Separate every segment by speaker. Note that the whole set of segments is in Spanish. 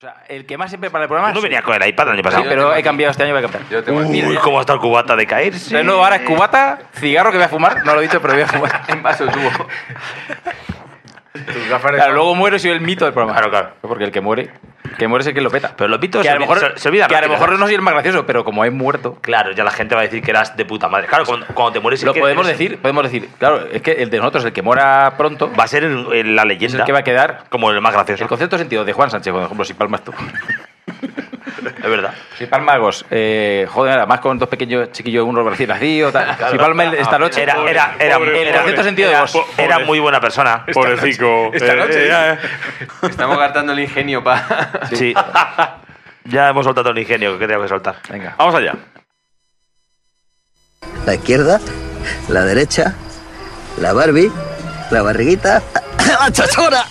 Speaker 1: sea, el que más siempre para el programa.
Speaker 2: Tú no venías con el iPad el año pasado.
Speaker 1: Ah, Sí, pero he cambiado este año para cambiar.
Speaker 3: Yo tengo el
Speaker 2: Uy,
Speaker 3: mío.
Speaker 2: cómo está el cubata de caerse.
Speaker 1: Pero no, ahora es cubata, cigarro que voy a fumar. No lo he dicho, pero voy a fumar.
Speaker 3: En vaso tubo. Tus gafas de
Speaker 1: Claro, luego muero y soy el mito del programa.
Speaker 2: Claro, claro.
Speaker 1: Porque el que muere, el que muere es el que lo peta.
Speaker 2: Pero los pitos
Speaker 1: que a
Speaker 2: se,
Speaker 1: lo mejor,
Speaker 2: se, se olvidan
Speaker 1: que a lo
Speaker 2: rápido.
Speaker 1: mejor no soy el más gracioso, pero como he muerto,
Speaker 2: Claro, ya la gente va a decir que eras de puta madre. Claro, cuando, cuando te mueres...
Speaker 1: lo
Speaker 2: es que
Speaker 1: podemos
Speaker 2: eres-
Speaker 1: decir, podemos decir. Claro, es que el de nosotros, el que muera pronto,
Speaker 2: Va a ser el- el- la
Speaker 1: es
Speaker 2: leyenda.
Speaker 1: el que va a quedar.
Speaker 2: Como el más gracioso.
Speaker 1: El concepto sentido de Juan Sánchez, por ejemplo, si palmas tú.
Speaker 2: Es verdad.
Speaker 1: Si palmas Agos, eh, joder, además con dos pequeños chiquillos, uno recién nacido, tal. Si palmas el- esta noche.
Speaker 2: Era, era, era,
Speaker 4: Pobre,
Speaker 2: era-
Speaker 1: el concepto sentido de
Speaker 2: era-
Speaker 1: vos.
Speaker 2: era muy buena persona.
Speaker 4: Pobrecito.
Speaker 3: esta
Speaker 4: Eh,
Speaker 3: noche,
Speaker 4: eh, ya,
Speaker 3: Estamos gastando el ingenio para.
Speaker 2: Sí. ya hemos soltado el ingenio que tengo que soltar.
Speaker 1: Venga.
Speaker 4: Vamos allá.
Speaker 5: la izquierda, la derecha, la Barbie, la barriguita, la chochona.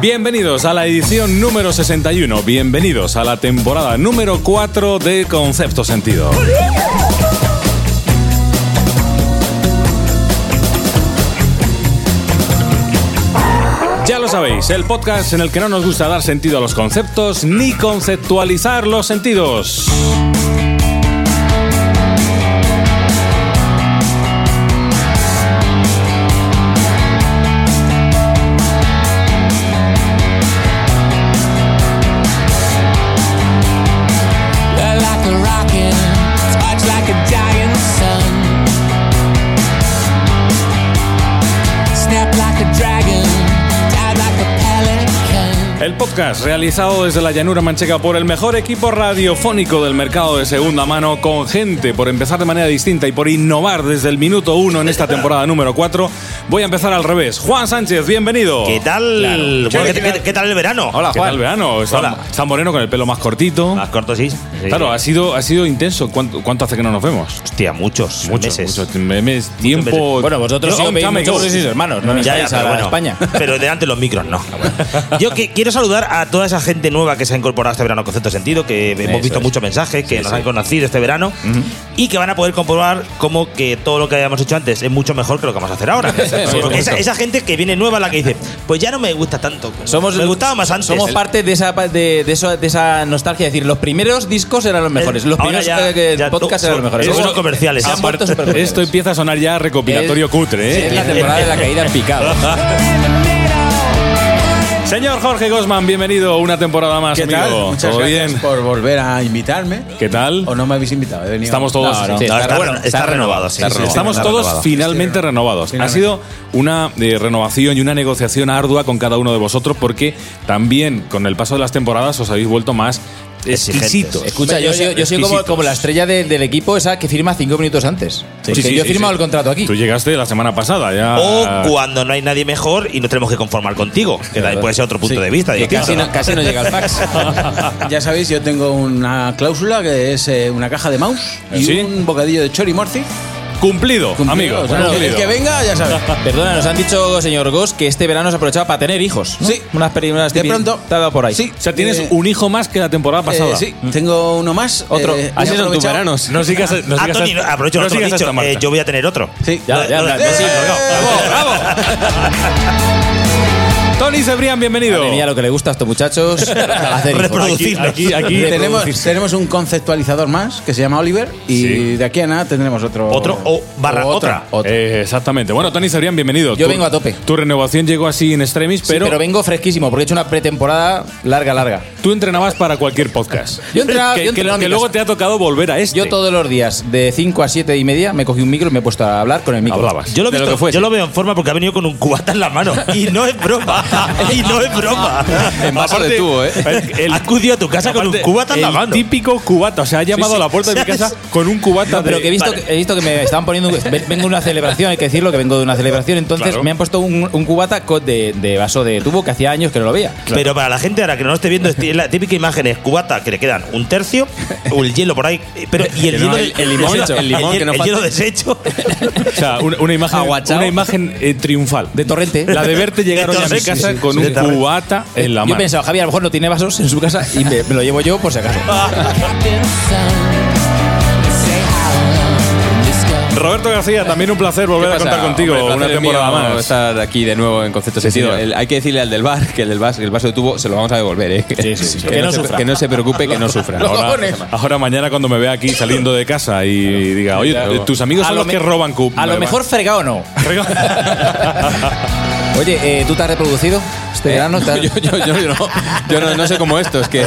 Speaker 6: Bienvenidos a la edición número 61, bienvenidos a la temporada número 4 de Concepto Sentido. Ya lo sabéis, el podcast en el que no nos gusta dar sentido a los conceptos ni conceptualizar los sentidos.
Speaker 7: like a rocket, sparks like a dying sun. Snap like a dragon, die like a pelican.
Speaker 6: El podcast realizado desde la llanura manchega por el mejor equipo radiofónico del mercado de segunda mano, con gente por empezar de manera distinta y por innovar desde el minuto uno en esta temporada número 4. Voy a empezar al revés. Juan Sánchez, bienvenido.
Speaker 8: ¿Qué tal?
Speaker 6: Claro.
Speaker 8: Bueno,
Speaker 6: Sí,
Speaker 8: ¿qué-
Speaker 6: ¿qué
Speaker 8: qué,
Speaker 6: tal?
Speaker 8: qué tal el verano?
Speaker 6: Hola,
Speaker 8: ¿Qué
Speaker 6: Juan.
Speaker 8: tal?
Speaker 6: El verano está,
Speaker 8: Hola.
Speaker 6: está moreno con el pelo más cortito.
Speaker 8: Más corto, sí. Sí.
Speaker 6: Claro, ha sido, ha sido intenso. ¿Cuánto, cuánto hace que no nos vemos?
Speaker 8: Hostia, muchos, meses.
Speaker 6: mucho mes- tiempo.
Speaker 8: meses.
Speaker 9: Bueno, vosotros sí
Speaker 6: Yo-
Speaker 9: os veis
Speaker 6: ya me
Speaker 9: mucho
Speaker 6: quedo-
Speaker 9: con sois hermanos, no
Speaker 8: Ya, ya,
Speaker 9: necesitáis a
Speaker 8: pero
Speaker 9: la
Speaker 8: bueno.
Speaker 9: España.
Speaker 8: Pero delante los micros no. Yo que- quiero saludar a toda esa gente nueva que se ha incorporado este verano a Concepto Sentido, que hemos
Speaker 9: Eso
Speaker 8: visto
Speaker 9: es.
Speaker 8: muchos mensajes, que
Speaker 9: Sí,
Speaker 8: nos
Speaker 9: sí.
Speaker 8: han conocido este verano y que van a poder comprobar como que todo lo que habíamos hecho antes es mucho mejor que lo que vamos a hacer ahora.
Speaker 9: supuesto.
Speaker 8: esa, esa gente que viene nueva, la que dice, pues ya no me gusta tanto.
Speaker 9: Somos,
Speaker 8: me gustaba más antes.
Speaker 9: Somos parte de esa, pa- de, de eso- de esa nostalgia. Es decir, los primeros discos eran los mejores. Los
Speaker 8: Ahora
Speaker 9: primeros
Speaker 8: ya-
Speaker 9: eh, que-
Speaker 8: ya
Speaker 9: podcasts
Speaker 8: son-
Speaker 9: eran los mejores.
Speaker 8: son
Speaker 9: Luego-
Speaker 8: comerciales.
Speaker 9: Se han
Speaker 8: Aparte-
Speaker 9: vuelto supercomerciales.
Speaker 6: Esto empieza a sonar ya recopilatorio
Speaker 9: Es-
Speaker 6: cutre, ¿eh?
Speaker 9: Es la temporada de la caída en picado.
Speaker 6: Señor Jorge Gosman, bienvenido una temporada más, amigo. ¿Todo bien?
Speaker 10: por volver a invitarme.
Speaker 6: ¿Qué tal?
Speaker 10: ¿O no me habéis invitado? He venido.
Speaker 6: Estamos todos.
Speaker 9: No, no,
Speaker 6: Sí,
Speaker 9: sí,
Speaker 8: No,
Speaker 9: está
Speaker 8: está,
Speaker 9: bueno,
Speaker 8: está renovado, sí,
Speaker 9: está
Speaker 8: sí,
Speaker 9: renovado.
Speaker 8: sí,
Speaker 6: Estamos
Speaker 8: está
Speaker 6: todos
Speaker 8: renovado.
Speaker 6: finalmente
Speaker 10: Sí,
Speaker 6: renovados. Ha
Speaker 10: finalmente.
Speaker 6: sido una eh, renovación y una negociación ardua con cada uno de vosotros porque también con el paso de las temporadas os habéis vuelto más
Speaker 8: Exigentes.
Speaker 6: exquisitos.
Speaker 9: Escucha, yo soy, yo soy como,
Speaker 6: Exquisitos.
Speaker 9: como la estrella de- del equipo esa que firma cinco minutos antes.
Speaker 6: Sí,
Speaker 9: Porque
Speaker 6: sí,
Speaker 9: yo he
Speaker 6: sí,
Speaker 9: firmado
Speaker 6: sí.
Speaker 9: el contrato aquí.
Speaker 6: Tú llegaste la semana pasada ya.
Speaker 8: O cuando no hay nadie mejor y nos tenemos que conformar contigo, que también puede ser otro punto
Speaker 10: Sí.
Speaker 8: de vista.
Speaker 9: Que
Speaker 8: distinto,
Speaker 9: casi
Speaker 8: ¿no?
Speaker 9: no, casi no llega el fax.
Speaker 10: Ya sabéis, yo tengo una cláusula que es eh, una caja de mouse y
Speaker 6: ¿Sí?
Speaker 10: un bocadillo de chori morci.
Speaker 6: Cumplido, amigo.
Speaker 10: o sea,
Speaker 6: cumplido.
Speaker 10: el que venga, ya sabes.
Speaker 9: Perdona, nos han dicho, señor Gos, que este verano se aprovechaba para tener hijos. ¿no?
Speaker 10: Sí.
Speaker 9: Unas películas
Speaker 10: De pronto.
Speaker 9: Te ha dado por ahí.
Speaker 10: Sí.
Speaker 6: O sea, tienes
Speaker 10: Eh,
Speaker 6: un hijo más que la temporada pasada.
Speaker 10: Eh, sí, tengo uno más.
Speaker 9: Otro.
Speaker 10: eh,
Speaker 9: Así
Speaker 10: he
Speaker 9: son tus
Speaker 10: aprovechado-
Speaker 9: veranos.
Speaker 6: No sigas, no
Speaker 8: Ah,
Speaker 6: sigas-
Speaker 8: Tony, no, aprovecho,
Speaker 6: no
Speaker 8: no te lo he
Speaker 6: sigas
Speaker 8: dicho,
Speaker 6: hasta
Speaker 8: eh,
Speaker 6: Marta.
Speaker 8: yo voy a tener otro.
Speaker 10: Sí.
Speaker 9: Ya, ya,
Speaker 8: Lo-
Speaker 9: ya,
Speaker 8: lo-
Speaker 9: ya, sí,
Speaker 8: lo-
Speaker 10: Eh,
Speaker 6: ¡Bravo! Tony Cebrián, bienvenido.
Speaker 9: Madre mía, lo que le gusta a estos muchachos. hacer hijos.
Speaker 8: Reproducir.
Speaker 6: Aquí, aquí
Speaker 10: tenemos, tenemos un conceptualizador más que se llama Oliver y
Speaker 6: Sí.
Speaker 10: de aquí a nada tendremos otro.
Speaker 8: Otro o barra otra.
Speaker 10: otra.
Speaker 6: Eh, exactamente. Bueno, Tony Cebrián, bienvenido.
Speaker 9: Yo
Speaker 6: Tu-
Speaker 9: vengo a tope.
Speaker 6: Tu renovación llegó así en extremis,
Speaker 9: Sí,
Speaker 6: pero,
Speaker 9: pero, vengo fresquísimo porque he hecho una pretemporada larga, larga.
Speaker 6: tú entrenabas para cualquier podcast.
Speaker 9: Yo entrenaba-
Speaker 6: que,
Speaker 9: yo entrenaba
Speaker 6: que-
Speaker 9: en
Speaker 6: que
Speaker 9: mi
Speaker 6: luego
Speaker 9: casa.
Speaker 6: te ha tocado volver a este.
Speaker 9: Yo todos los días, de 5 a 7 y media, me cogí un micro y me he puesto a hablar con el micro.
Speaker 6: Hablabas.
Speaker 8: Yo lo, he
Speaker 9: De
Speaker 8: visto-
Speaker 9: que fuese.
Speaker 8: yo lo veo en forma porque ha venido con un cubata en la mano. Y no es broma. y no es broma.
Speaker 10: En vaso
Speaker 6: Aparte,
Speaker 10: de tubo, ¿eh?
Speaker 8: El, acudió a tu casa con un cubata en la
Speaker 6: el
Speaker 8: mano.
Speaker 6: típico cubata. O sea, ha llamado
Speaker 8: Sí, sí.
Speaker 6: a la puerta de mi casa con un cubata.
Speaker 8: No,
Speaker 6: de-
Speaker 8: pero
Speaker 9: Pero que he visto,
Speaker 8: Vale.
Speaker 9: que, he visto que me estaban poniendo. un- ve- Vengo de una celebración, hay que decirlo, que vengo de una celebración. Entonces
Speaker 6: Claro.
Speaker 9: me han puesto un, un cubata co- de, de vaso de tubo que hacía años que no lo veía.
Speaker 8: Pero para la gente ahora que no lo esté viendo, es la típica imagen es cubata que le quedan un tercio, o el hielo por ahí, pero y el
Speaker 10: Que no,
Speaker 8: hielo
Speaker 10: el- el limón, el limón que no
Speaker 8: el
Speaker 10: falta.
Speaker 8: hielo deshecho.
Speaker 6: O sea, una, una imagen,
Speaker 9: Aguachao.
Speaker 6: una imagen eh, triunfal.
Speaker 9: De torrente.
Speaker 6: La de verte llegar hoy a mi
Speaker 8: Torrente.
Speaker 6: casa con
Speaker 8: Sí,
Speaker 6: un
Speaker 8: sí, sí.
Speaker 6: cubata en la
Speaker 9: Yo
Speaker 6: mano.
Speaker 9: pensaba, Javier, a lo mejor no tiene vasos en su casa y me, me lo llevo yo por si acaso.
Speaker 6: Roberto García, también un placer volver a
Speaker 10: ¿Qué pasa?
Speaker 6: contar contigo
Speaker 10: Hombre,
Speaker 6: una
Speaker 10: placer es
Speaker 6: temporada
Speaker 10: mío
Speaker 6: más.
Speaker 10: estar aquí de nuevo en concepto
Speaker 6: Sí,
Speaker 10: sentido.
Speaker 6: señor.
Speaker 10: El- hay que decirle al del bar que el del vaso, el vaso de tubo se lo vamos a devolver, ¿eh? Que,
Speaker 8: Que no
Speaker 10: no se,
Speaker 8: sufra.
Speaker 10: que no se preocupe, que no sufra.
Speaker 6: Ahora, ahora mañana cuando me vea aquí saliendo de casa y diga, oye, eh, tus amigos
Speaker 9: A
Speaker 6: son
Speaker 9: lo
Speaker 6: los que
Speaker 9: me-
Speaker 6: roban cup.
Speaker 9: A lo mejor fregado no. Oye, eh, ¿tú te has reproducido este verano? ¿Te has-
Speaker 10: yo, yo- yo- yo no, yo no, no sé cómo estos, que,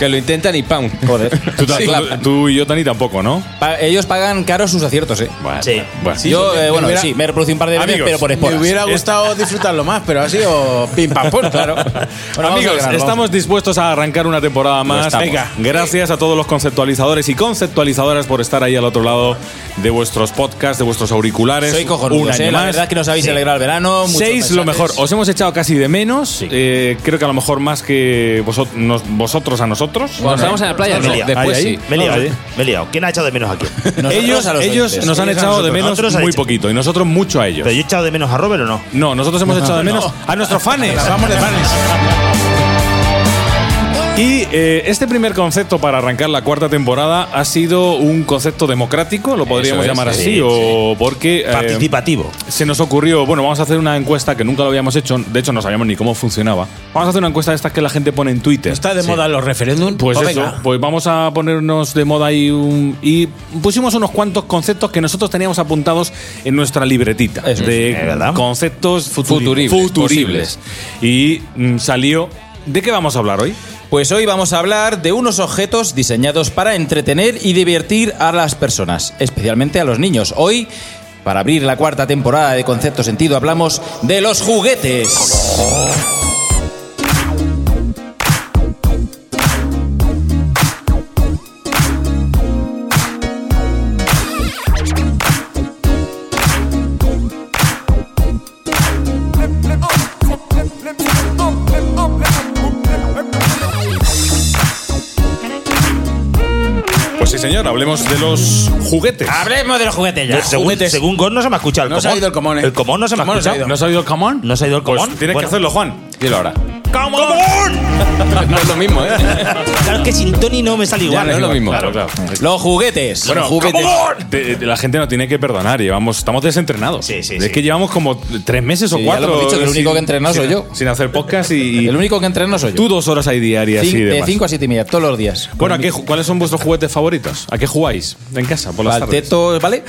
Speaker 10: que lo intentan y ¡pam! Joder.
Speaker 6: Tú, ta- tú- tú y yo, Tani, tampoco, ¿no?
Speaker 9: Pa- ellos pagan caros sus aciertos, ¿eh?
Speaker 8: Sí.
Speaker 6: Bueno.
Speaker 9: yo, eh, bueno,
Speaker 10: hubiera-
Speaker 9: sí, me reproducí un par de veces,
Speaker 6: Amigos,
Speaker 9: pero por
Speaker 10: Me
Speaker 9: esporas.
Speaker 10: hubiera gustado disfrutarlo más, pero ha sido pim pam pum, claro.
Speaker 9: Bueno, vamos al
Speaker 6: Amigos,
Speaker 9: grano, vamos.
Speaker 6: estamos dispuestos a arrancar una temporada más.
Speaker 10: estamos.
Speaker 6: Venga. Gracias a todos los conceptualizadores y conceptualizadoras por estar ahí al otro lado de vuestros podcasts, de vuestros auriculares.
Speaker 9: Soy cojonudo,
Speaker 6: un año
Speaker 9: ¿eh? La
Speaker 6: más.
Speaker 9: verdad es que nos habéis alegrado el verano. muchos
Speaker 6: Seis, lo
Speaker 9: mensajes.
Speaker 6: mejor. Os hemos echado casi de menos. Eh, creo que a lo mejor más que vosot- nos- vosotros a nosotros.
Speaker 10: Cuando estábamos en la
Speaker 9: ¿eh?
Speaker 10: playa, no,
Speaker 8: Ahí, ahí.
Speaker 10: después
Speaker 6: Ahí,
Speaker 10: sí.
Speaker 6: ahí.
Speaker 8: Me he liado, me he liado. ¿Quién ha echado de menos aquí?
Speaker 6: ellos
Speaker 9: a los
Speaker 6: ellos
Speaker 9: oyentes.
Speaker 6: nos han
Speaker 8: Ellos a
Speaker 6: echado de
Speaker 8: nosotros.
Speaker 6: menos
Speaker 8: Nosotros ha
Speaker 6: muy
Speaker 8: hecho-
Speaker 6: poquito y nosotros mucho a ellos.
Speaker 8: ¿Pero yo he echado de menos a Robert o no?
Speaker 6: No, nosotros hemos echado de menos a nuestros fans.
Speaker 10: Vamos de panes.
Speaker 8: Eh,
Speaker 6: Y eh, este primer concepto para arrancar la cuarta temporada ha sido un concepto democrático, lo podríamos
Speaker 10: es,
Speaker 6: llamar
Speaker 10: sí,
Speaker 6: así, o porque eh,
Speaker 8: Participativo.
Speaker 6: se nos ocurrió, bueno, vamos a hacer una encuesta que nunca lo habíamos hecho, de hecho no sabíamos ni cómo funcionaba. Vamos a hacer una encuesta de estas que la gente pone en Twitter.
Speaker 10: Está de moda los referéndums.
Speaker 9: Oh,
Speaker 6: Pues eso, pues vamos a ponernos de moda y, un, y pusimos unos cuantos conceptos que nosotros teníamos apuntados en nuestra libretita
Speaker 9: Eso
Speaker 6: de
Speaker 8: es verdad.
Speaker 6: conceptos
Speaker 10: Futuribles,
Speaker 6: futuribles. Y mm, salió. ¿De qué vamos a hablar hoy?
Speaker 9: Pues hoy vamos a hablar de unos objetos diseñados para entretener y divertir a las personas, especialmente a los niños. Hoy, para abrir la cuarta temporada de Concepto Sentido, hablamos de los juguetes.
Speaker 6: Pues sí, señor, hablemos de los juguetes.
Speaker 8: Ah,
Speaker 9: Hablemos de los juguetes ya.
Speaker 8: según, según Gon no se me ha escuchado el
Speaker 10: No
Speaker 8: comón.
Speaker 10: se ha ido el comón, eh.
Speaker 8: El comón no se me ha
Speaker 10: Comón no se ha
Speaker 8: escuchado.
Speaker 6: ¿No has oído el camón?
Speaker 8: No se ha ido el
Speaker 6: Pues
Speaker 8: comón.
Speaker 6: tienes que
Speaker 8: Bueno.
Speaker 6: hacerlo, Juan.
Speaker 10: Dilo ahora.
Speaker 8: ¡Comón!
Speaker 10: No es lo mismo, ¿eh?
Speaker 8: Claro que sin Tony no me sale
Speaker 10: Ya,
Speaker 8: igual.
Speaker 10: no es lo mismo.
Speaker 6: Claro, claro.
Speaker 9: Los juguetes.
Speaker 6: Bueno,
Speaker 9: Los juguetes.
Speaker 6: Te- te- la gente no tiene que perdonar, llevamos, estamos desentrenados.
Speaker 8: Sí, sí,
Speaker 6: es
Speaker 8: sí.
Speaker 6: que llevamos como tres meses o
Speaker 9: Sí, ya
Speaker 6: cuatro.
Speaker 9: lo hemos dicho, que el único que he entrenado
Speaker 6: sin-
Speaker 9: soy yo.
Speaker 6: Sin hacer podcast y, y
Speaker 9: El único que entreno soy yo.
Speaker 6: tú dos horas ahí diarias
Speaker 9: Cin-
Speaker 6: y
Speaker 9: de
Speaker 6: demás.
Speaker 9: 5 a 7 y media, todos los días.
Speaker 6: Bueno, ¿a qué ju- ¿cuáles son vuestros juguetes favoritos? ¿A qué jugáis en casa por las
Speaker 9: Al
Speaker 6: tardes?
Speaker 9: teto, ¿vale?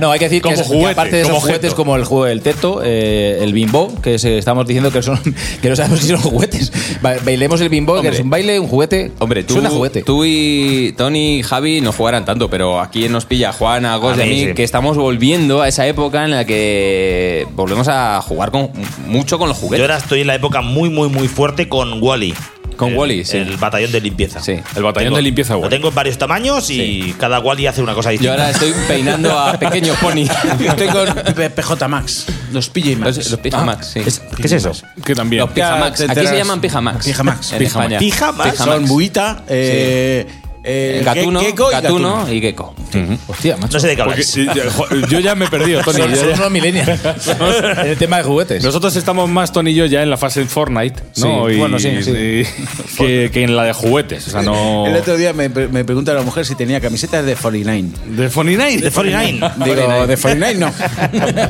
Speaker 9: No, hay que decir que,
Speaker 6: Como
Speaker 9: es-
Speaker 6: juguete,
Speaker 9: que aparte de
Speaker 6: como
Speaker 9: esos juguetes
Speaker 6: objeto.
Speaker 9: como el juego del teto, eh, el bimbo, que se- estamos diciendo que son que no sabemos si son juguetes. Ba- Bailemos el bimbo, que
Speaker 10: Hombre.
Speaker 9: es un baile, un juguete.
Speaker 10: Hombre, tú,
Speaker 9: Suena a juguete.
Speaker 10: tú y Tony y Javi no jugarán tanto, pero aquí nos pilla Juan, a Gos
Speaker 8: A
Speaker 10: y a
Speaker 8: mí,
Speaker 10: mí,
Speaker 8: sí.
Speaker 10: que estamos volviendo a esa época en la que volvemos a jugar con, mucho con los
Speaker 8: Yo
Speaker 10: juguetes.
Speaker 8: ahora estoy en la época muy, muy, muy fuerte con Wally.
Speaker 10: Con Wall-E, sí.
Speaker 8: El batallón de limpieza.
Speaker 10: Sí.
Speaker 6: El batallón
Speaker 8: Tengo-
Speaker 6: de limpieza
Speaker 8: Lo
Speaker 6: Wally.
Speaker 8: tengo en varios tamaños y cada Wally hace una cosa
Speaker 10: Yo
Speaker 8: distinta.
Speaker 10: ahora estoy peinando a pequeños pony.
Speaker 3: Estoy con PJ Max. Los PJ Max.
Speaker 10: Los, los pijamax, sí.
Speaker 8: ¿Qué es eso?
Speaker 6: Que también.
Speaker 10: Los pijamax.
Speaker 3: te
Speaker 10: Aquí
Speaker 3: enteras.
Speaker 10: se llaman pijamax.
Speaker 3: Pijamax.
Speaker 10: En
Speaker 6: Pijamax.
Speaker 10: España.
Speaker 8: ¿Pijamax?
Speaker 3: Son Buita, eh, eh,
Speaker 10: Gatuno,
Speaker 3: Ge- Gecko y
Speaker 10: gatuno y gecko.
Speaker 9: Hostia, macho.
Speaker 8: No sé de qué
Speaker 6: Porque-
Speaker 8: habláis.
Speaker 6: y- y- jo- yo ya me he perdido, Tony.
Speaker 9: Son,
Speaker 6: yo
Speaker 9: son
Speaker 6: ya-
Speaker 9: unos millennials. en el tema de juguetes.
Speaker 6: Nosotros estamos más, Tony y yo, ya en la fase de Fortnite, ¿no?
Speaker 9: Sí,
Speaker 6: Y-
Speaker 9: bueno, sí, sí.
Speaker 6: y- que, que en la de juguetes. O sea, no.
Speaker 3: El otro día me, pre- me pregunta la mujer si tenía camisetas de 49.
Speaker 6: ¿De Fortnite?
Speaker 8: De 49.
Speaker 3: Digo, de 49 no.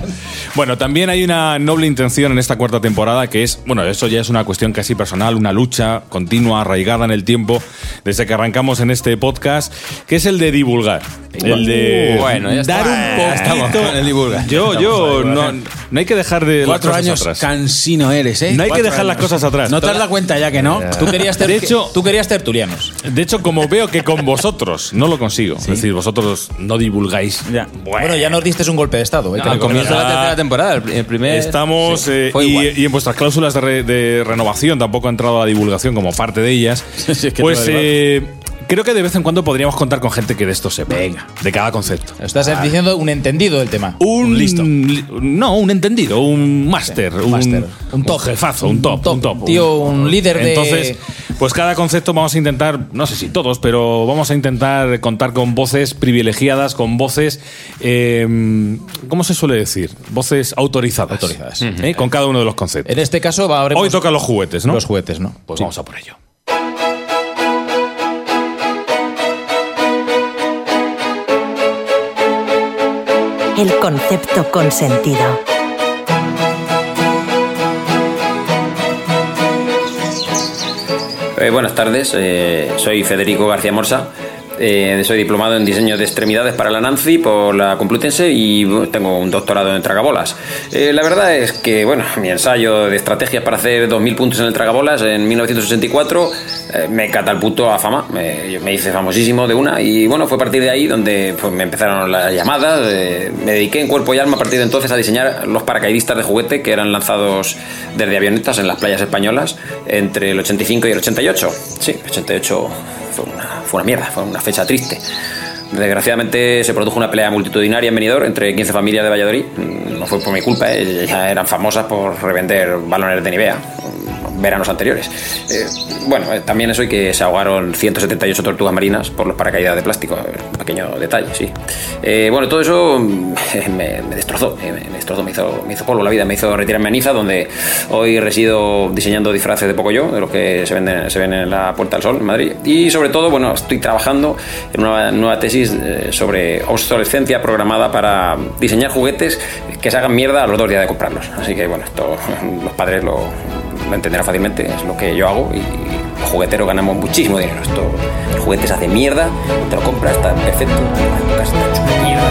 Speaker 6: Bueno, también hay una noble intención en esta cuarta temporada que es, bueno, eso ya es una cuestión casi personal, una lucha continua, arraigada en el tiempo, desde que arrancamos en este podcast, que es el de divulgar. El
Speaker 9: Uh,
Speaker 6: de
Speaker 10: Bueno, ya está.
Speaker 6: dar
Speaker 10: Ya
Speaker 6: un
Speaker 10: estamos
Speaker 6: poquito.
Speaker 10: con el divulgar.
Speaker 6: Yo, yo, no, no hay que dejar de las
Speaker 9: Cuatro
Speaker 6: cosas
Speaker 9: años
Speaker 6: atrás.
Speaker 9: cansino eres, ¿eh?
Speaker 6: No hay que
Speaker 9: Cuatro
Speaker 6: dejar las
Speaker 9: años.
Speaker 6: cosas atrás.
Speaker 9: No te has dado cuenta ya que no. Tú querías, ter-
Speaker 6: De hecho-
Speaker 9: tú querías tertulianos.
Speaker 6: De hecho, como veo que con vosotros no lo consigo, es decir, vosotros no divulgáis.
Speaker 9: Bueno, ya nos diste un golpe de estado. ¿eh? Te
Speaker 10: Al
Speaker 9: recuerdo.
Speaker 10: comienzo de la tercera temporada, el pri- el primer.
Speaker 6: Estamos
Speaker 10: Sí,
Speaker 6: eh,
Speaker 10: fue igual.
Speaker 6: y, y en vuestras cláusulas de, re- de renovación tampoco ha entrado la divulgación como parte de ellas.
Speaker 9: Sí, es que
Speaker 6: pues
Speaker 9: no es
Speaker 6: eh, creo que de vez en cuando podríamos contar con gente que de esto sepa. Venga. De cada concepto.
Speaker 9: Estás diciendo un entendido del tema.
Speaker 6: Un listo. No, un entendido, un máster, un,
Speaker 9: máster, un top.
Speaker 6: jefazo, un top, un top.
Speaker 9: un tío, un líder de-
Speaker 6: Entonces, pues cada concepto vamos a intentar, no sé si todos, pero vamos a intentar contar con voces privilegiadas, con voces, eh, ¿cómo se suele decir? Voces autorizadas.
Speaker 9: Autorizadas.
Speaker 6: ¿eh? Con cada uno de los conceptos.
Speaker 9: En este caso va a haber
Speaker 6: Hoy toca los juguetes, ¿no?
Speaker 9: los juguetes, ¿no?
Speaker 6: Pues vamos a por ello.
Speaker 4: El concepto consentido.
Speaker 11: Eh, buenas tardes, eh, soy Federico García Morsa. eh, soy diplomado en diseño de extremidades para la Nancy por la Complutense y bueno, tengo un doctorado en tragabolas. Eh, la verdad es que, bueno, mi ensayo de estrategias para hacer 2.000 puntos en el tragabolas en 1964 eh, me catapultó a fama. Me, yo me hice famosísimo de una y, bueno, fue a partir de ahí donde pues, me empezaron las llamadas. eh, me dediqué en cuerpo y alma a partir de entonces a diseñar los paracaidistas de juguete que eran lanzados desde avionetas en las playas españolas entre el 85 y el 88. Sí, el 88 fue una, fue una mierda, fue una fecha triste. Desgraciadamente se produjo una pelea multitudinaria en Benidorm entre 15 familias de Valladolid. Mm, No fue por mi culpa, eh, ya eran famosas por revender balones de Nivea mm, veranos anteriores. Eh, bueno, eh, también eso y que se ahogaron 178 tortugas marinas por los paracaídas de plástico. eh, Un pequeño detalle, sí. Eh, bueno, todo eso mm, me, me destrozó, eh, me destrozó, me hizo, me hizo polvo la vida, me hizo retirarme a Niza, donde hoy resido diseñando disfraces de Pocoyo, de los que se venden, se venden en la Puerta del Sol, en Madrid. Y sobre todo, bueno, estoy trabajando en una nueva tesis eh, sobre obsolescencia programada para diseñar juguetes que se hagan mierda a los dos días de comprarlos. Así que, bueno, esto los padres lo, lo entenderán fácililmente, es lo que yo hago y los jugueteros ganamos muchísimo dinero. Esto, el juguete se hace mierda, te lo compras, está perfecto, te lo vas a tu casa, está hecho una mierda.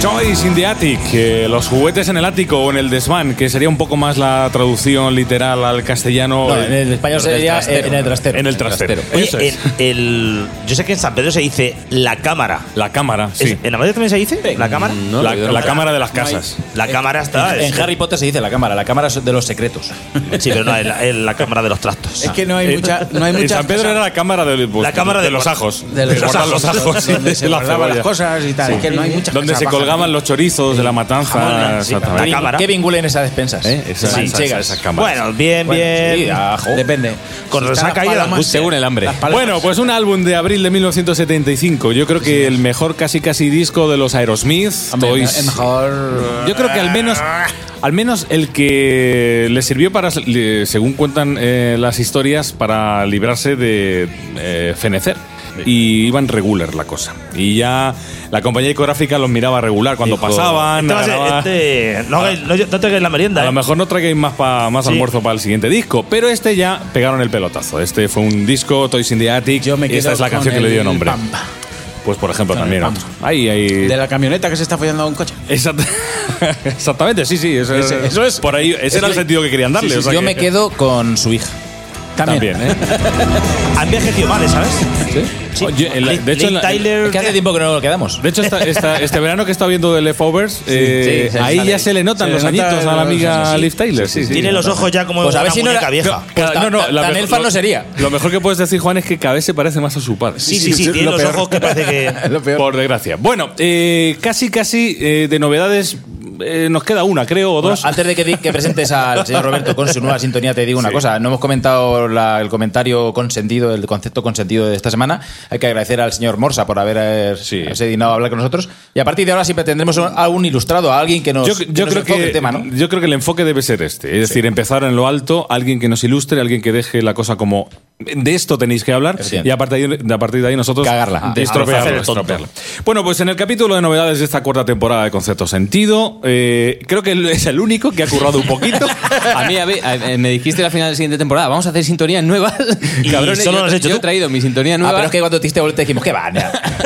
Speaker 6: Toys in the Attic, eh, los juguetes en el ático o en el desván, que sería un poco más la traducción literal al castellano.
Speaker 9: No,
Speaker 6: eh,
Speaker 9: en el español sería en el trastero.
Speaker 6: en el trastero.
Speaker 8: Oye,
Speaker 6: Eso es.
Speaker 8: en el- yo sé que en San Pedro se dice la cámara.
Speaker 6: La cámara,
Speaker 8: ¿Es-
Speaker 6: sí. Mm,
Speaker 8: ¿En la Madrid también se dice? ¿La cámara?
Speaker 10: no,
Speaker 6: la,
Speaker 10: no, no,
Speaker 6: la
Speaker 10: no.
Speaker 6: cámara de las casas.
Speaker 8: La cámara está.
Speaker 9: En
Speaker 8: es-
Speaker 9: Harry Potter se dice la cámara, la cámara es de los secretos.
Speaker 8: Sí, pero no, en la, en la cámara de los trastos. Eh,
Speaker 9: Es que no hay mucha. No hay
Speaker 6: Eh, En
Speaker 9: muchas
Speaker 6: San Pedro
Speaker 9: cosas
Speaker 6: era la cámara de, pues,
Speaker 8: La cámara
Speaker 6: de
Speaker 8: de-
Speaker 6: los ajos.
Speaker 9: de los
Speaker 6: Que guardan los
Speaker 9: ajos,
Speaker 6: ajos.
Speaker 9: donde se
Speaker 6: y las
Speaker 9: guardaban las
Speaker 6: cebollas.
Speaker 9: cosas y tal. Es que no hay muchas
Speaker 6: Donde
Speaker 9: cosas
Speaker 6: se
Speaker 9: bajas.
Speaker 6: colgaban los chorizos de la matanza.
Speaker 8: Jamón, sí,
Speaker 6: exactamente.
Speaker 8: la cámara.
Speaker 9: ¿Qué vingulen esas despensas?
Speaker 6: ¿Eh? Esa-
Speaker 9: Sí,
Speaker 6: esa-
Speaker 9: llegas.
Speaker 6: esas cámaras.
Speaker 8: Bueno, bien,
Speaker 9: Bueno,
Speaker 8: bien.
Speaker 9: sí, ajo. Depende.
Speaker 8: Con
Speaker 9: Si
Speaker 8: resaca
Speaker 9: están
Speaker 8: y
Speaker 9: las
Speaker 8: la
Speaker 9: palomas,
Speaker 8: angustia.
Speaker 9: según el hambre. Las palomas.
Speaker 6: Bueno, pues un álbum de abril de 1975. Yo creo que el mejor casi casi disco de los Aerosmith.
Speaker 9: Hombre,
Speaker 6: Toys.
Speaker 9: el mejor.
Speaker 6: Yo creo que al menos, al menos el que le sirvió para, le- según cuentan eh, las historias, para librarse de eh, fenecer. y iban regular la cosa. Y ya la compañía discográfica los miraba regular cuando
Speaker 8: Dijo,
Speaker 6: pasaban.
Speaker 8: este va a ser-
Speaker 6: grababan.
Speaker 8: este- no hagáis- no- no traigáis la merienda,
Speaker 6: A
Speaker 8: ¿eh?
Speaker 6: lo mejor no traigáis más, pa- más
Speaker 8: Sí.
Speaker 6: almuerzo para el siguiente disco, pero este ya pegaron el pelotazo. Este fue un disco, Toys in the Attic, y esta
Speaker 12: quedo
Speaker 6: es la
Speaker 12: con
Speaker 6: canción que le dio
Speaker 12: el
Speaker 6: nombre.
Speaker 12: Pampa.
Speaker 6: Pues por ejemplo
Speaker 12: Con el
Speaker 6: también
Speaker 12: Pampa.
Speaker 6: otro. Ahí, ahí.
Speaker 12: De la camioneta que se está follando a un coche.
Speaker 6: Exact- Exactamente, sí, sí. Eso,
Speaker 12: Ese- eso
Speaker 6: es. Por ahí, ese
Speaker 12: Es
Speaker 6: era el
Speaker 12: ley.
Speaker 6: sentido que querían darle.
Speaker 12: Sí, sí,
Speaker 6: o sea
Speaker 12: yo
Speaker 6: que-
Speaker 12: me quedo con su hija.
Speaker 6: También.
Speaker 9: ¿eh?
Speaker 8: Han envejecido mal, ¿eh? ¿sabes?
Speaker 6: Oye, en la- de hecho, en la-
Speaker 9: Es que hace tiempo que no lo quedamos.
Speaker 6: De hecho, esta- esta- este verano que he estado viendo de Leftovers, eh,
Speaker 9: sí, se
Speaker 6: ahí
Speaker 9: sale.
Speaker 6: ya se le notan
Speaker 9: Se
Speaker 6: los
Speaker 9: le nota
Speaker 6: añitos a la
Speaker 9: los-
Speaker 6: amiga
Speaker 9: sí, sí.
Speaker 6: Liv Tyler. sí, sí,
Speaker 8: Tiene
Speaker 6: sí.
Speaker 8: los ojos ya como
Speaker 9: Pues a
Speaker 8: una
Speaker 9: ver si no
Speaker 8: muñeca
Speaker 9: era-
Speaker 8: vieja.
Speaker 9: Pues ta- ta-
Speaker 6: la
Speaker 9: tan
Speaker 6: mejor-
Speaker 9: elfa no
Speaker 6: lo-
Speaker 9: sería.
Speaker 6: Lo mejor que puedes decir, Juan, es que cada vez se parece más a su padre.
Speaker 8: Sí, sí, sí, tiene
Speaker 6: lo
Speaker 8: los
Speaker 6: peor.
Speaker 8: ojos que parece que...
Speaker 6: Por desgracia. Bueno, eh, casi, casi eh, de novedades eh, nos queda una, creo, o
Speaker 9: Bueno,
Speaker 6: dos.
Speaker 9: ah, antes de que, di- que presentes al señor Roberto con su nueva sintonía, te digo una
Speaker 6: Sí.
Speaker 9: cosa. No hemos comentado la- el comentario consentido, el concepto consentido de esta semana. Hay que agradecer al señor Morsa por haber eh, haberse dignado a hablar con nosotros. Y a partir de ahora siempre tendremos a un ilustrado, a alguien que nos,
Speaker 6: yo,
Speaker 9: que
Speaker 6: yo
Speaker 9: nos
Speaker 6: creo
Speaker 9: enfoque
Speaker 6: que,
Speaker 9: el tema, ¿no?
Speaker 6: yo creo que el enfoque debe ser este. Es decir, empezar en lo alto, alguien que nos ilustre, alguien que deje la cosa como de esto tenéis que hablar y a partir, de ahí, a partir de ahí nosotros Ah,
Speaker 9: Cagarla. Ah,
Speaker 6: de estropearlo,
Speaker 9: Hacer el tonto.
Speaker 6: estropearlo. Bueno, pues en el capítulo de novedades de esta cuarta temporada de Concepto Sentido, eh, creo que es el único que ha currado un poquito.
Speaker 10: A mí, a mí, a- eh, me dijiste la final de la siguiente temporada, vamos a hacer sintonías nuevas.
Speaker 6: Y
Speaker 10: Cabrones,
Speaker 6: solo
Speaker 10: yo,
Speaker 6: lo has hecho
Speaker 10: yo
Speaker 6: tú.
Speaker 10: he traído mi sintonía nueva.
Speaker 6: Ah, pero es que
Speaker 9: cuando te diste vuelta dijimos, que va,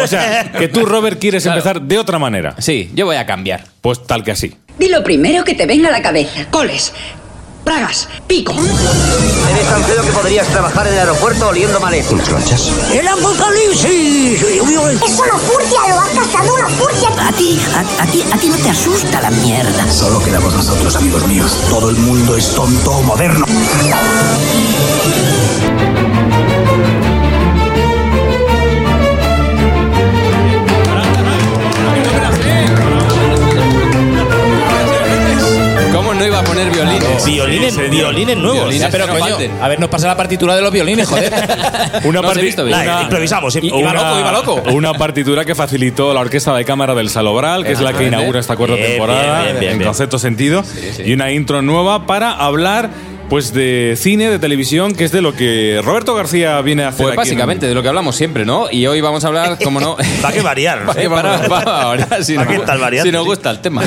Speaker 6: O sea, que tú, Robert, quieres empezar de otra manera. Sí, yo voy a cambiar. Pues tal que así.
Speaker 13: Di lo primero que te venga a la cabeza. Coles, Pragas, Pico.
Speaker 5: Eres tan feo que podrías trabajar en el aeropuerto oliendo maleta. ¿Unas lonchas?
Speaker 7: ¡El apocalipsis! ¡Es una furcia! ¡Lo has cazado una furcia!
Speaker 4: A ti, a, a ti, a ti no te asusta la mierda.
Speaker 14: Solo quedamos nosotros, amigos míos. Todo el mundo es tonto o moderno.
Speaker 10: ¿Cómo no iba a poner violines?
Speaker 8: Violines- violines nuevos.
Speaker 10: Violines
Speaker 8: Ya, pero
Speaker 10: que no
Speaker 8: coño,
Speaker 10: falten. Pues
Speaker 9: A ver, nos pasa la partitura de los violines, joder. No
Speaker 6: Una
Speaker 9: os he
Speaker 6: parti-
Speaker 9: visto bien.
Speaker 6: una-
Speaker 9: Nah, improvisamos,
Speaker 8: ¿eh?
Speaker 9: iba loco, iba loco.
Speaker 6: Una partitura que facilitó la Orquesta de Cámara del Salobral, que es la que
Speaker 9: Exactamente.
Speaker 6: inaugura esta cuarta
Speaker 9: Bien,
Speaker 6: temporada,
Speaker 9: bien, bien, bien,
Speaker 6: en
Speaker 9: bien.
Speaker 6: concepto sentido, y una intro nueva para hablar pues de cine, de televisión, que es de lo que Roberto García viene a hacer.
Speaker 10: Pues básicamente de lo que hablamos siempre, ¿no? Y hoy vamos a hablar, como no.
Speaker 6: Va que variar.
Speaker 10: Va que para- va a variar. Si
Speaker 6: Va
Speaker 10: nos,
Speaker 6: que tal variante,
Speaker 10: si nos gusta el tema.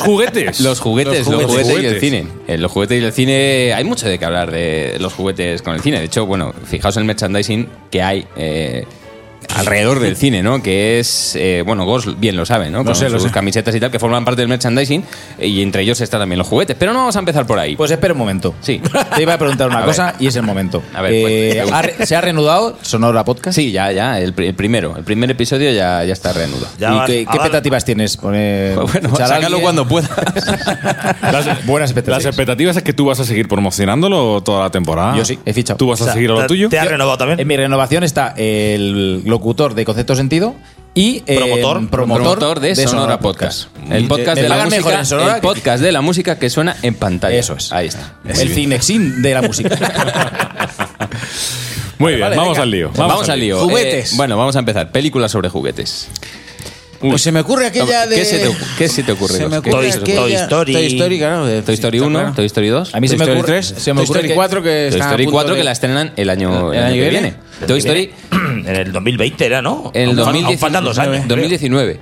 Speaker 6: juguetes.
Speaker 10: Los juguetes, los juguetes, y el
Speaker 6: juguetes.
Speaker 10: cine. Eh, los juguetes y el cine, hay mucho de qué hablar de los juguetes con el cine. De hecho, bueno, fijaos en el merchandising que hay eh, alrededor del cine, ¿no? Que es, eh, bueno, Gos bien lo sabe, ¿no? Con
Speaker 9: sé, lo
Speaker 10: sus
Speaker 9: sé.
Speaker 10: camisetas y tal, que forman parte del merchandising eh, y entre ellos están también los juguetes. Pero no vamos a empezar por ahí.
Speaker 9: Pues espera un momento.
Speaker 10: Sí.
Speaker 9: Te iba a preguntar una
Speaker 10: A
Speaker 9: cosa
Speaker 10: ver.
Speaker 9: y es el momento.
Speaker 10: A ver, pues,
Speaker 9: Eh,
Speaker 10: pregunta.
Speaker 9: ha re- ¿Se ha reanudado Sonora Podcast?
Speaker 10: Sí, ya, ya, el, pri- el primero. El primer episodio ya, ya está reanudado.
Speaker 9: ¿Y qué, qué expectativas tienes? Pone-
Speaker 10: Bueno,
Speaker 9: fichar a
Speaker 10: sácalo
Speaker 9: alguien.
Speaker 10: cuando puedas.
Speaker 6: Las,
Speaker 9: Buenas expectativas.
Speaker 6: Las expectativas es que tú vas a seguir promocionándolo toda la temporada.
Speaker 9: Yo sí, he fichado.
Speaker 6: ¿Tú vas
Speaker 9: O
Speaker 6: a
Speaker 9: sea,
Speaker 6: seguir a lo tuyo?
Speaker 9: Yo- En mi renovación está el locutor de Concepto Sentido y eh,
Speaker 10: promotor, promotor de, Sonora, Podcast. El podcast de, la
Speaker 9: pagan
Speaker 10: música,
Speaker 9: mejor en Sonora
Speaker 10: el
Speaker 9: que-
Speaker 10: podcast de la música que suena en pantalla. Eso es. Ahí está.
Speaker 9: el cinexin de la música.
Speaker 6: Muy bien,
Speaker 10: Vale,
Speaker 6: vamos
Speaker 10: venga.
Speaker 6: al lío.
Speaker 10: Vamos, al lío.
Speaker 9: Juguetes.
Speaker 10: Eh, bueno, vamos a empezar. Películas sobre juguetes.
Speaker 9: Pues se me ocurre aquella de
Speaker 10: ¿Qué se te, ocu- qué se te ocurre?
Speaker 9: Se me
Speaker 10: ¿Qué-
Speaker 9: ocurre
Speaker 10: qué-
Speaker 9: aquella- Toy Story. Toy Story, claro, de-
Speaker 10: Toy Story
Speaker 9: está
Speaker 10: 1,
Speaker 9: claro.
Speaker 10: Toy Story 2.
Speaker 9: A mí se
Speaker 10: Toy
Speaker 9: me
Speaker 10: Story
Speaker 9: ocurre- se me
Speaker 10: Toy
Speaker 9: ocurre
Speaker 10: Story
Speaker 9: que-
Speaker 10: 4
Speaker 9: que
Speaker 10: Toy
Speaker 9: están a
Speaker 10: Story
Speaker 9: punto
Speaker 10: 4
Speaker 9: de- Oh,
Speaker 10: que la estrenan el año,
Speaker 9: el año que viene.
Speaker 10: Toy Story
Speaker 8: En el 2020 era, ¿no?
Speaker 10: En el
Speaker 8: Aún faltan-
Speaker 10: 2019.
Speaker 8: aún faltan dos años. creo.
Speaker 10: 2019.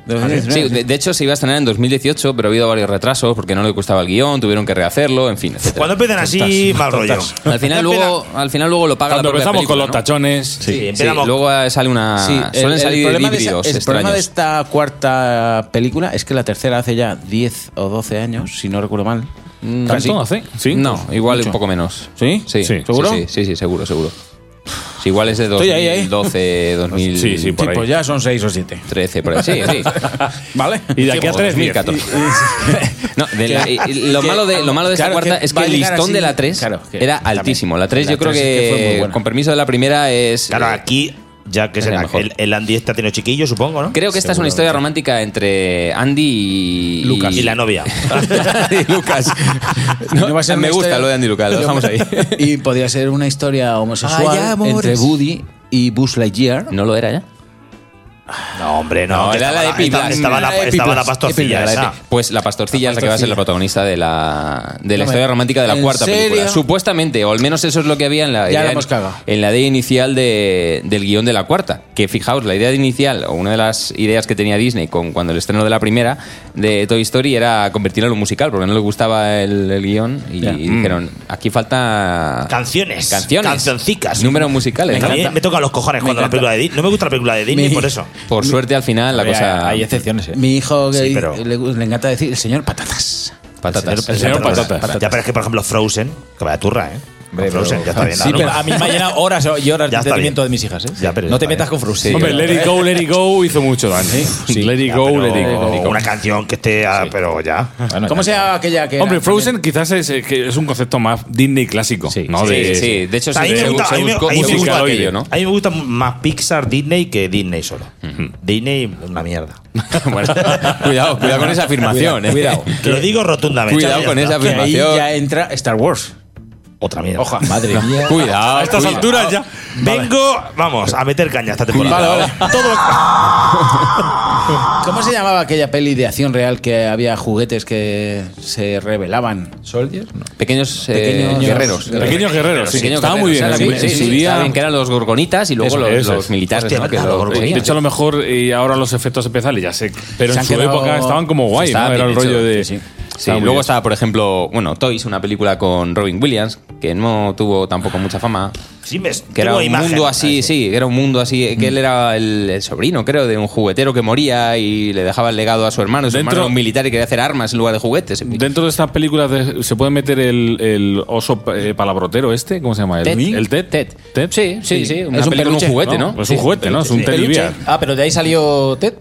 Speaker 10: Sí, de, de hecho, se iba a estrenar en 2018, pero ha habido varios retrasos porque no le gustaba el guión, tuvieron que rehacerlo, en fin. etcétera.
Speaker 8: Cuando empiezan así,
Speaker 10: Tontas,
Speaker 8: mal rollo.
Speaker 10: tontas. Al final, luego, al final luego lo paga
Speaker 6: Cuando
Speaker 10: la propia
Speaker 6: empezamos con
Speaker 10: película,
Speaker 6: los
Speaker 10: ¿no?
Speaker 6: tachones.
Speaker 10: Sí,
Speaker 6: empezamos-
Speaker 10: luego eh, sale una.
Speaker 12: Sí, el-
Speaker 10: suelen
Speaker 12: el
Speaker 10: salir
Speaker 12: problema de esa-
Speaker 10: híbridos
Speaker 12: El problema de
Speaker 10: extraños.
Speaker 12: esta cuarta película es que la tercera hace ya 10 o 12 años, si no recuerdo mal. Casi.
Speaker 10: ¿Tanto hace? No,
Speaker 12: Pues
Speaker 10: igual
Speaker 12: mucho.
Speaker 10: un poco menos.
Speaker 12: ¿Sí? Sí.
Speaker 10: Sí. sí
Speaker 12: ¿Seguro?
Speaker 10: Sí, sí, sí, seguro, seguro. Sí, igual es de
Speaker 12: Estoy ahí, ahí.
Speaker 10: 2012, 2000.
Speaker 12: Sí, sí, por Sí, ahí. pues ya son 6 o 7.
Speaker 10: 13, por ahí. Sí, sí.
Speaker 12: ¿Vale?
Speaker 10: Y de aquí a tres, diez. No, de la-
Speaker 12: Que-
Speaker 10: y- y lo,
Speaker 12: que-
Speaker 10: malo de, lo malo de esta
Speaker 12: claro,
Speaker 10: cuarta
Speaker 12: que
Speaker 10: es
Speaker 12: va
Speaker 10: que
Speaker 12: a
Speaker 10: el
Speaker 12: llegar
Speaker 10: listón
Speaker 12: así.
Speaker 10: de la 3
Speaker 12: Claro, que-
Speaker 10: era altísimo. La 3
Speaker 8: La
Speaker 10: yo creo
Speaker 8: tres es que fue muy
Speaker 10: que,
Speaker 8: buena.
Speaker 10: con permiso de la primera, es.
Speaker 8: Claro,
Speaker 10: eh,
Speaker 8: aquí, ya que es el, el, el Andy este ha tenido chiquillo, supongo, ¿no?
Speaker 10: Creo que esta es una historia romántica entre Andy y
Speaker 8: Lucas. Y la novia.
Speaker 10: y Lucas. No,
Speaker 12: No va a ser una
Speaker 10: me gusta
Speaker 12: historia-
Speaker 10: lo de Andy Lucas, lo dejamos ahí.
Speaker 12: Y podría ser una historia homosexual
Speaker 10: Ay, amores.
Speaker 12: entre Woody y Buzz Lightyear.
Speaker 10: No lo era ya.
Speaker 8: No, hombre, no.
Speaker 10: No,
Speaker 8: que
Speaker 10: era la de
Speaker 8: estaba
Speaker 10: Piplas.
Speaker 8: Estaba, la, estaba la pastorcilla
Speaker 10: Era la de
Speaker 8: esa.
Speaker 10: Pi- Pues la pastorcilla es la que va a ser la protagonista de la, de la
Speaker 8: No me-
Speaker 10: historia romántica de la
Speaker 8: ¿En
Speaker 10: cuarta película.
Speaker 8: serio?
Speaker 10: Supuestamente, o al menos eso es lo que había en la,
Speaker 12: Ya
Speaker 10: idea,
Speaker 12: la hemos cagado.
Speaker 10: en la idea inicial de- del guión de la cuarta. Que fijaos, la idea inicial, o una de las ideas que tenía Disney con cuando el estreno de la primera de Toy Story era convertirla en un musical, porque no le gustaba el, el guión y,
Speaker 8: Ya.
Speaker 10: y dijeron, aquí falta...
Speaker 8: Canciones.
Speaker 10: Pues, Canciones.
Speaker 8: Cancioncicas.
Speaker 10: Números musicales.
Speaker 8: Me,
Speaker 10: ¿no?
Speaker 8: me tocan los cojones
Speaker 10: Me
Speaker 8: cuando la
Speaker 10: encanta.
Speaker 8: película de Disney. No me gusta la película de Disney
Speaker 10: Me- Pues
Speaker 8: por eso.
Speaker 10: Por suerte, al final, la
Speaker 8: Hombre,
Speaker 10: cosa...
Speaker 8: hay
Speaker 9: excepciones,
Speaker 12: Mi hijo
Speaker 8: Sí,
Speaker 12: gay
Speaker 8: pero-
Speaker 12: eh. le, gu- le encanta decir el señor patatas.
Speaker 10: Patatas.
Speaker 8: El señor Patatas. Ya, pero es que, por ejemplo, Frozen, que vaya turra, ¿eh? Frozen, ya está bien. la
Speaker 9: Ah, Sí, pero
Speaker 8: broma.
Speaker 9: a mí me ha llenado horas y horas de
Speaker 8: Ya está
Speaker 9: entretenimiento de mis hijas. ¿eh?
Speaker 8: Ya, pero
Speaker 9: no te
Speaker 8: está
Speaker 9: metas con
Speaker 8: bien.
Speaker 9: Frus.
Speaker 6: Hombre, Let It Go, Let It Go hizo mucho daño. Let It
Speaker 8: Ya,
Speaker 6: Go,
Speaker 8: pero
Speaker 6: Let It Go.
Speaker 8: Una canción que esté, ah, pero ya.
Speaker 12: ¿Cómo se llama aquella que.? era
Speaker 6: Hombre,
Speaker 12: también?
Speaker 6: Frozen quizás es, eh, que es un concepto más Disney clásico. ¿no?
Speaker 10: sí, sí. Eh, De hecho,
Speaker 8: A mí me gusta- a mí me- a mí me gusta
Speaker 6: musicaloide,
Speaker 8: aquello,
Speaker 6: ¿no?
Speaker 8: A mí me gusta más Pixar, Disney que Disney solo. Disney, una mierda.
Speaker 10: Bueno, cuidado, cuidado con esa afirmación, eh.
Speaker 12: Cuidado, cuidado.
Speaker 8: Lo digo rotundamente.
Speaker 10: Cuidado
Speaker 8: Ya
Speaker 10: con
Speaker 8: está.
Speaker 10: esa
Speaker 12: Que ahí
Speaker 10: afirmación.
Speaker 12: ya entra Star Wars.
Speaker 8: Otra mierda.
Speaker 12: Oja, madre mía.
Speaker 10: Cuidado.
Speaker 8: A estas
Speaker 10: cuidado.
Speaker 8: alturas ya. Vengo, vamos, a meter caña esta temporada.
Speaker 12: Vale,
Speaker 8: Todo
Speaker 12: ¿Cómo se llamaba aquella peli de acción real que había juguetes que se revelaban?
Speaker 10: ¿Soldiers? Pequeños, eh,
Speaker 12: Pequeños
Speaker 10: guerreros.
Speaker 6: Pequeños guerreros, sí.
Speaker 10: Pequeños
Speaker 6: Estaba muy bien,
Speaker 10: Era
Speaker 6: sí,
Speaker 10: la-
Speaker 6: sí,
Speaker 10: sí,
Speaker 6: sí,
Speaker 10: sí,
Speaker 6: día-
Speaker 10: estaba bien, que eran los gorgonitas y luego
Speaker 6: Eso,
Speaker 10: los,
Speaker 6: eso
Speaker 10: los
Speaker 6: es.
Speaker 10: militares.
Speaker 8: Hostia,
Speaker 10: ¿no? que
Speaker 8: verdad,
Speaker 10: lo
Speaker 8: los gorgonitas.
Speaker 6: De
Speaker 10: reían.
Speaker 6: hecho, a lo mejor eh, ahora los efectos especiales ya sé. Pero
Speaker 12: Se
Speaker 6: en
Speaker 12: han
Speaker 6: su
Speaker 12: quedado-
Speaker 6: época estaban como guay,
Speaker 10: Estaba
Speaker 6: ¿no? Era el
Speaker 10: bien hecho,
Speaker 6: rollo de.
Speaker 10: sí, sí. Sí,
Speaker 6: Estaba muy
Speaker 10: luego
Speaker 6: bien.
Speaker 10: estaba, por ejemplo, bueno, Toys, una película con Robin Williams, que no tuvo tampoco mucha fama.
Speaker 8: Sí, me-
Speaker 10: Que era
Speaker 8: tengo Ah,
Speaker 10: un
Speaker 8: imagen.
Speaker 10: mundo así, sí, que era un mundo así, eh, que él era el, el sobrino, creo, de un juguetero que moría y le dejaba el legado a su hermano. Su
Speaker 6: Dentro-
Speaker 10: hermano era un militar y quería hacer armas en lugar de juguetes.
Speaker 6: Dentro de estas películas de- se puede meter el, el oso eh, palabrotero este, ¿cómo se llama?
Speaker 10: Ted.
Speaker 6: El, el Ted.
Speaker 10: Ted. Sí, sí, sí. una
Speaker 12: Es un
Speaker 10: película,
Speaker 12: peluche,
Speaker 10: juguete, ¿no?
Speaker 6: Es un
Speaker 10: Sí.
Speaker 6: juguete, ¿no? Es un teddy bear.
Speaker 9: Ah, pero de ahí salió Ted,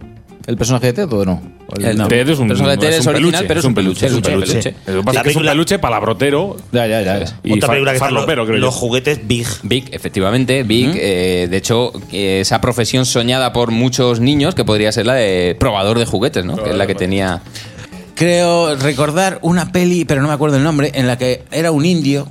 Speaker 9: el personaje de Ted, ¿o no? O
Speaker 10: El-
Speaker 9: no.
Speaker 6: Ted es un,
Speaker 10: El personaje de Ted
Speaker 6: es
Speaker 10: es
Speaker 6: un
Speaker 10: original,
Speaker 6: peluche,
Speaker 10: pero es un peluche,
Speaker 6: Es un peluche.
Speaker 10: peluche.
Speaker 6: Lo que pasa
Speaker 8: La
Speaker 6: es que es un
Speaker 8: película-
Speaker 6: peluche palabrotero
Speaker 9: Ya, ya, ya.
Speaker 6: y
Speaker 8: Otra
Speaker 6: fa-
Speaker 8: película que está
Speaker 6: farlopero, creo yo.
Speaker 8: los juguetes Big.
Speaker 10: Big, efectivamente, Big. eh, de hecho, eh, esa profesión soñada por muchos niños que podría ser la de probador de juguetes, ¿no? que es la que tenía.
Speaker 12: Creo recordar una peli, pero no me acuerdo el nombre, en la que era un indio.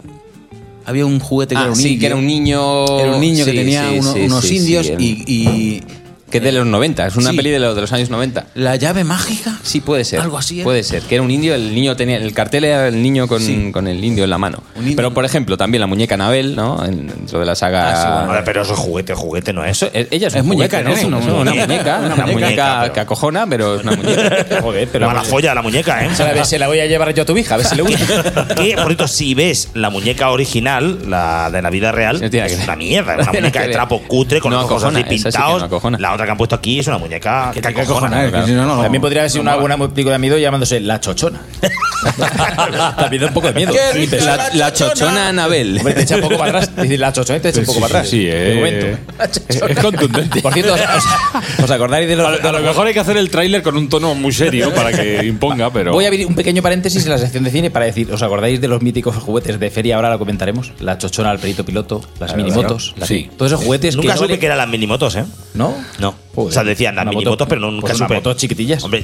Speaker 12: Había un juguete que
Speaker 10: Ah,
Speaker 12: era un
Speaker 10: sí,
Speaker 12: indio.
Speaker 10: que era un niño.
Speaker 12: Era un niño que
Speaker 10: Sí,
Speaker 12: tenía
Speaker 10: sí,
Speaker 12: uno-
Speaker 10: sí,
Speaker 12: unos
Speaker 10: sí,
Speaker 12: indios
Speaker 10: sí,
Speaker 12: y- y,
Speaker 10: Que es de los 90, es una
Speaker 12: Sí.
Speaker 10: peli de los, de los años 90.
Speaker 12: la llave mágica.
Speaker 10: Sí, puede ser.
Speaker 12: Algo así ¿eh? era.
Speaker 10: Puede ser. Que era un indio, el niño tenía. El cartel era el niño con,
Speaker 12: Sí.
Speaker 10: con el indio en la mano.
Speaker 12: Un indio.
Speaker 10: Pero, por ejemplo, también la muñeca Anabel, ¿no? En- Dentro de la saga.
Speaker 12: Ah,
Speaker 8: Ahora, pero eso es juguete, juguete no es.
Speaker 10: Ah, Eso- e- ella es,
Speaker 12: Es
Speaker 10: un juguete,
Speaker 12: muñeca,
Speaker 10: ¿no?
Speaker 12: ¿no?
Speaker 10: Es una,
Speaker 12: Es
Speaker 10: una
Speaker 12: muñeca.
Speaker 10: muñeca,
Speaker 12: Una
Speaker 10: una muñeca,
Speaker 8: muñeca, pero-
Speaker 10: que acojona, pero es una muñeca. Joder,
Speaker 8: Pero mala folla la muñeca, ¿eh?
Speaker 9: A ver, se la voy a llevar yo a tu hija, a ver si le gusta.
Speaker 8: Que, por cierto, si ves la muñeca original, la de la vida real,
Speaker 10: No tiene que
Speaker 8: es
Speaker 10: ver.
Speaker 8: una mierda.
Speaker 10: No
Speaker 8: Una
Speaker 10: tiene
Speaker 8: muñeca
Speaker 10: que
Speaker 8: de
Speaker 10: ver.
Speaker 8: trapo cutre con
Speaker 10: No
Speaker 8: los ojos
Speaker 10: acojona,
Speaker 8: así
Speaker 10: esa sí que no
Speaker 8: pintados.
Speaker 10: acojona.
Speaker 8: la otra que han puesto aquí es una muñeca que
Speaker 9: Ah,
Speaker 8: acojona.
Speaker 12: Joder, que si no, no-
Speaker 9: También podría haber sido una buena película de amigo llamándose La Chochona. También da un poco de miedo.
Speaker 12: ¡Qué
Speaker 9: Flipes.
Speaker 12: rica
Speaker 10: La, la chochona Anabel.
Speaker 9: Hombre, te echa un poco para atrás. Dice, La Chochona te echa un poco
Speaker 6: Sí,
Speaker 9: para atrás.
Speaker 6: sí, sí,
Speaker 9: De
Speaker 6: eh.
Speaker 9: momento.
Speaker 6: Es, es contundente.
Speaker 9: Por cierto, os, os- os acordáis de los...
Speaker 6: A lo, a lo mejor hay que hacer el tráiler con un tono muy serio para que imponga, pero.
Speaker 9: Voy a abrir un pequeño paréntesis en la sección de cine para decir, ¿os acordáis de los míticos juguetes de feria? Ahora lo comentaremos. La chochona, el perito piloto, las minimotos. las-
Speaker 6: Sí.
Speaker 9: Todos esos juguetes
Speaker 8: Nunca
Speaker 9: que...
Speaker 8: supe
Speaker 9: valen-
Speaker 8: que eran las minimotos, ¿eh?
Speaker 9: ¿No?
Speaker 8: No.
Speaker 9: Joder.
Speaker 8: O sea, decían las
Speaker 9: Una moto-
Speaker 8: minimotos, pero no, nunca
Speaker 9: pues unas
Speaker 8: supe.
Speaker 9: motos chiquitillas.
Speaker 8: Hombre,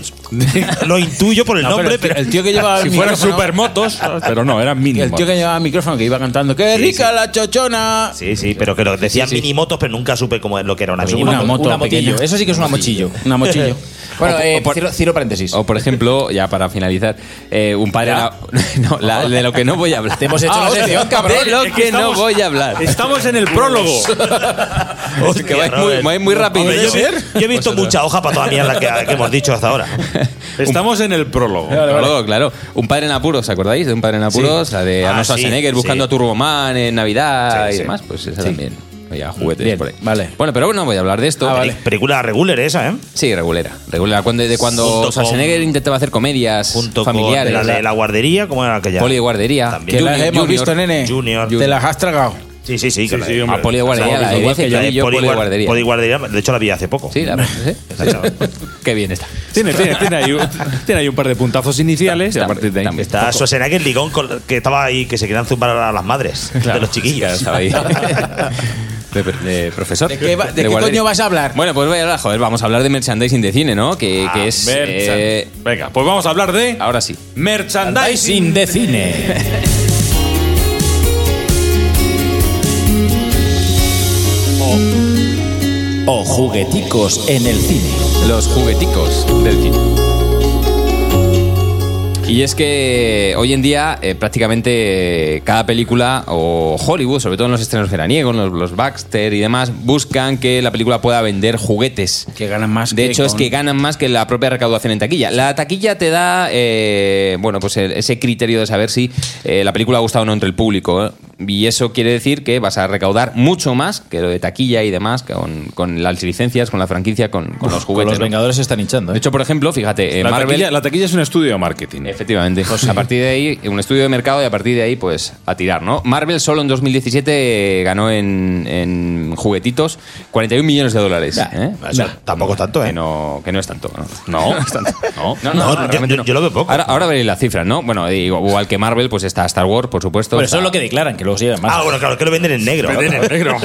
Speaker 8: lo intuyo por el nombre, pero.
Speaker 12: el tío que llevaba
Speaker 6: si
Speaker 12: el
Speaker 6: fueran
Speaker 12: micrófono-
Speaker 6: supermotos, pero no, eran
Speaker 12: El
Speaker 6: mínimos.
Speaker 12: tío que llevaba el micrófono que iba cantando ¡Qué rica la chochona!
Speaker 8: Sí, sí, pero que lo decían
Speaker 12: sí.
Speaker 8: minimotos, pero nunca supe cómo es lo que era una
Speaker 12: Pues
Speaker 8: minimoto.
Speaker 12: una moto.
Speaker 9: una motillo.
Speaker 12: pequeña.
Speaker 9: Eso sí que es una mochillo.
Speaker 12: Una mochillo.
Speaker 9: Bueno,
Speaker 10: O-
Speaker 9: eh,
Speaker 10: o por-
Speaker 9: cierro, cierro paréntesis.
Speaker 10: O, por ejemplo, ya para finalizar, eh, un padre.
Speaker 9: ¿Ya?
Speaker 10: la- no, la- de lo que no voy a hablar. Ah,
Speaker 9: Te hemos hecho la
Speaker 10: hostia,
Speaker 9: sección, cabrón.
Speaker 10: De lo
Speaker 9: Es
Speaker 10: que,
Speaker 9: que
Speaker 10: no
Speaker 9: estamos-
Speaker 10: voy a hablar.
Speaker 6: Estamos en el prólogo.
Speaker 10: Es que vais muy,
Speaker 8: Robert.
Speaker 10: vais muy rápido.
Speaker 8: Hombre, yo, yo he visto mucha hoja para toda mierda que, que hemos dicho hasta ahora.
Speaker 6: Estamos en el prólogo.
Speaker 10: Claro, claro. Un padre en apuros, ¿os acordáis? De un padre en apuros, la de
Speaker 8: Ah,
Speaker 10: Arnold
Speaker 8: sí,
Speaker 10: Schwarzenegger buscando
Speaker 8: sí.
Speaker 10: a Turboman en Navidad
Speaker 8: Sí,
Speaker 10: y
Speaker 8: sí.
Speaker 10: demás. Pues esa también. Había juguetes
Speaker 12: Bien,
Speaker 10: por ahí.
Speaker 12: vale. Ah,
Speaker 10: Bueno, pero bueno, voy a hablar de esto.
Speaker 8: Pe- Película regular esa, ¿eh?
Speaker 10: Sí, regulera. Regulera. Cuando, de
Speaker 8: Junto
Speaker 10: cuando
Speaker 8: con-
Speaker 10: Schwarzenegger intentaba hacer comedias
Speaker 8: Junto
Speaker 10: familiares.
Speaker 8: con la de la guardería, ¿cómo era aquella?
Speaker 10: Poli de guardería.
Speaker 8: También.
Speaker 12: Que las
Speaker 10: Junior,
Speaker 12: hemos
Speaker 10: Junior.
Speaker 12: visto, nene.
Speaker 8: Junior.
Speaker 12: Te las has tragado.
Speaker 8: Sí, sí, sí. que la
Speaker 6: sí,
Speaker 8: de-
Speaker 6: hombre.
Speaker 10: Ah, poli de guardería, la de
Speaker 8: Igual que
Speaker 10: dice
Speaker 8: la de
Speaker 10: Javi, yo
Speaker 8: poli
Speaker 10: poli de
Speaker 8: guar-
Speaker 10: guardería.
Speaker 8: poli guardería, de hecho la vi hace poco.
Speaker 10: Sí, la ¿sí?
Speaker 8: Esa chaval.
Speaker 10: Qué bien está.
Speaker 6: Tiene, tiene, tiene, ahí, un- tiene ahí un par de puntazos iniciales y a
Speaker 10: También,
Speaker 6: partir de ahí.
Speaker 10: también.
Speaker 8: Está Schwarzenegger ligón con- que estaba ahí, que se querían zumbar a las madres de los chiquillos.
Speaker 10: Claro, estaba ahí. De, de profesor.
Speaker 12: ¿De qué, va- de qué
Speaker 10: guardería.
Speaker 12: coño vas a hablar? Ah,
Speaker 10: Bueno, pues voy a hablar, joder, vamos a hablar de merchandising de cine, ¿no? Que, que es. eh,
Speaker 6: Merchan- Venga, pues vamos a hablar de
Speaker 10: ahora sí.
Speaker 6: merchandising.
Speaker 9: Sin de cine. o jugueticos en el cine.
Speaker 10: Los jugueticos del cine. Y es que hoy en día eh, prácticamente eh, cada película o Hollywood, sobre todo en los estrenos veraniegos, los, los Baxter y demás, buscan que la película pueda vender juguetes.
Speaker 12: Que ganan más.
Speaker 10: De hecho, es
Speaker 12: con-
Speaker 10: que ganan más que la propia recaudación en taquilla. La taquilla te da, eh, bueno, pues el- ese criterio de saber si eh, la película ha gustado o no entre el público. ¿eh? Y eso quiere decir que vas a recaudar mucho más que lo de taquilla y demás, con, con las licencias, con la franquicia, con, con los
Speaker 9: Con
Speaker 10: juguetes.
Speaker 9: los
Speaker 10: ¿no?
Speaker 9: Vengadores se están hinchando.
Speaker 10: De hecho, por ejemplo, fíjate, eh,
Speaker 9: La
Speaker 10: Marvel.
Speaker 9: taquilla-
Speaker 10: la es un estudio de marketing. Efectivamente. A partir de ahí, un estudio de mercado y a partir de ahí, pues, a tirar, ¿no? Marvel solo en 2017 eh, ganó en, en juguetitos 41 millones de dólares. ¿eh?
Speaker 8: Tampoco es tanto, ¿eh?
Speaker 10: Que no, que no es tanto, ¿no? No, es tanto. No,
Speaker 8: No,
Speaker 10: no, no,
Speaker 8: yo-
Speaker 10: realmente no.
Speaker 8: yo lo veo poco.
Speaker 10: Ahora, ahora veréis las cifras, ¿no? Bueno, digo, igual que Marvel, pues está Star Wars, por supuesto.
Speaker 9: Pero eso
Speaker 10: está-
Speaker 9: es lo que declaran, que luego se llevan más.
Speaker 8: Ah, bueno, claro, que lo venden en negro.
Speaker 10: Venden en negro.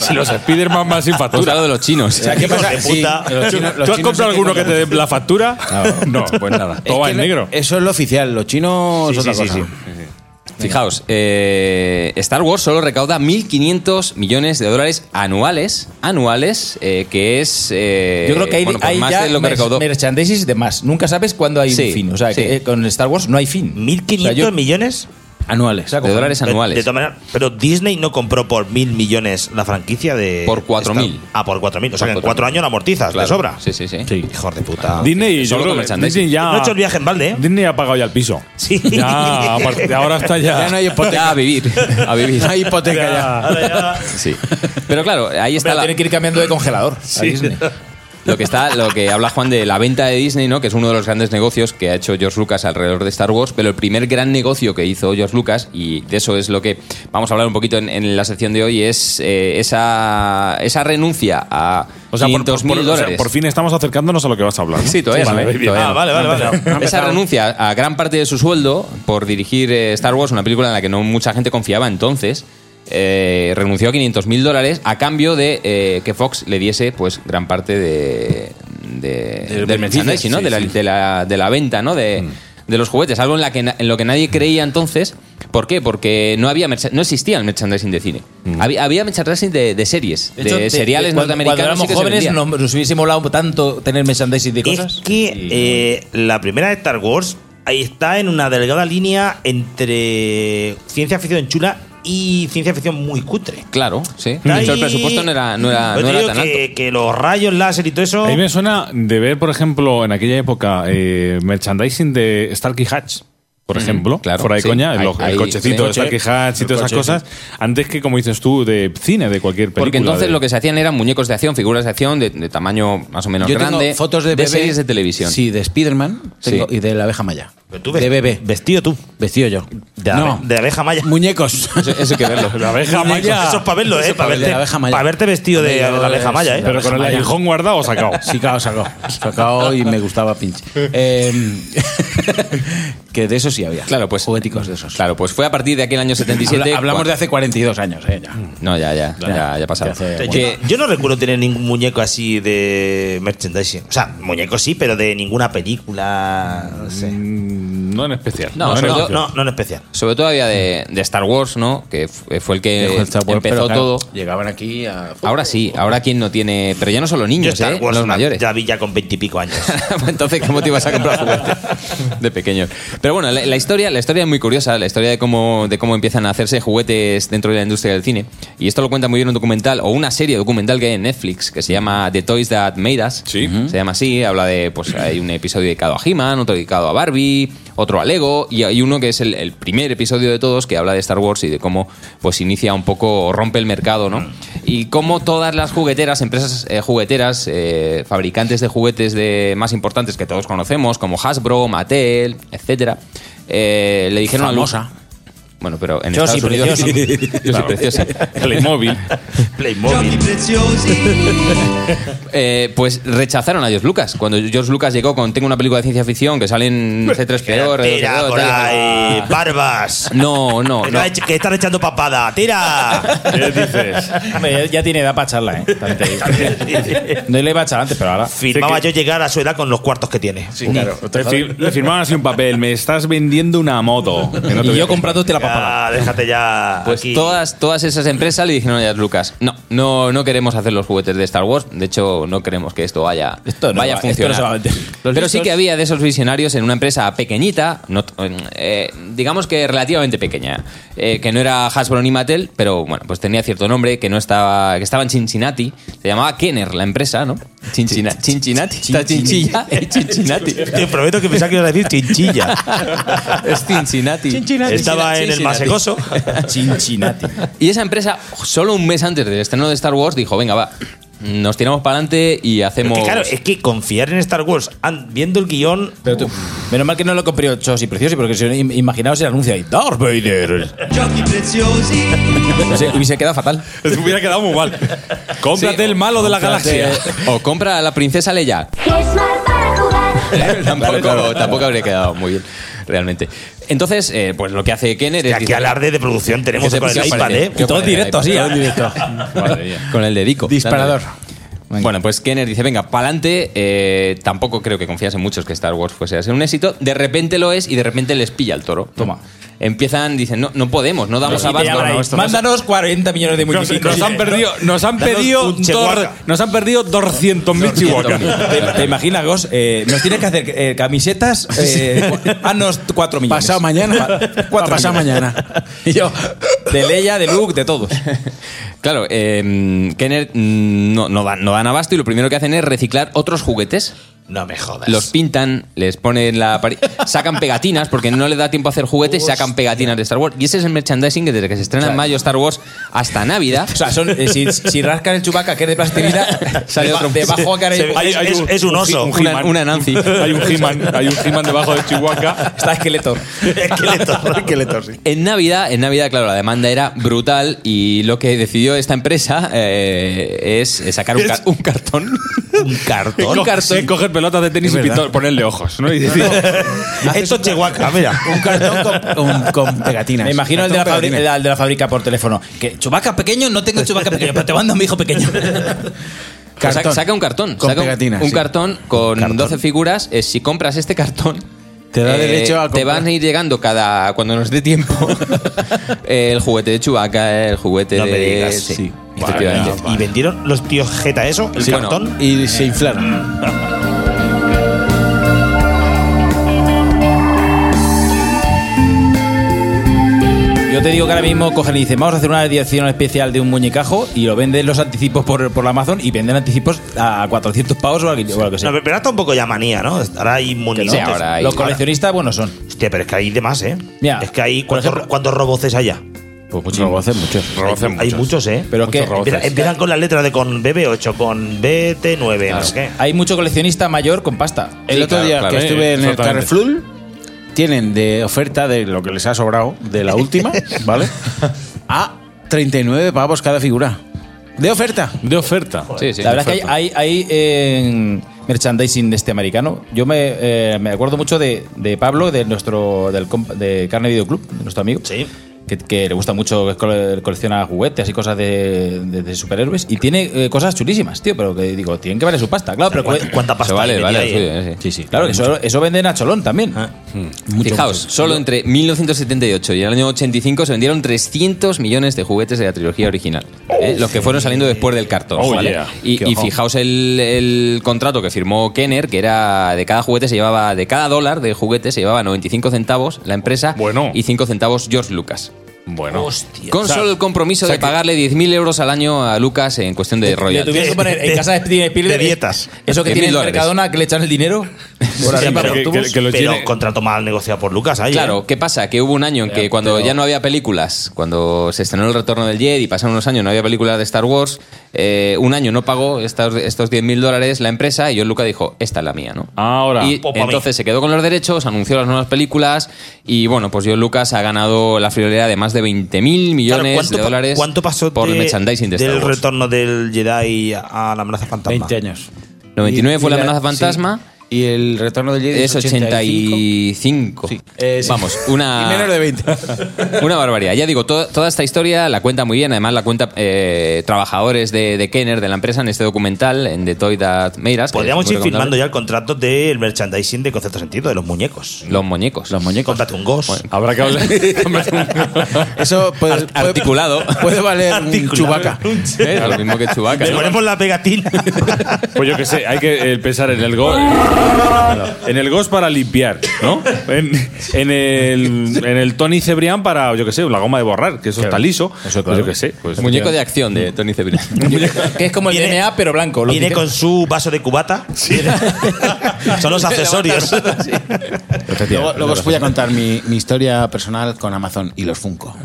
Speaker 6: Si los Spiderman van sin
Speaker 10: Tú has
Speaker 6: factura.
Speaker 10: hablado Pues de los chinos.
Speaker 6: O sea, ¿qué pasa? Sí, los chinos- los ¿Tú has chinos comprado sí que alguno que te dé la factura?
Speaker 10: Ah,
Speaker 6: No, pues nada. Todo va en negro.
Speaker 12: Eso es lo oficial, los chinos.
Speaker 10: Sí,
Speaker 12: otra
Speaker 10: sí, sí,
Speaker 12: cosa.
Speaker 10: sí. Fijaos, eh, Star Wars solo recauda 1.500 millones de dólares anuales, anuales, eh, que es eh,
Speaker 9: Yo creo que hay,
Speaker 10: bueno, pues
Speaker 9: hay
Speaker 10: más
Speaker 9: ya
Speaker 10: de lo que
Speaker 9: mer-
Speaker 10: recaudó.
Speaker 9: merchandising de más. Nunca sabes cuándo hay
Speaker 10: Sí,
Speaker 9: un fin. O sea, que,
Speaker 10: sí.
Speaker 9: eh, con Star Wars no hay fin.
Speaker 8: ¿1.500 millones?
Speaker 9: Anuales.
Speaker 10: De dólares
Speaker 8: Pero,
Speaker 10: anuales.
Speaker 8: De todas maneras, pero Disney no compró por mil millones la franquicia de.
Speaker 10: Por 4.000.
Speaker 8: Star- Ah, por 4.000. O sea
Speaker 10: Por
Speaker 8: que en
Speaker 10: 4.000.
Speaker 8: cuatro años la amortizas, de
Speaker 10: Claro.
Speaker 8: sobra.
Speaker 10: Sí, sí, sí.
Speaker 8: Hijo de
Speaker 10: Ah,
Speaker 8: puta.
Speaker 6: Disney, yo
Speaker 10: Solo
Speaker 6: creo
Speaker 10: con
Speaker 6: que
Speaker 10: merchandising.
Speaker 6: Disney ya.
Speaker 8: No ha hecho el viaje en balde, ¿eh?
Speaker 6: Disney ha pagado ya el piso.
Speaker 8: Sí.
Speaker 6: Ya, a partir de ahora está ya.
Speaker 12: Ya no hay hipoteca.
Speaker 10: Ya a vivir, a vivir.
Speaker 12: No hay hipoteca ya.
Speaker 8: Ahora ya-
Speaker 10: Sí. Pero claro, ahí está
Speaker 9: Pero
Speaker 10: la-
Speaker 9: tiene que ir cambiando de congelador. a Disney.
Speaker 10: lo que está, lo que habla Juan de la venta de Disney, ¿no? Que es uno de los grandes negocios que ha hecho George Lucas alrededor de Star Wars, pero el primer gran negocio que hizo George Lucas, y de eso es lo que vamos a hablar un poquito en, en la sección de hoy, es eh, esa, esa renuncia a
Speaker 6: O sea, por,
Speaker 10: 500.000
Speaker 6: por- o sea,
Speaker 10: dólares.
Speaker 6: por fin estamos acercándonos a lo que vas a hablar. ¿no?
Speaker 10: Sí, todavía
Speaker 6: Sí,
Speaker 10: no,
Speaker 6: vale,
Speaker 10: ¿eh?
Speaker 6: bien.
Speaker 10: Todavía no.
Speaker 8: Ah, vale, vale, vale.
Speaker 10: Esa renuncia a gran parte de su sueldo por dirigir eh, Star Wars, una película en la que no mucha gente confiaba entonces, eh, renunció a 500 mil dólares a cambio de eh, que Fox le diese pues gran parte de,
Speaker 12: Del
Speaker 10: de- del
Speaker 12: beneficio,
Speaker 10: merchandising, ¿no?
Speaker 12: sí,
Speaker 10: de, la,
Speaker 12: sí.
Speaker 10: de la- de la venta, ¿no? De, de los juguetes, algo en, la que, na- en lo que nadie creía entonces. ¿Por qué? Porque no había mercha- no existía el merchandising de cine. Había, había merchandising de, de series, de,
Speaker 9: De hecho, te-
Speaker 10: seriales
Speaker 9: cuando-
Speaker 10: norteamericanos.
Speaker 9: Cuando
Speaker 10: sí que
Speaker 9: éramos
Speaker 10: se
Speaker 9: jóvenes
Speaker 10: vendían.
Speaker 9: no- nos hubiese molado tanto tener merchandising de
Speaker 8: Es
Speaker 9: cosas.
Speaker 8: que eh, la primera de Star Wars ahí está en una delgada línea entre ciencia ficción chula y ciencia ficción muy cutre.
Speaker 10: Claro, sí.
Speaker 8: Está
Speaker 10: De hecho,
Speaker 8: ahí-
Speaker 10: el presupuesto no era, no era,
Speaker 8: Yo
Speaker 10: no
Speaker 8: te
Speaker 10: era
Speaker 8: digo
Speaker 10: tan alto.
Speaker 8: que, que los rayos láser y todo eso.
Speaker 6: A mí me suena de ver, por ejemplo, en aquella época, eh, merchandising de Starkey Hatch. Por ejemplo,
Speaker 10: Mm, claro,
Speaker 6: fuera de
Speaker 10: sí.
Speaker 6: coña, el,
Speaker 10: Hay-
Speaker 6: el
Speaker 10: hay-
Speaker 6: cochecito
Speaker 10: sí.
Speaker 6: de Starkey Hatch y
Speaker 10: El
Speaker 6: todas esas
Speaker 10: coche,
Speaker 6: cosas, antes que, como dices tú, de cine, de cualquier película.
Speaker 10: Porque entonces
Speaker 6: de-
Speaker 10: lo que se hacían eran muñecos de acción, figuras de acción de, de tamaño más o menos
Speaker 12: Yo
Speaker 10: grande.
Speaker 12: tengo fotos de, bebé,
Speaker 10: series de televisión.
Speaker 12: Sí, de Spiderman tengo- y de la abeja maya.
Speaker 8: Pero pues tú ves-
Speaker 12: De bebé.
Speaker 8: Vestido tú.
Speaker 12: Vestido yo.
Speaker 8: De, abe-
Speaker 12: no,
Speaker 8: de abeja maya.
Speaker 12: muñecos.
Speaker 10: Eso, eso hay que verlo.
Speaker 6: La abeja maya.
Speaker 8: Eso es para verlo,
Speaker 12: Eso
Speaker 8: ¿eh?
Speaker 12: es
Speaker 8: Para
Speaker 12: pa' ver- de
Speaker 8: verte,
Speaker 12: la abeja maya.
Speaker 8: pa' verte vestido de, de la abeja maya, ¿eh?
Speaker 6: Pero con el
Speaker 12: Maya.
Speaker 6: aguijón guardado o sacado.
Speaker 12: Sí, claro, sacó. Sacó y me gustaba pinche. Eh, que de eso sí había.
Speaker 10: Claro, pues.
Speaker 12: Jugueticos de esos.
Speaker 10: Claro, pues fue a partir de aquel año 77.
Speaker 12: Habla- hablamos
Speaker 10: cuando-
Speaker 12: de hace 42 años, ¿eh? Ya.
Speaker 10: No, ya, ya, ya, ya, pasaba.
Speaker 12: Ya hace-
Speaker 8: O sea,
Speaker 10: Que-
Speaker 8: yo, yo no recuerdo tener ningún muñeco así de merchandising. O sea, muñeco sí, pero de ninguna película. No sé.
Speaker 6: Mm, No en especial.
Speaker 10: No,
Speaker 6: en
Speaker 10: sobre
Speaker 6: especial.
Speaker 10: todo-
Speaker 8: No, no en especial.
Speaker 10: sobre todo había de, de Star Wars, ¿no? Que f- fue el que
Speaker 12: Dejó el Star Wars,
Speaker 10: empezó
Speaker 12: pero claro,
Speaker 10: todo.
Speaker 12: Llegaban aquí a.
Speaker 10: Ahora sí, ahora quien no tiene. Pero ya no solo niños,
Speaker 8: Star
Speaker 10: ¿eh?
Speaker 8: Wars
Speaker 10: los
Speaker 8: una-
Speaker 10: mayores.
Speaker 8: Ya vi ya con veintipico años.
Speaker 10: Pues Entonces, ¿cómo te ibas a comprar juguetes de pequeño? Pero bueno, la, la historia, la historia es muy curiosa, la historia de cómo, de cómo empiezan a hacerse juguetes dentro de la industria del cine. Y esto lo cuenta muy bien un documental, o una serie documental que hay en Netflix, que se llama The Toys That Made Us.
Speaker 6: Sí.
Speaker 10: Se llama así, habla de, pues hay un episodio dedicado a He-Man, otro dedicado a Barbie, otro a Lego, y hay uno que es el, el primer episodio de todos que habla de Star Wars y de cómo pues inicia un poco, o rompe el mercado,
Speaker 8: Mm.
Speaker 10: ¿no? Y cómo todas las jugueteras, empresas eh, jugueteras, eh, fabricantes de juguetes de más importantes que todos conocemos, como Hasbro, Mattel, etcétera, eh, le dijeron a Lu-
Speaker 12: Famosa.
Speaker 10: Bueno, pero en
Speaker 8: Yo
Speaker 10: Estados
Speaker 8: sí,
Speaker 10: Unidos...
Speaker 8: preciosa.
Speaker 10: Yo sí, preciosa.
Speaker 6: Playmobil.
Speaker 8: Playmobil.
Speaker 10: Eh, pues rechazaron a George Lucas. Cuando George Lucas llegó con Tengo una película de ciencia ficción que salen C3PO,
Speaker 8: Tira
Speaker 10: R2D2,
Speaker 8: por
Speaker 10: tal, y-
Speaker 8: ahí, barbas.
Speaker 10: No, no,
Speaker 8: Que
Speaker 10: no.
Speaker 8: estás ech- Que están echando papada. ¡Tira!
Speaker 6: ¿Qué dices?
Speaker 9: Hombre, ya, ya tiene edad para charla, ¿eh? También te digo. no le iba a echar antes, pero ahora.
Speaker 8: Firmaba yo llegar a su edad con los cuartos que tiene.
Speaker 6: Le, fir- le firmaban así un papel. Me estás vendiendo una moto. Que no te
Speaker 9: Y
Speaker 6: voy a
Speaker 9: yo
Speaker 6: comprar.
Speaker 9: comprándote la
Speaker 8: ya, Ah, déjate ya.
Speaker 10: Pues
Speaker 8: aquí.
Speaker 10: todas, todas esas empresas le dijeron a Lucas, no, no, no queremos hacer los juguetes de Star Wars, de hecho no queremos que esto vaya,
Speaker 9: no
Speaker 10: vaya
Speaker 9: va-
Speaker 10: a funcionar.
Speaker 9: esto no se va a vender.
Speaker 10: Pero
Speaker 9: Los
Speaker 10: sí
Speaker 9: listos-
Speaker 10: que había de esos visionarios en una empresa pequeñita, no t- eh, digamos que relativamente pequeña, eh, que no era Hasbro ni Mattel, pero bueno, pues tenía cierto nombre, que no estaba, que estaba en Cincinnati, se llamaba Kenner la empresa, ¿no? Cincinnati, Cincinnati, está Chinchilla y Cincinnati.
Speaker 8: Te prometo que pensaba que ibas a decir chinchilla.
Speaker 10: Es Cincinnati.
Speaker 8: Cincinnati. Estaba en el Masecoso.
Speaker 10: Cincinnati. Y esa empresa, solo un mes antes del estreno de Star Wars, dijo: Venga, va, nos tiramos para adelante y hacemos.
Speaker 8: Porque claro, es que confiar en Star Wars an- viendo el guión.
Speaker 9: Pero tú- menos mal que no lo compré ochos y preciosos, porque si no, im- imaginaos el anuncio ahí, Darth Vader. Hubiese- hubiese quedado fatal.
Speaker 6: Se hubiera quedado muy mal. Cómprate
Speaker 10: Sí,
Speaker 6: el malo de la
Speaker 10: cómprate-
Speaker 6: galaxia.
Speaker 10: O compra a la princesa Leia. tampoco, tampoco habría quedado muy bien, realmente. Entonces, eh, pues lo que hace Kenner es.
Speaker 8: Aquí alarde de producción tenemos con el iPad, ¿eh?
Speaker 10: Y todo en directo, sí.
Speaker 9: ¿eh?
Speaker 10: Con el dedico.
Speaker 9: Disparador.
Speaker 10: Bueno, pues Kenner dice, venga, pa'lante, eh, tampoco creo que confiase muchos que Star Wars fuese a ser un éxito, de repente lo es y de repente les pilla el toro. Toma. Empiezan, dicen, no, no podemos, no damos
Speaker 9: Y te
Speaker 10: abasto.
Speaker 9: llaman ahí,
Speaker 10: No, esto no es-
Speaker 9: Mándanos 40 millones de
Speaker 6: Nos,
Speaker 9: muñequitos.
Speaker 6: nos han perdido, nos han
Speaker 9: Danos
Speaker 6: pedido,
Speaker 9: un
Speaker 6: dor-
Speaker 9: Chewbacca.
Speaker 6: nos han perdido 200.000 chihuahuas.
Speaker 9: ¿Te, te imaginas, Gos? Eh, nos tienes que hacer eh, camisetas. Eh, haznos 4 millones.
Speaker 15: Pasado mañana.
Speaker 9: Cuatro
Speaker 15: pasado
Speaker 9: millones.
Speaker 15: mañana.
Speaker 9: Y yo, de Leia, de Luke, de todos.
Speaker 10: Claro, eh, Kenner mm, no, no dan, no dan abasto y lo primero que hacen es reciclar otros juguetes.
Speaker 8: No me jodas.
Speaker 10: Los pintan, les ponen la. pari- Sacan pegatinas, porque no les da tiempo a hacer juguetes, sacan pegatinas de Star Wars. Y ese es el merchandising que desde que se estrena en mayo Star Wars hasta Navidad.
Speaker 9: O sea, son, eh, si, si rascan el chubaca que es de plastilina,
Speaker 10: Sale
Speaker 9: deba-
Speaker 10: otro.
Speaker 9: debajo acá hay-
Speaker 10: Se- hay- hay un-
Speaker 9: es
Speaker 10: un oso. Una-
Speaker 9: He-Man.
Speaker 10: una Nancy.
Speaker 6: Hay un He-Man, hay un He-Man debajo de Chihuahua.
Speaker 9: Está esqueleto.
Speaker 8: esqueleto, sí.
Speaker 10: En Navidad, en Navidad, claro, la demanda era brutal y lo que decidió esta empresa eh, es sacar un, ca- un cartón.
Speaker 8: Un cartón.
Speaker 10: Un cartón.
Speaker 6: coger pelotas de tenis
Speaker 10: Es
Speaker 6: y
Speaker 10: verdad.
Speaker 6: pintor, ponerle ojos, ¿no? Y decir,
Speaker 8: Esto es Chewbacca, mira.
Speaker 9: Un cartón con,
Speaker 15: pegatinas.
Speaker 9: Me imagino al de, la
Speaker 15: Cartón
Speaker 9: fábrica,
Speaker 15: pegatinas.
Speaker 9: al de la fábrica por teléfono. Que chubaca pequeño, no tengo chubaca pequeño, pero te mando a mi hijo pequeño.
Speaker 10: Pues sa-
Speaker 9: Cartón.
Speaker 10: saca un cartón.
Speaker 9: Con
Speaker 10: saca un-
Speaker 9: pegatinas,
Speaker 10: Un
Speaker 9: sí.
Speaker 10: cartón con 12 figuras. Eh, si compras este cartón. eh,
Speaker 15: Te da
Speaker 6: "Eh,
Speaker 15: derecho a
Speaker 10: Te
Speaker 15: comprar.
Speaker 10: van a ir llegando cada. cuando nos dé tiempo. eh, el juguete de Chubaca, el juguete
Speaker 8: No me
Speaker 10: de.
Speaker 8: digas.
Speaker 10: Sí,
Speaker 8: Sí.
Speaker 10: efectivamente.
Speaker 8: Vale, ¿Y vendieron los tíos Jeta eso? ¿El
Speaker 10: Sí, bueno.
Speaker 8: cartón?
Speaker 15: Y se inflaron.
Speaker 9: Yo te digo que ahora mismo cogen y dicen, vamos a hacer una edición especial de un muñecajo y lo venden los anticipos por, por la Amazon y venden anticipos a 400 pavos o algo o algo que sea.
Speaker 8: No, pero- pero ahora un poco ya manía, ¿no? Ahora hay monitos.
Speaker 9: Sí, ahora hay- Los coleccionistas buenos son.
Speaker 8: Hostia, pero es que hay de más, ¿eh?
Speaker 9: Mira,
Speaker 8: es que hay. ¿Cuántos,
Speaker 9: ejemplo-
Speaker 8: cuántos roboces hay ya?
Speaker 9: Pues muchos. Roboces, muchos.
Speaker 8: hay, hay muchos, ¿eh?
Speaker 9: Pero que
Speaker 8: Empieza- empiezan con las letras de con BB8, con BT9, no sé qué.
Speaker 9: hay mucho coleccionista mayor con pasta.
Speaker 15: El
Speaker 9: Sí,
Speaker 15: otro
Speaker 9: claro,
Speaker 15: día
Speaker 9: claro,
Speaker 15: que
Speaker 9: eh,
Speaker 15: estuve en el
Speaker 9: totalmente.
Speaker 15: Carrefour, tienen de oferta de lo que les ha sobrado de la última, ¿vale? A 39 pavos cada figura. De oferta.
Speaker 6: de oferta.
Speaker 10: Sí, sí.
Speaker 9: La verdad es que hay, hay, hay, eh, merchandising de este americano. Yo me, eh, me acuerdo mucho de, de Pablo, de nuestro del comp- de Carne Video Club, de nuestro amigo. Que, que le gusta mucho, que cole- colecciona juguetes y cosas de, de- de superhéroes. Y tiene eh, cosas chulísimas, tío, pero que digo, tienen que valer su pasta. Claro, pero
Speaker 8: ¿Cuánta,
Speaker 9: cole-
Speaker 8: cuánta pasta
Speaker 10: vale,
Speaker 8: hay
Speaker 10: vale,
Speaker 8: metida ahí, Ah.
Speaker 10: sí,
Speaker 8: eh?
Speaker 10: sí.
Speaker 9: Claro, que eso, eso venden a Cholón también.
Speaker 10: Fijaos, solo entre 1978 y el año 85 se vendieron 300 millones de juguetes de la trilogía original. ¿eh? Los que fueron saliendo después del cartón.
Speaker 6: Oh,
Speaker 10: ¿vale?
Speaker 6: yeah.
Speaker 10: Y,
Speaker 6: Qué
Speaker 10: y
Speaker 6: ojo.
Speaker 10: fijaos el, el contrato que firmó Kenner, que era de cada juguete se llevaba, de cada dólar de juguete se llevaba 95 centavos la empresa
Speaker 6: Bueno.
Speaker 10: y 5 centavos George Lucas.
Speaker 6: Bueno.
Speaker 10: Con
Speaker 6: O sea,
Speaker 10: solo el compromiso
Speaker 6: o sea
Speaker 10: de
Speaker 6: que-
Speaker 10: pagarle 10.000 euros al año a Lucas en cuestión de
Speaker 9: Le
Speaker 10: royalties.
Speaker 9: tuvieron que poner en
Speaker 8: De-
Speaker 9: casa de Steven Spielberg.
Speaker 8: de dietas.
Speaker 9: Eso que
Speaker 10: 10.000
Speaker 9: tiene el
Speaker 10: dólares.
Speaker 9: Mercadona, que le echan el dinero. Por
Speaker 8: Sí,
Speaker 9: arriba,
Speaker 8: pero,
Speaker 9: por autobús.
Speaker 6: que lo
Speaker 8: pero
Speaker 6: tiene-
Speaker 8: contrato mal negociado por Lucas ahí. ¿eh?
Speaker 10: Claro, ¿qué pasa? Que hubo un año en que cuando
Speaker 9: pero-
Speaker 10: ya no había películas, cuando se estrenó El Retorno del Jedi y pasaron unos años no había películas de Star Wars, eh, un año no pagó estos, estos 10.000 dólares la empresa y yo Luca dijo, esta es la mía, ¿no?
Speaker 6: Ahora.
Speaker 10: Y
Speaker 8: Popa
Speaker 10: entonces se quedó con los derechos, anunció las nuevas películas y bueno, pues yo Lucas ha ganado la friolera de más de 20.000
Speaker 8: Claro,
Speaker 10: millones de
Speaker 8: pa-
Speaker 10: dólares
Speaker 8: ¿Cuánto pasó
Speaker 10: por
Speaker 8: de-
Speaker 10: merchandising de Star
Speaker 8: del
Speaker 10: Wars.
Speaker 8: retorno del Jedi a la amenaza fantasma?
Speaker 15: 20 años.
Speaker 10: 99
Speaker 15: Y-
Speaker 10: fue
Speaker 15: y
Speaker 10: la
Speaker 15: la-
Speaker 10: amenaza fantasma
Speaker 15: Y el retorno del Jedi
Speaker 10: Es 85.
Speaker 15: Eh, sí.
Speaker 10: Vamos, una.
Speaker 15: Y menos de 20.
Speaker 10: Una barbaridad. Ya digo, to- toda esta historia la cuenta muy bien. Además, la cuenta eh, trabajadores de, de Kenner, de la empresa, en este documental, en The Toy That Made Us, que
Speaker 8: Podríamos
Speaker 10: es muy
Speaker 8: ir firmando
Speaker 10: recomendable.
Speaker 8: ya el contrato del merchandising de concepto sentido, de los muñecos.
Speaker 10: Los muñecos.
Speaker 8: Los muñecos. Cómprate un gos.
Speaker 10: Habrá que hablar-
Speaker 15: Eso puede, puede-
Speaker 10: Articulado.
Speaker 15: puede valer un
Speaker 8: Articulado.
Speaker 15: chubaca.
Speaker 10: Eh, Lo mismo que Chewbacca.
Speaker 8: Le
Speaker 10: ¿no?
Speaker 8: ponemos la pegatina.
Speaker 6: Pues yo qué sé, hay que eh, pensar en el gol. En el gos para limpiar, ¿no? En, en el, en el Tony Cebrián para, yo qué sé, la goma de borrar, que eso está liso. Pues yo qué sé. pues-
Speaker 10: Muñeco de acción de Tony Cebrián.
Speaker 12: Que es como el DNA, pero blanco. lo
Speaker 8: Viene
Speaker 12: que-
Speaker 8: con su vaso de cubata. Son los accesorios.
Speaker 15: Luego, luego os voy a contar mi, mi historia personal con Amazon y los Funko.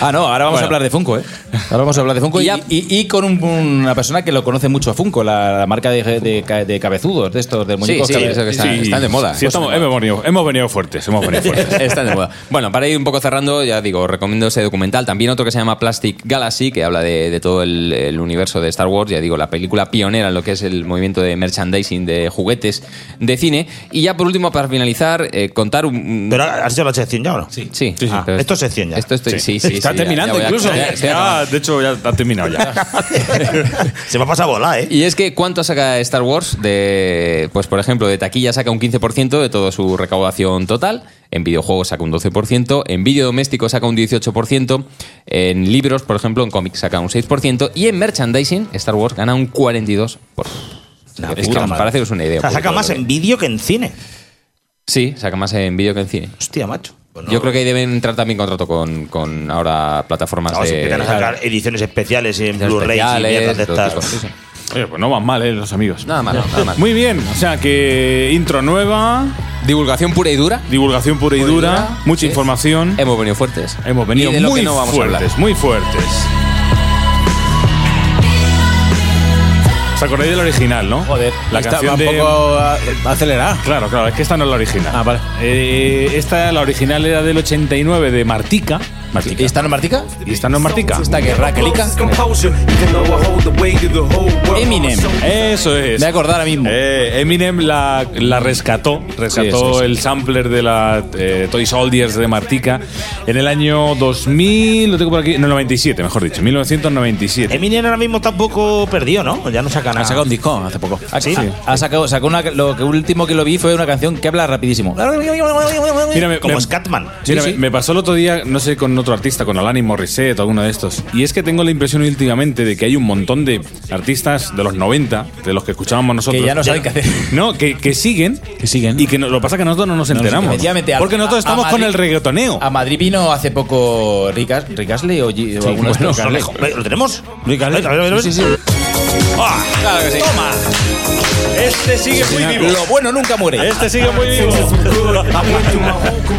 Speaker 12: Ah, no, ahora vamos
Speaker 15: Bueno.
Speaker 12: a hablar de Funko, ¿eh? Ahora vamos a hablar de Funko y, y- y con un- una persona que lo conoce mucho a Funko, la, la marca de, de ca- de cabezudos, de estos, de muñecos
Speaker 10: sí,
Speaker 12: cabezudos.
Speaker 10: eso que está- está de moda.
Speaker 6: Sí, estamos- hemos, venido, hemos venido fuertes, hemos venido fuertes.
Speaker 10: Están de moda. Bueno, para ir un poco cerrando, ya digo, recomiendo ese documental. También otro que se llama Plastic Galaxy, que habla de, de todo el, el universo de Star Wars. Ya digo, la película pionera en lo que es el movimiento de merchandising de juguetes de cine. Y ya por último, para finalizar, eh, contar un.
Speaker 8: ¿Pero has hecho la sección ya o no?
Speaker 10: Sí. Sí,
Speaker 8: Ah,
Speaker 10: pero-
Speaker 8: esto es sección ya.
Speaker 10: Esto estoy, sí, sí,
Speaker 6: está
Speaker 10: sí, ya- ya
Speaker 6: terminando
Speaker 10: voy a-
Speaker 6: incluso.
Speaker 10: ya- estoy
Speaker 6: Ya, de hecho, ya ha terminado ya.
Speaker 8: Se me ha pasado a volar, ¿eh?
Speaker 10: Y es que cuánto saca Star Wars de, pues por ejemplo, de taquilla saca un 15% de toda su recaudación total, en videojuegos saca un 12%, en vídeo doméstico saca un 18%, en libros, por ejemplo, en cómics saca un 6% y en merchandising Star Wars gana un 42%.
Speaker 8: La
Speaker 10: Es que,
Speaker 8: puta
Speaker 10: vamos,
Speaker 8: madre.
Speaker 10: para haceros una idea.
Speaker 8: O sea,
Speaker 10: un poquito
Speaker 8: saca
Speaker 10: de
Speaker 8: más
Speaker 10: lo que-
Speaker 8: en vídeo que en cine.
Speaker 10: Sí, saca más en vídeo que en cine.
Speaker 8: Hostia, macho. Pues no.
Speaker 10: Yo creo que ahí deben entrar también contrato con, con ahora plataformas
Speaker 8: Vamos,
Speaker 10: de...
Speaker 8: empiezan a sacar ediciones especiales en
Speaker 10: Ediciones
Speaker 8: Blu-ray y
Speaker 10: especiales,
Speaker 8: mierdas de
Speaker 10: todo
Speaker 8: estas.
Speaker 10: tipo, sí, sí.
Speaker 6: Oye, pues no van mal, ¿eh? Los amigos.
Speaker 10: Nada mal, nada mal.
Speaker 6: Muy bien, o sea que intro nueva.
Speaker 10: Divulgación pura y dura.
Speaker 6: Divulgación pura y
Speaker 10: Pura y
Speaker 6: dura,
Speaker 10: dura,
Speaker 6: mucha
Speaker 10: sí.
Speaker 6: información.
Speaker 10: Hemos venido fuertes.
Speaker 6: Hemos venido
Speaker 10: Y de lo que
Speaker 6: muy
Speaker 10: no vamos a hablar.
Speaker 6: fuertes, muy fuertes. ¿Os acordáis del original, no? Joder, la
Speaker 15: Esta
Speaker 6: canción
Speaker 15: va
Speaker 6: de.
Speaker 15: un poco a- acelerada.
Speaker 6: Claro, claro, es que esta no es la original. Ah, vale. esta, la original era del 89 de Martica. Martica. ¿Y esta
Speaker 12: no es Martica?
Speaker 6: ¿Y esta no es Martica?
Speaker 12: Esta que es Raquelica. Eminem.
Speaker 6: Eso es.
Speaker 12: Me voy a acordar ahora mismo.
Speaker 6: Eh, Eminem la, la rescató, rescató
Speaker 12: Sí, sí, sí.
Speaker 6: el sampler de la eh, Toy Soldiers de Martica en el año 2000, lo tengo por aquí, no, 97, mejor dicho, 1997.
Speaker 8: Eminem ahora mismo está un poco perdido, ¿no? Ya no saca nada.
Speaker 12: Ha sacado un disco hace poco.
Speaker 8: ¿Ah, sí?
Speaker 12: Ha sacado, sacó una, lo que último que lo vi fue una canción que habla rapidísimo.
Speaker 6: Mírame,
Speaker 8: Como
Speaker 6: me-
Speaker 8: Scatman.
Speaker 6: Mira,
Speaker 12: Sí,
Speaker 6: me-
Speaker 12: sí.
Speaker 6: me pasó el otro día, no sé, con otro artista, con Alanis Morissette o alguno de estos. Y es que tengo la impresión últimamente de que hay un montón de artistas de los 90, de los que escuchábamos nosotros.
Speaker 12: Que ya no saben qué hacer.
Speaker 6: No, que, que siguen. Que siguen. Y que no- lo que pasa es que nosotros no nos enteramos.
Speaker 12: Efectivamente, a-
Speaker 6: porque nosotros
Speaker 12: a-
Speaker 6: estamos
Speaker 12: a
Speaker 6: con el
Speaker 12: Madrid-
Speaker 6: reggaetoneo.
Speaker 12: A Madrid vino hace poco Ricas, Ricasley o, G- o alguno de estos.
Speaker 8: Lo dejo. ¿Lo tenemos?
Speaker 12: Sí, sí, sí.
Speaker 6: ¡Ah!
Speaker 12: Claro que sí.
Speaker 6: ¡Toma! Este sigue muy vivo.
Speaker 12: Lo bueno nunca muere.
Speaker 6: Este sigue muy vivo.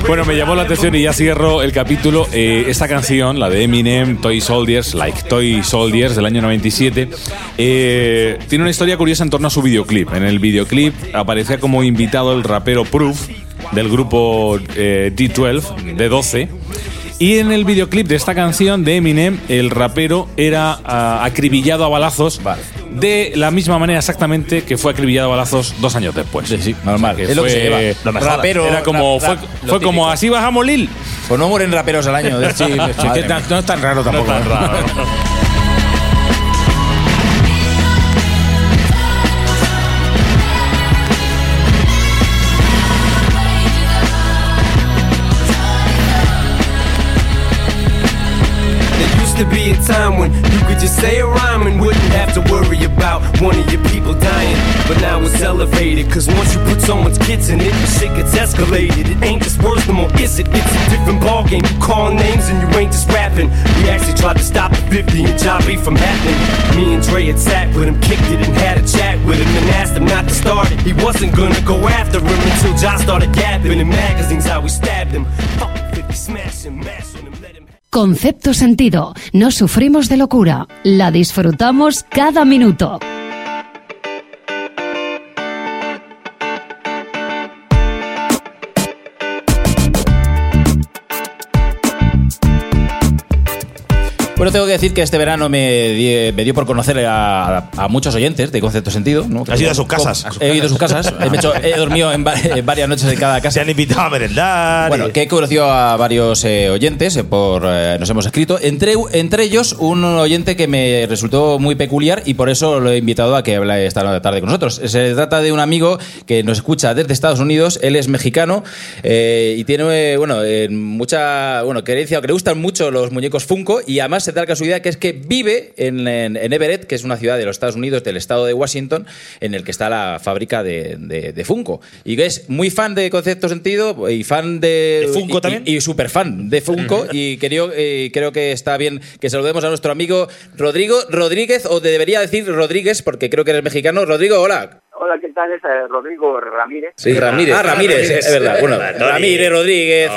Speaker 6: Bueno, me llamó la atención y ya cierro el capítulo. eh, esta canción, la de Eminem, Toy Soldiers, like Toy Soldiers del año 97, eh, tiene una historia curiosa en torno a su videoclip. En el videoclip aparecía como invitado el rapero Proof del grupo eh, D12, D12. Y en el videoclip de esta canción de Eminem, el rapero era ah, acribillado a balazos de la misma manera exactamente que fue acribillado a balazos dos años después. Sí, sí, normal.
Speaker 12: Es lo que se lleva.
Speaker 6: Lo mejor.
Speaker 12: Rapero,
Speaker 6: era como,
Speaker 12: rap, rap,
Speaker 6: fue,
Speaker 12: lo
Speaker 6: fue como
Speaker 12: típico.
Speaker 6: así vas a morir.
Speaker 12: Pues no mueren raperos al año.
Speaker 15: Sí, sí, que tan- no es tan raro tampoco.
Speaker 6: tan raro. ¿eh?
Speaker 16: There used to be a time when you could just say a rhyme and wouldn't have to worry about one of your people dying. But now it's elevated, cause once you put someone's kids in it, shit gets escalated. It ain't just words no more, is it? It's a different ballgame. You call names and you ain't just rapping. We actually tried to stop the 50 and Jobby from happening. Me and Dre had sat with him, kicked it, and had a chat with him, and asked him not to start it. He wasn't gonna go after him until Josh started gapping in magazines how we stabbed him. Fuck 50, smash him, mash him, let him
Speaker 17: Concepto sentido. No sufrimos de locura. La disfrutamos cada minuto.
Speaker 9: Bueno, tengo que decir que este verano me, di- me dio por conocer a, a muchos oyentes de Concepto Sentido. ¿no?
Speaker 11: Has ido a sus casas.
Speaker 9: He ido a sus casas. he, hecho- he dormido en, va- en varias noches de cada casa. Se
Speaker 11: han invitado a merendar.
Speaker 9: Bueno, que he conocido a varios eh, oyentes, eh, por eh, nos hemos escrito. Entre, entre ellos, un oyente que me resultó muy peculiar y por eso lo he invitado a que hable esta tarde con nosotros. Se trata de un amigo que nos escucha desde Estados Unidos. Él es mexicano eh, y tiene, eh, bueno, eh, mucha bueno, creencia o que le gustan mucho los muñecos Funko y además se da la casualidad que es que vive en, en- en Everett, que es una ciudad de los Estados Unidos, del estado de Washington, en el que está la fábrica de, de- de Funko. Y que es muy fan de Concepto Sentido y fan de...
Speaker 11: ¿De
Speaker 9: Eh,
Speaker 11: Funko
Speaker 9: y-
Speaker 11: también?
Speaker 9: Y, súper fan de Funko y creo, eh, creo que está bien que saludemos a nuestro amigo Rodrigo Rodríguez, o te debería decir Rodríguez porque creo que eres mexicano. Rodrigo, hola.
Speaker 18: Hola, ¿qué tal? Es eh, Rodrigo Ramírez.
Speaker 9: Ah, Ramírez, es verdad. Bueno, Ramírez, Rodríguez.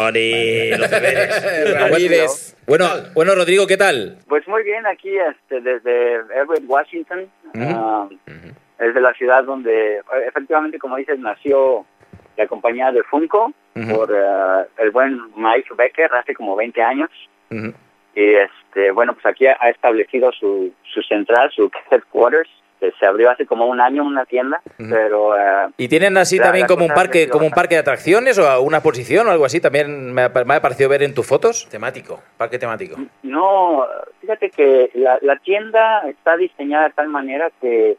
Speaker 9: Ramírez. Bueno, bueno, Rodrigo, ¿qué tal?
Speaker 18: Pues muy bien, aquí este, desde Everett, Washington.
Speaker 9: Ujú.
Speaker 18: ah, es de la ciudad donde, eh, efectivamente, como dices, nació la compañía de Funko
Speaker 19: Ujú.
Speaker 18: por ah, el buen Mike Becker hace como 20 años. Y este, bueno, pues aquí ha establecido su, su central, su headquarters, que se abrió hace como un año una tienda, pero... ah,
Speaker 9: ¿Y tienen así
Speaker 18: la-
Speaker 9: también
Speaker 18: la
Speaker 9: como un
Speaker 18: cosa
Speaker 9: parque,
Speaker 18: es
Speaker 9: como un parque de atracciones o una exposición o algo así? También me ha, me ha parecido ver en tus fotos.
Speaker 20: Temático, parque temático.
Speaker 18: No, fíjate que la, la tienda está diseñada de tal manera que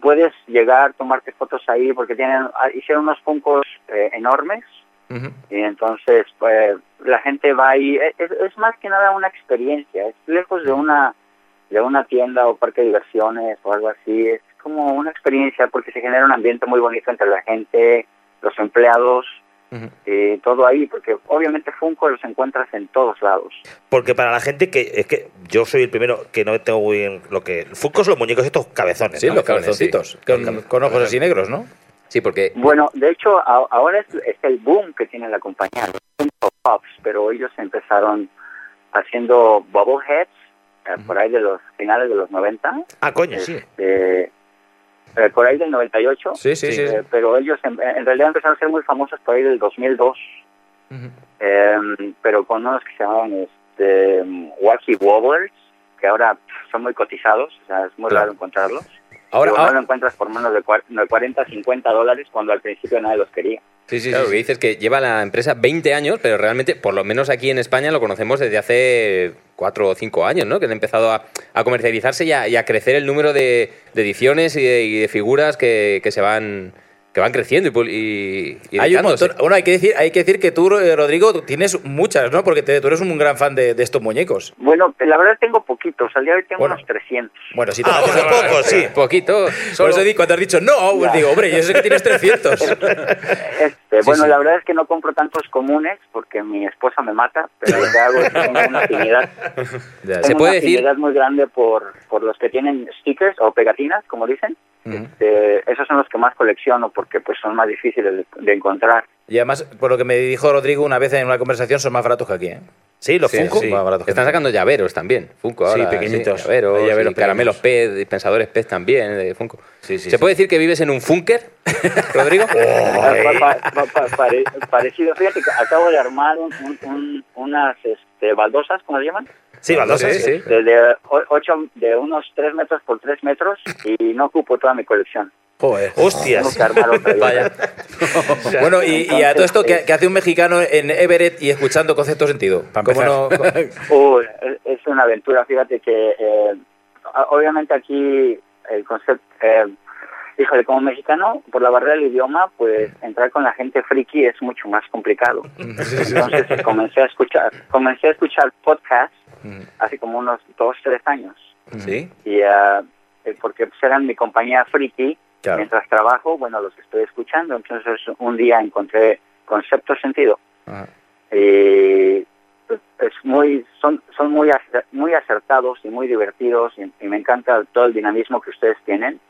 Speaker 18: puedes llegar, tomarte fotos ahí, porque tienen ah, hicieron unos funcos enormes y entonces pues, la gente va ahí. E, Es, es- es más que nada una experiencia, es lejos de una de una tienda o parque de diversiones o algo así. Es como una experiencia porque se genera un ambiente muy bonito entre la gente, los empleados. Y todo ahí, porque obviamente Funko los encuentras en todos lados.
Speaker 8: Porque para la gente que es que yo soy el primero que no tengo muy bien lo que Funko son los muñecos estos cabezones.
Speaker 9: Sí, los
Speaker 8: Cabezones, sí.
Speaker 9: cabezoncitos, con, con ojos así negros, ¿no? Sí, porque...
Speaker 18: Bueno, de hecho, a- ahora es, es el boom que tiene la compañía, los Funko Pops, pero ellos empezaron haciendo bobbleheads eh, por ahí de los finales de los 90.
Speaker 8: Ah, coño, sí.
Speaker 18: eh, eh, por ahí del 98.
Speaker 8: Sí, sí, sí.
Speaker 18: eh, Pero ellos en, en realidad empezaron a ser muy famosos por ahí del 2002. eh, pero con unos que se llamaban este, Wacky Wobblers, que ahora pff, son muy cotizados, o sea, es muy raro encontrarlos. Ahora,
Speaker 10: Ahora- ahora-
Speaker 18: lo encuentras por menos de cuar- de 40, 50 dólares cuando al principio nadie los quería.
Speaker 10: Sí, sí, claro, que dices que lleva la empresa 20 años, pero realmente, por lo menos aquí en España, lo conocemos desde hace 4 o 5 años, ¿no? Que han empezado a, a comercializarse y a, y a crecer el número de, de ediciones y de, y de figuras que, que se van que van creciendo y, pu- y- y
Speaker 9: Hay un
Speaker 10: editándose.
Speaker 9: montón. Bueno, hay que decir, hay que decir que tú, eh, Rodrigo, tú tienes muchas, ¿no? Porque te- tú eres un gran fan de, de estos muñecos.
Speaker 18: Bueno, la verdad tengo poquitos. Al día de hoy tengo unos 300.
Speaker 9: Bueno, sí,
Speaker 18: Ah,
Speaker 1: pues
Speaker 9: tampoco,
Speaker 18: bueno, poco, sí.
Speaker 10: Poquito.
Speaker 9: Por eso di- cuando has dicho no,
Speaker 18: Ya.
Speaker 9: digo, hombre, yo sé que tienes 300.
Speaker 18: Este,
Speaker 9: Sí,
Speaker 18: bueno,
Speaker 9: sí.
Speaker 18: la verdad es que no compro tantos comunes porque mi esposa me mata, pero lo que hago es que tengo una afinidad.
Speaker 10: Ya,
Speaker 18: tengo
Speaker 10: Se puede
Speaker 18: una
Speaker 10: decir
Speaker 18: afinidad muy grande por, por los que tienen stickers o pegatinas, como dicen. Eh, esos son los que más colecciono porque pues son más difíciles de, de encontrar.
Speaker 9: Y además, por lo que me dijo Rodrigo una vez en una conversación, son más baratos que aquí, ¿eh?
Speaker 8: Sí,
Speaker 10: Sí, sí. Están sacando llaveros también, Funko.
Speaker 9: Sí,
Speaker 10: Ahora,
Speaker 9: pequeñitos.
Speaker 10: llaveros,
Speaker 9: Hay llaveros
Speaker 10: y caramelos PED, y pensadores PED también de Funko. ¿Se puede decir que vives en un Funker, Rodrigo?
Speaker 8: Oh, eh.
Speaker 18: Pa- pa- pa- pare- parecido, fíjate que acabo de armar un- un- un- unas este, baldosas, ¿cómo se llaman?
Speaker 8: Sí, baldosas, sí.
Speaker 18: De, de o- ocho- de unos 3 metros por 3 metros y no ocupo toda mi colección.
Speaker 9: Joder.
Speaker 18: Tengo que armar otra, yo creo.
Speaker 9: Bueno, y, y a todo esto, que hace un mexicano en Everett y escuchando concepto sentido? ¿Cómo no?
Speaker 18: Uh, es- es una aventura, fíjate que eh, a- obviamente aquí el concepto, eh, híjole, como mexicano, por la barrera del idioma, pues entrar con la gente friki es mucho más complicado. Entonces eh, comencé a escuchar, comencé a escuchar podcasts hace como unos dos, tres años.
Speaker 10: Sí.
Speaker 18: Y ah, eh, porque pues, eran mi compañía friki,
Speaker 10: Claro.
Speaker 18: mientras trabajo, bueno, los que estoy escuchando. Entonces un día encontré concepto sentido. Y pues, es muy son son muy acer- muy acertados y muy divertidos y, y me encanta todo el dinamismo que ustedes tienen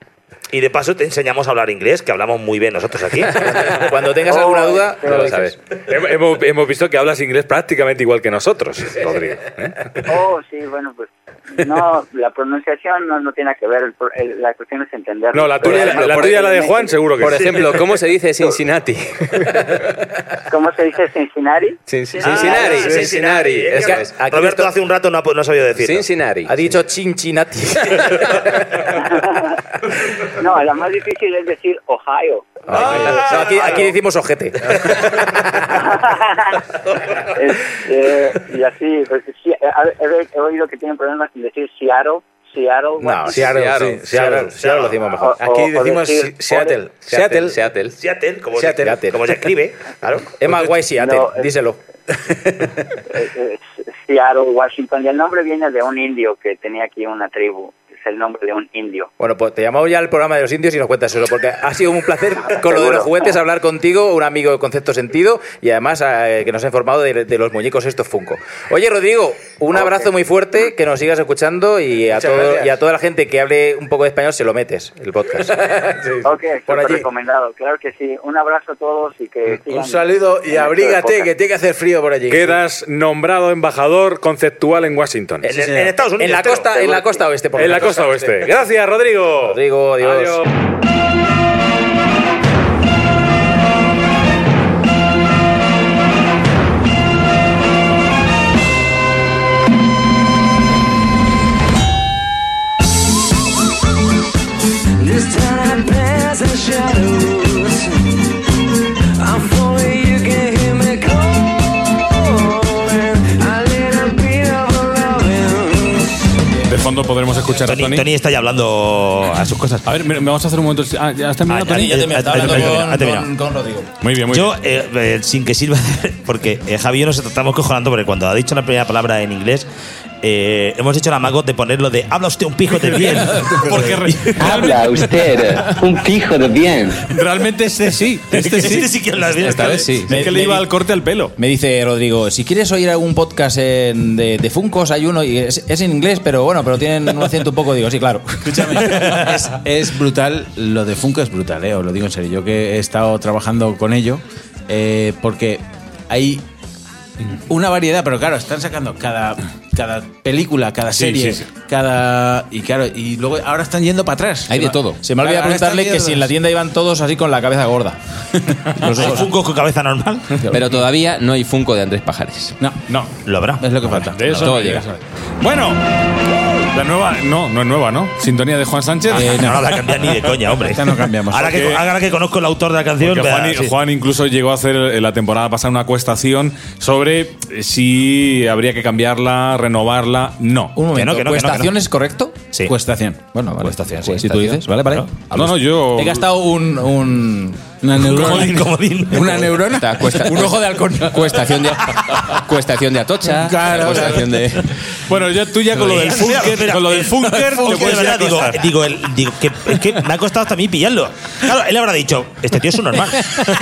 Speaker 8: Y de paso te enseñamos a hablar inglés, que hablamos muy bien nosotros aquí.
Speaker 9: Cuando
Speaker 18: tengas alguna duda,
Speaker 8: no lo sabes.
Speaker 6: Em,
Speaker 20: Hemos, hemos- hemos visto que hablas inglés prácticamente igual que nosotros, Rodrigo. ¿eh?
Speaker 18: oh sí bueno pues No, la pronunciación no, no tiene nada que ver, el pro- el- la cuestión es entender.
Speaker 1: No, la tuya, la,
Speaker 18: Por
Speaker 1: tuya, la de
Speaker 18: ejemplo,
Speaker 1: Juan, seguro que
Speaker 18: por
Speaker 1: sí.
Speaker 18: ejemplo,
Speaker 1: ¿cómo se dice Cincinnati?
Speaker 18: ¿Cómo se dice Cincinnati?
Speaker 2: Ah,
Speaker 1: Cincinnati, Cincinnati.
Speaker 2: Es
Speaker 1: Eso
Speaker 2: que
Speaker 1: es. Aquí
Speaker 2: Roberto
Speaker 1: esto-
Speaker 2: hace un rato no ha, no ha sabido decir.
Speaker 1: Cincinnati.
Speaker 2: Ha dicho
Speaker 9: Cincinnati.
Speaker 18: No, la más difícil es decir Ohio.
Speaker 2: Ah,
Speaker 3: Ah,
Speaker 9: No, aquí, aquí decimos ojete.
Speaker 18: Este, y así, pues, sí, a ver, he, he oído que tienen problemas en decir Seattle. Seattle.
Speaker 3: No,
Speaker 9: Ah,
Speaker 18: bueno,
Speaker 3: Seattle, sí, Seattle, Seattle lo decimos mejor.
Speaker 18: O- o-
Speaker 3: Aquí
Speaker 18: o
Speaker 3: decimos
Speaker 18: decir,
Speaker 3: Si- Seattle.
Speaker 18: ole.
Speaker 3: Seattle.
Speaker 1: Seattle.
Speaker 2: Seattle, como,
Speaker 3: Seattle.
Speaker 2: Se, como se escribe. Claro.
Speaker 3: Es más guay Seattle,
Speaker 18: No, es-
Speaker 3: díselo.
Speaker 18: eh, eh, Seattle, Washington. Y el nombre viene de un indio que tenía aquí una tribu. Es el nombre de un indio.
Speaker 3: Bueno, pues te llamamos ya al programa de los indios y nos cuentas eso, porque ha sido un placer con lo de
Speaker 18: Seguro.
Speaker 3: los juguetes hablar contigo, un amigo de concepto sentido y además eh, que nos ha informado de, de los muñecos estos Funko. Oye, Rodrigo, un abrazo muy fuerte, que nos sigas escuchando y a,
Speaker 18: Muchas
Speaker 3: todo-
Speaker 18: gracias.
Speaker 3: y a toda la gente que hable un poco de español se lo metes, el podcast.
Speaker 18: Ok, súper
Speaker 3: allí. Mm.
Speaker 18: recomendado. Claro que sí. Un abrazo a todos y que sigan-
Speaker 3: Un saludo y
Speaker 18: en esto de
Speaker 3: abrígate,
Speaker 18: podcast.
Speaker 3: que tiene que hacer frío por allí.
Speaker 6: Quedas nombrado embajador conceptual en Washington.
Speaker 3: En- en- en Estados Unidos, En la entero.
Speaker 2: Pues
Speaker 3: costa- este. en la costa oeste, por lo
Speaker 6: En la
Speaker 3: menos.
Speaker 6: costa oeste.
Speaker 2: este.
Speaker 3: Sí.
Speaker 6: Gracias, Rodrigo.
Speaker 3: Rodrigo, adiós.
Speaker 7: This time there's a shadows. I'm falling, you can hear me calling. A little bit of a loving.
Speaker 6: De fondo podremos escuchar a Tony.
Speaker 8: Tony está ya hablando a sus cosas.
Speaker 6: A ver, mira, vamos a hacer un momento. Ah, ya has terminado, Tony.
Speaker 9: Rodrigo.
Speaker 6: Muy bien, muy
Speaker 8: yo, eh, eh, sin que sirva, porque eh, Javi y yo nos estamos cojonando, porque cuando ha dicho la primera palabra en inglés, eh, hemos hecho el amago de ponerlo de habla usted un pijote bien.
Speaker 6: porque
Speaker 8: habla
Speaker 5: usted un pijo de bien.
Speaker 6: Realmente este sí. Este sí.
Speaker 8: Este sí que lo has visto.
Speaker 6: Esta vez sí. Es que le iba al corte al pelo.
Speaker 9: Me dice Rodrigo, si quieres oír algún podcast en- de, de Funcos, hay uno, y es, es en inglés, pero bueno, pero tienen un acento un poco, digo, sí, claro.
Speaker 15: es, es brutal, lo de Funko es brutal, eh, os lo digo en serio. Yo que he estado trabajando con ello, eh, porque hay una variedad, pero claro, están sacando cada, cada película, cada
Speaker 12: Sí,
Speaker 15: serie,
Speaker 12: sí, sí.
Speaker 15: cada. Y claro, y luego ahora están yendo para atrás.
Speaker 9: Hay de todo. Se me olvidó
Speaker 15: Ahora están
Speaker 9: preguntarle que
Speaker 15: yendo-
Speaker 9: si en la tienda iban todos así con la cabeza gorda.
Speaker 8: Los Funko con Pues cabeza normal.
Speaker 10: Pero todavía no hay Funko de Andrés Pajares.
Speaker 15: No,
Speaker 6: no.
Speaker 8: Lo habrá.
Speaker 15: Es lo que falta.
Speaker 6: De eso
Speaker 10: Todo
Speaker 6: no,
Speaker 10: llega.
Speaker 6: eso no. Bueno, la nueva. No, no es nueva, ¿no? Sintonía de Juan Sánchez.
Speaker 8: Eh, no, no la cambian ni de coña, hombre.
Speaker 15: Esta no cambiamos.
Speaker 8: Ahora que,
Speaker 6: Porque-
Speaker 8: ahora que conozco el autor de la canción,
Speaker 6: Porque
Speaker 8: vea,
Speaker 6: Juan,
Speaker 8: sí.
Speaker 6: Juan incluso llegó a hacer eh, la temporada pasada una acuestación sobre eh, si habría que cambiarla, renovarla. No.
Speaker 9: Un momento,
Speaker 6: Que no, que no, que no, que no.
Speaker 9: ¿cuestación es correcto?
Speaker 8: Sí.
Speaker 6: Pues
Speaker 15: Cuestación.
Speaker 9: Bueno, vale.
Speaker 15: sí.
Speaker 9: Si tú dices, vale, vale.
Speaker 6: No, no, yo.
Speaker 9: He gastado un... un
Speaker 15: Una neurona.
Speaker 10: Comodín,
Speaker 8: comodín.
Speaker 15: Una neurona.
Speaker 10: Está cuesta-
Speaker 15: un ojo de halcón.
Speaker 10: Cuestación de, cuestación de Atocha.
Speaker 15: Claro,
Speaker 10: cuestación de.
Speaker 6: Bueno, ya tú ya con lo del
Speaker 8: Espera,
Speaker 6: Funker,
Speaker 8: espera.
Speaker 6: con lo del
Speaker 8: El
Speaker 6: Funker, te
Speaker 8: Funke, de
Speaker 6: puedes ir a
Speaker 8: verdad, digo,
Speaker 6: acostar.
Speaker 8: digo, el- digo que, es que me ha costado hasta a mí pillarlo. Claro, él habrá dicho, este tío es un normal.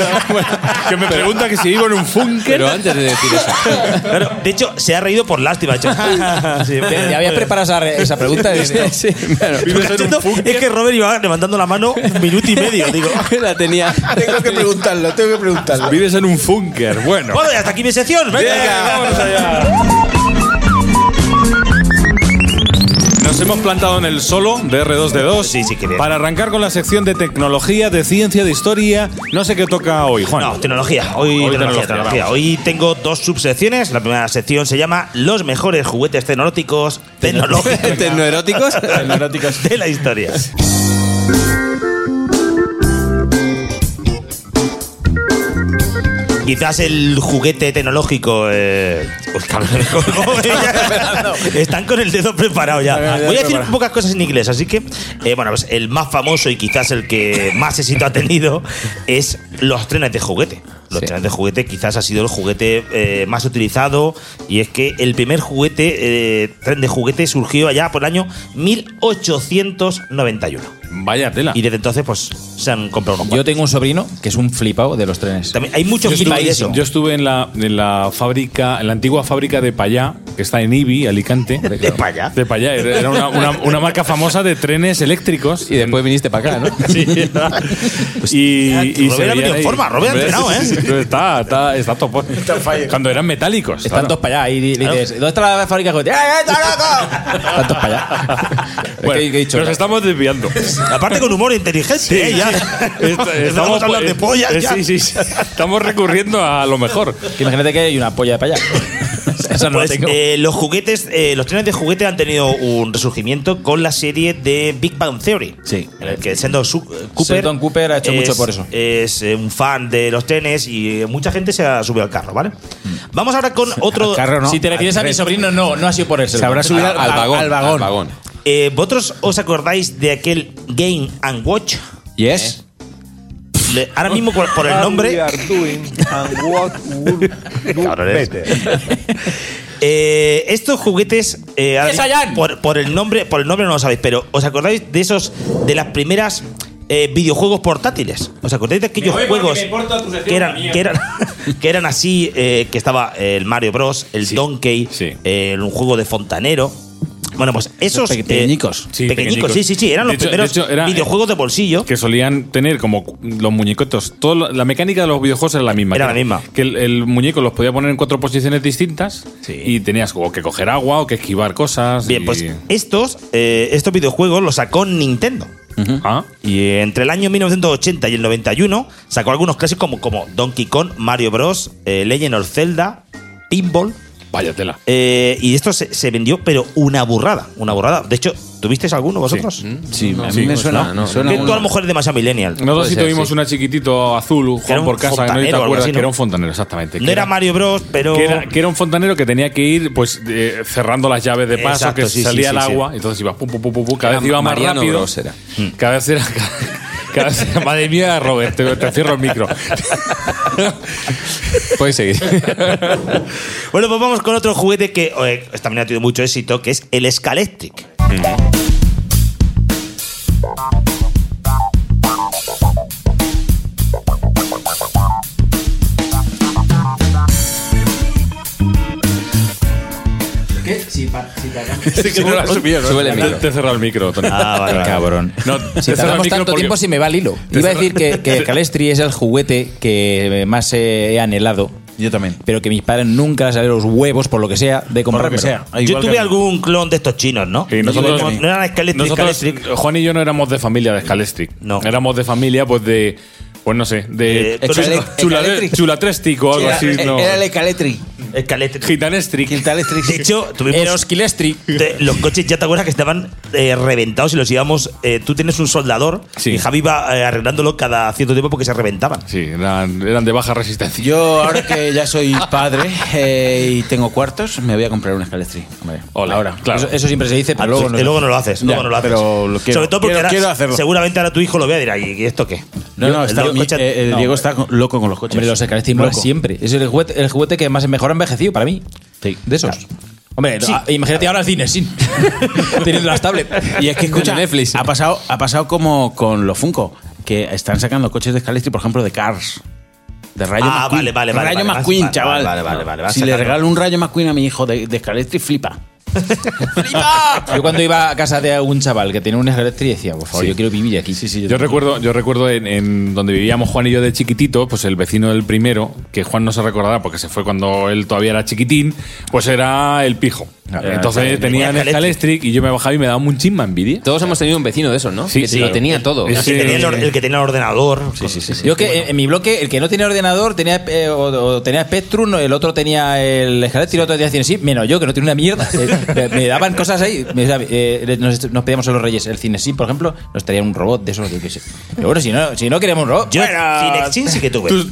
Speaker 6: que me pregunta que si vivo en un Funker.
Speaker 10: Pero antes de decir eso.
Speaker 8: Claro, de hecho, se ha reído por lástima. ha dicho,
Speaker 9: ¿Te,
Speaker 8: sí,
Speaker 9: te habías preparado esa, re- esa pregunta?
Speaker 10: Sí, claro.
Speaker 8: es que Robert iba levantando la mano un minuto y medio, digo.
Speaker 10: La tenía.
Speaker 15: Tengo que preguntarlo, tengo que preguntarlo.
Speaker 6: Vives en un Funker. Bueno.
Speaker 8: Bueno, y hasta aquí mi sección. Venga,
Speaker 6: vámonos allá. Nos hemos plantado en el solo de R2D2 para arrancar con la sección de tecnología, de ciencia, de historia. No sé qué toca hoy, Juan.
Speaker 8: No, tecnología. Hoy, tecnología, tecnología.
Speaker 6: vamos.
Speaker 8: Hoy tengo dos subsecciones. La primera sección se llama Los mejores juguetes tecnológicos tecnológicos
Speaker 10: ¿Tecnoeróticos?
Speaker 15: Tecnoeróticos.
Speaker 8: de la historia. Quizás el juguete tecnológico. eh, pues, cabrón, ¿cómo es? Están con el dedo preparado ya.
Speaker 15: Con el dedo
Speaker 8: Voy a decir
Speaker 15: preparado.
Speaker 8: pocas cosas en inglés, así que, eh, bueno, pues el más famoso y quizás el que más éxito ha tenido es los trenes de juguete. Los
Speaker 10: Sí.
Speaker 8: trenes de juguete quizás ha sido el juguete eh, más utilizado y es que el primer juguete, eh, tren de juguete, surgió allá por el año 1891.
Speaker 6: Vaya tela.
Speaker 8: Y desde entonces, pues, se han comprado unos
Speaker 9: Yo tengo un sobrino que es un flipado de los trenes.
Speaker 8: También hay muchos
Speaker 6: yo
Speaker 8: flipas de
Speaker 6: estuve,
Speaker 8: eso.
Speaker 6: yo estuve en la, en la fábrica, en la antigua fábrica de Payá, que está en Ibi, Alicante. ¿De
Speaker 8: Payá?
Speaker 6: De Payá, era era una, una- una marca famosa de trenes eléctricos. Y después
Speaker 21: viniste para acá, ¿no?
Speaker 6: Sí.
Speaker 9: Pues
Speaker 6: y, y
Speaker 21: Rubén ha
Speaker 6: se veían
Speaker 21: venido en
Speaker 6: ahí.
Speaker 21: forma, Rubén ha
Speaker 6: Hombre,
Speaker 21: entrenado, ¿eh?
Speaker 6: Está, está, está topo. Cuando eran metálicos.
Speaker 9: Están todos para allá y di- dices, ¿dónde está la fábrica? de juguetes? ¡Eh, eh, está loco! Están todos para allá.
Speaker 6: Bueno,
Speaker 9: ¿Qué- qué he dicho?
Speaker 6: nos estamos desviando.
Speaker 8: Aparte con humor inteligente, ¿eh? Ya. Empezamos a hablar de pollas,
Speaker 6: eh,
Speaker 8: ya.
Speaker 6: sí, sí, sí. Estamos recurriendo a lo mejor.
Speaker 9: imagínate que hay una polla de payá. Esa no la
Speaker 8: Pues,
Speaker 9: tengo.
Speaker 8: eh, los juguetes, eh, los trenes de juguete han tenido un resurgimiento con la serie de Big Bang Theory. Sí. En el que Sheldon Su- eh, Cooper.
Speaker 9: Sheldon Cooper ha hecho
Speaker 8: es-
Speaker 9: mucho por eso.
Speaker 8: Es eh, un fan de los trenes y eh, mucha gente se ha subido al carro, ¿vale? Vamos ahora con otro.
Speaker 9: Si te refieres a mi sobrino, no, no ha sido por eso.
Speaker 8: Se habrá subido al- al vagón, al
Speaker 21: vagón.
Speaker 8: Eh, ¿Vosotros os acordáis de aquel Game and Watch?
Speaker 6: Eh,
Speaker 21: Yes.
Speaker 8: Le- ahora mismo por, por el nombre. Cabrones. Eh, estos juguetes eh, ahora mismo, por, por el nombre por el nombre no lo sabéis pero os acordáis de esos de las primeras eh, videojuegos portátiles os acordáis de aquellos juegos que eran, que eran, que eran así, eh, que estaba eh, el Mario Bros, el Donkey, eh, el- un juego de fontanero. Bueno, pues esos
Speaker 15: Pe-
Speaker 8: eh,
Speaker 15: pequeñicos.
Speaker 8: Sí, pequeñicos, sí, sí, sí, eran los
Speaker 6: De hecho-
Speaker 8: primeros
Speaker 6: de hecho, era- eh,
Speaker 8: videojuegos de bolsillo.
Speaker 6: Que solían tener como cu- los muñecotos. Todo lo- la mecánica de los videojuegos era la misma.
Speaker 8: Era
Speaker 6: que
Speaker 8: la misma.
Speaker 6: Que el, el muñeco los podía poner en cuatro posiciones distintas y tenías o que coger agua o que esquivar cosas. Bien,
Speaker 8: pues, Estos, eh, estos videojuegos los sacó Nintendo.
Speaker 6: Ah,
Speaker 8: Y eh, entre el año 1980 y el 91 sacó algunos clásicos como, como Donkey Kong, Mario Bros, eh, Legend of Zelda, Pinball.
Speaker 6: Vaya tela.
Speaker 8: Eh, y esto se, se vendió, pero una burrada. Una burrada. De hecho, ¿tuvisteis alguno vosotros? Sí,
Speaker 6: Mm.
Speaker 15: a mí
Speaker 6: pues
Speaker 15: Sí, me suena, suena, no, me suena
Speaker 8: que tú
Speaker 15: uno.
Speaker 8: a lo mejor eres demasiado millennial.
Speaker 6: Nosotros sí tuvimos una chiquitito azul,
Speaker 8: Era
Speaker 6: Juan
Speaker 8: un
Speaker 6: por casa, que no sé
Speaker 8: fontanero
Speaker 6: si te
Speaker 8: o algo
Speaker 6: acuerdas,
Speaker 8: así, ¿no?
Speaker 6: que era un fontanero, exactamente.
Speaker 8: No
Speaker 6: que
Speaker 8: era Mario Bros, pero.
Speaker 6: Que era, que era un fontanero que tenía que ir pues eh, cerrando las llaves de paso,
Speaker 8: Exacto,
Speaker 6: que
Speaker 8: sí, sí,
Speaker 6: salía
Speaker 8: sí,
Speaker 6: el
Speaker 8: sí.
Speaker 6: agua, entonces iba pum, pum, pum, pum, pum, cada
Speaker 21: Era
Speaker 6: vez iba más
Speaker 21: Mariano
Speaker 6: rápido. Hmm.
Speaker 21: Bros era.
Speaker 6: Cada vez era. Cada, cada vez era- madre mía, Robert, te, te cierro el micro.
Speaker 21: Puedes seguir.
Speaker 8: bueno, pues vamos con otro juguete que eh, también ha tenido mucho éxito, que es el Scalectric.
Speaker 9: ¿Qué? Si,
Speaker 6: Súbele el micro. Te he cerrado el micro, Tony.
Speaker 9: Ah, vale, vale.
Speaker 6: cabrón. No, te he
Speaker 9: Si
Speaker 6: cerrado el
Speaker 9: tardamos
Speaker 6: micro
Speaker 9: tanto
Speaker 6: porque-
Speaker 9: tiempo se me va el hilo. Iba a decir que, que Calestri es el juguete que más eh, he anhelado. Yo también. Pero que mis padres nunca les salieron los huevos, por lo que sea, de
Speaker 8: Por lo
Speaker 9: comprarme.
Speaker 8: que sea.
Speaker 15: Ah,
Speaker 8: Yo tuve algún clon de estos chinos, ¿no?
Speaker 6: Y nosotros,
Speaker 8: no, no eran Scalectric,
Speaker 6: nosotros,
Speaker 8: Scalectric.
Speaker 6: Juan y yo no éramos de familia de Scalestric. No. Éramos de familia, pues de. Pues no sé, de.
Speaker 8: Eh, tú eres-
Speaker 6: chula- chula- Chulatrestic o algo así. no.
Speaker 8: Escaletri.
Speaker 6: Gitanestric.
Speaker 8: De hecho, tuvimos. Te- Los coches, ya te acuerdas que estaban eh, reventados y los íbamos. eh, tú tienes un soldador y Javi iba eh, arreglándolo cada cierto tiempo porque se reventaban.
Speaker 6: Sí, eran, eran de baja resistencia.
Speaker 15: Yo, ahora que ya soy padre eh, y tengo cuartos, me voy a comprar un escaletri.
Speaker 6: Ahora, claro.
Speaker 15: Eso,
Speaker 9: eso siempre se dice, pero
Speaker 8: Ah,
Speaker 15: luego,
Speaker 8: tú- y luego no lo haces.
Speaker 15: Ya,
Speaker 8: luego no lo haces.
Speaker 15: Pero lo quiero.
Speaker 8: Sobre todo porque
Speaker 15: Quiero-
Speaker 8: ahora
Speaker 15: quiero hacerlo.
Speaker 8: seguramente ahora tu hijo lo vea y dirá, ¿y esto qué?
Speaker 15: No, no, está- mi- eh, el Diego está con- loco con los coches.
Speaker 9: Hombre, los Scalestric molan
Speaker 15: Loco.
Speaker 9: siempre. Es el juguete, el juguete que más mejor ha envejecido para mí. De esos. Hombre,
Speaker 15: Sí.
Speaker 9: ah, imagínate ahora el cine sin. teniendo las tablets.
Speaker 15: Y es que escucha, Netflix. Ha pasado, ha pasado como con los Funko, que están sacando coches de Scalestri, por ejemplo, de Cars. De Rayo
Speaker 8: Ah,
Speaker 15: McQueen.
Speaker 8: vale, vale, vale,
Speaker 15: Rayo
Speaker 8: vale,
Speaker 15: McQueen,
Speaker 8: vale,
Speaker 15: chaval.
Speaker 8: vale, vale, vale, vas
Speaker 15: si le
Speaker 8: sacando.
Speaker 15: regalo un Rayo McQueen a mi hijo de, de Scalestri, flipa.
Speaker 9: Yo cuando iba a casa de un chaval que tenía un Scalestric decía, por favor,
Speaker 6: Sí.
Speaker 9: yo quiero vivir aquí. Sí, sí,
Speaker 6: Yo recuerdo, yo recuerdo en, en donde vivíamos Juan y yo de chiquitito, pues el vecino del primero, que Juan no se recordará porque se fue cuando él todavía era chiquitín, pues era el pijo.
Speaker 21: Era
Speaker 6: Entonces
Speaker 21: el-
Speaker 6: tenían
Speaker 21: el
Speaker 6: el Calestric y yo me bajaba y me daba un chisma envidia.
Speaker 21: Todos hemos tenido un vecino de esos, ¿no?
Speaker 6: Sí,
Speaker 21: que
Speaker 6: sí.
Speaker 21: lo tenía todo.
Speaker 6: El que Sí. tenía el or- el
Speaker 8: que tenía el ordenador.
Speaker 21: Sí, sí, sí.
Speaker 9: Yo es que en- en mi bloque, el que no tenía ordenador tenía, eh, o, o tenía Spectrum, el otro tenía el Scalestric, el otro tenía Cine sí, menos yo, que no tenía una mierda. Eh, me, me daban cosas ahí. Me- eh, nos, nos pedíamos a los reyes el Cine sí, por ejemplo, nos traían un robot de esos. Yo qué sé. Pero bueno, si no, si no queríamos un robot.
Speaker 8: Yo
Speaker 9: bueno,
Speaker 8: Cinexin sí que tuve.
Speaker 15: Yo-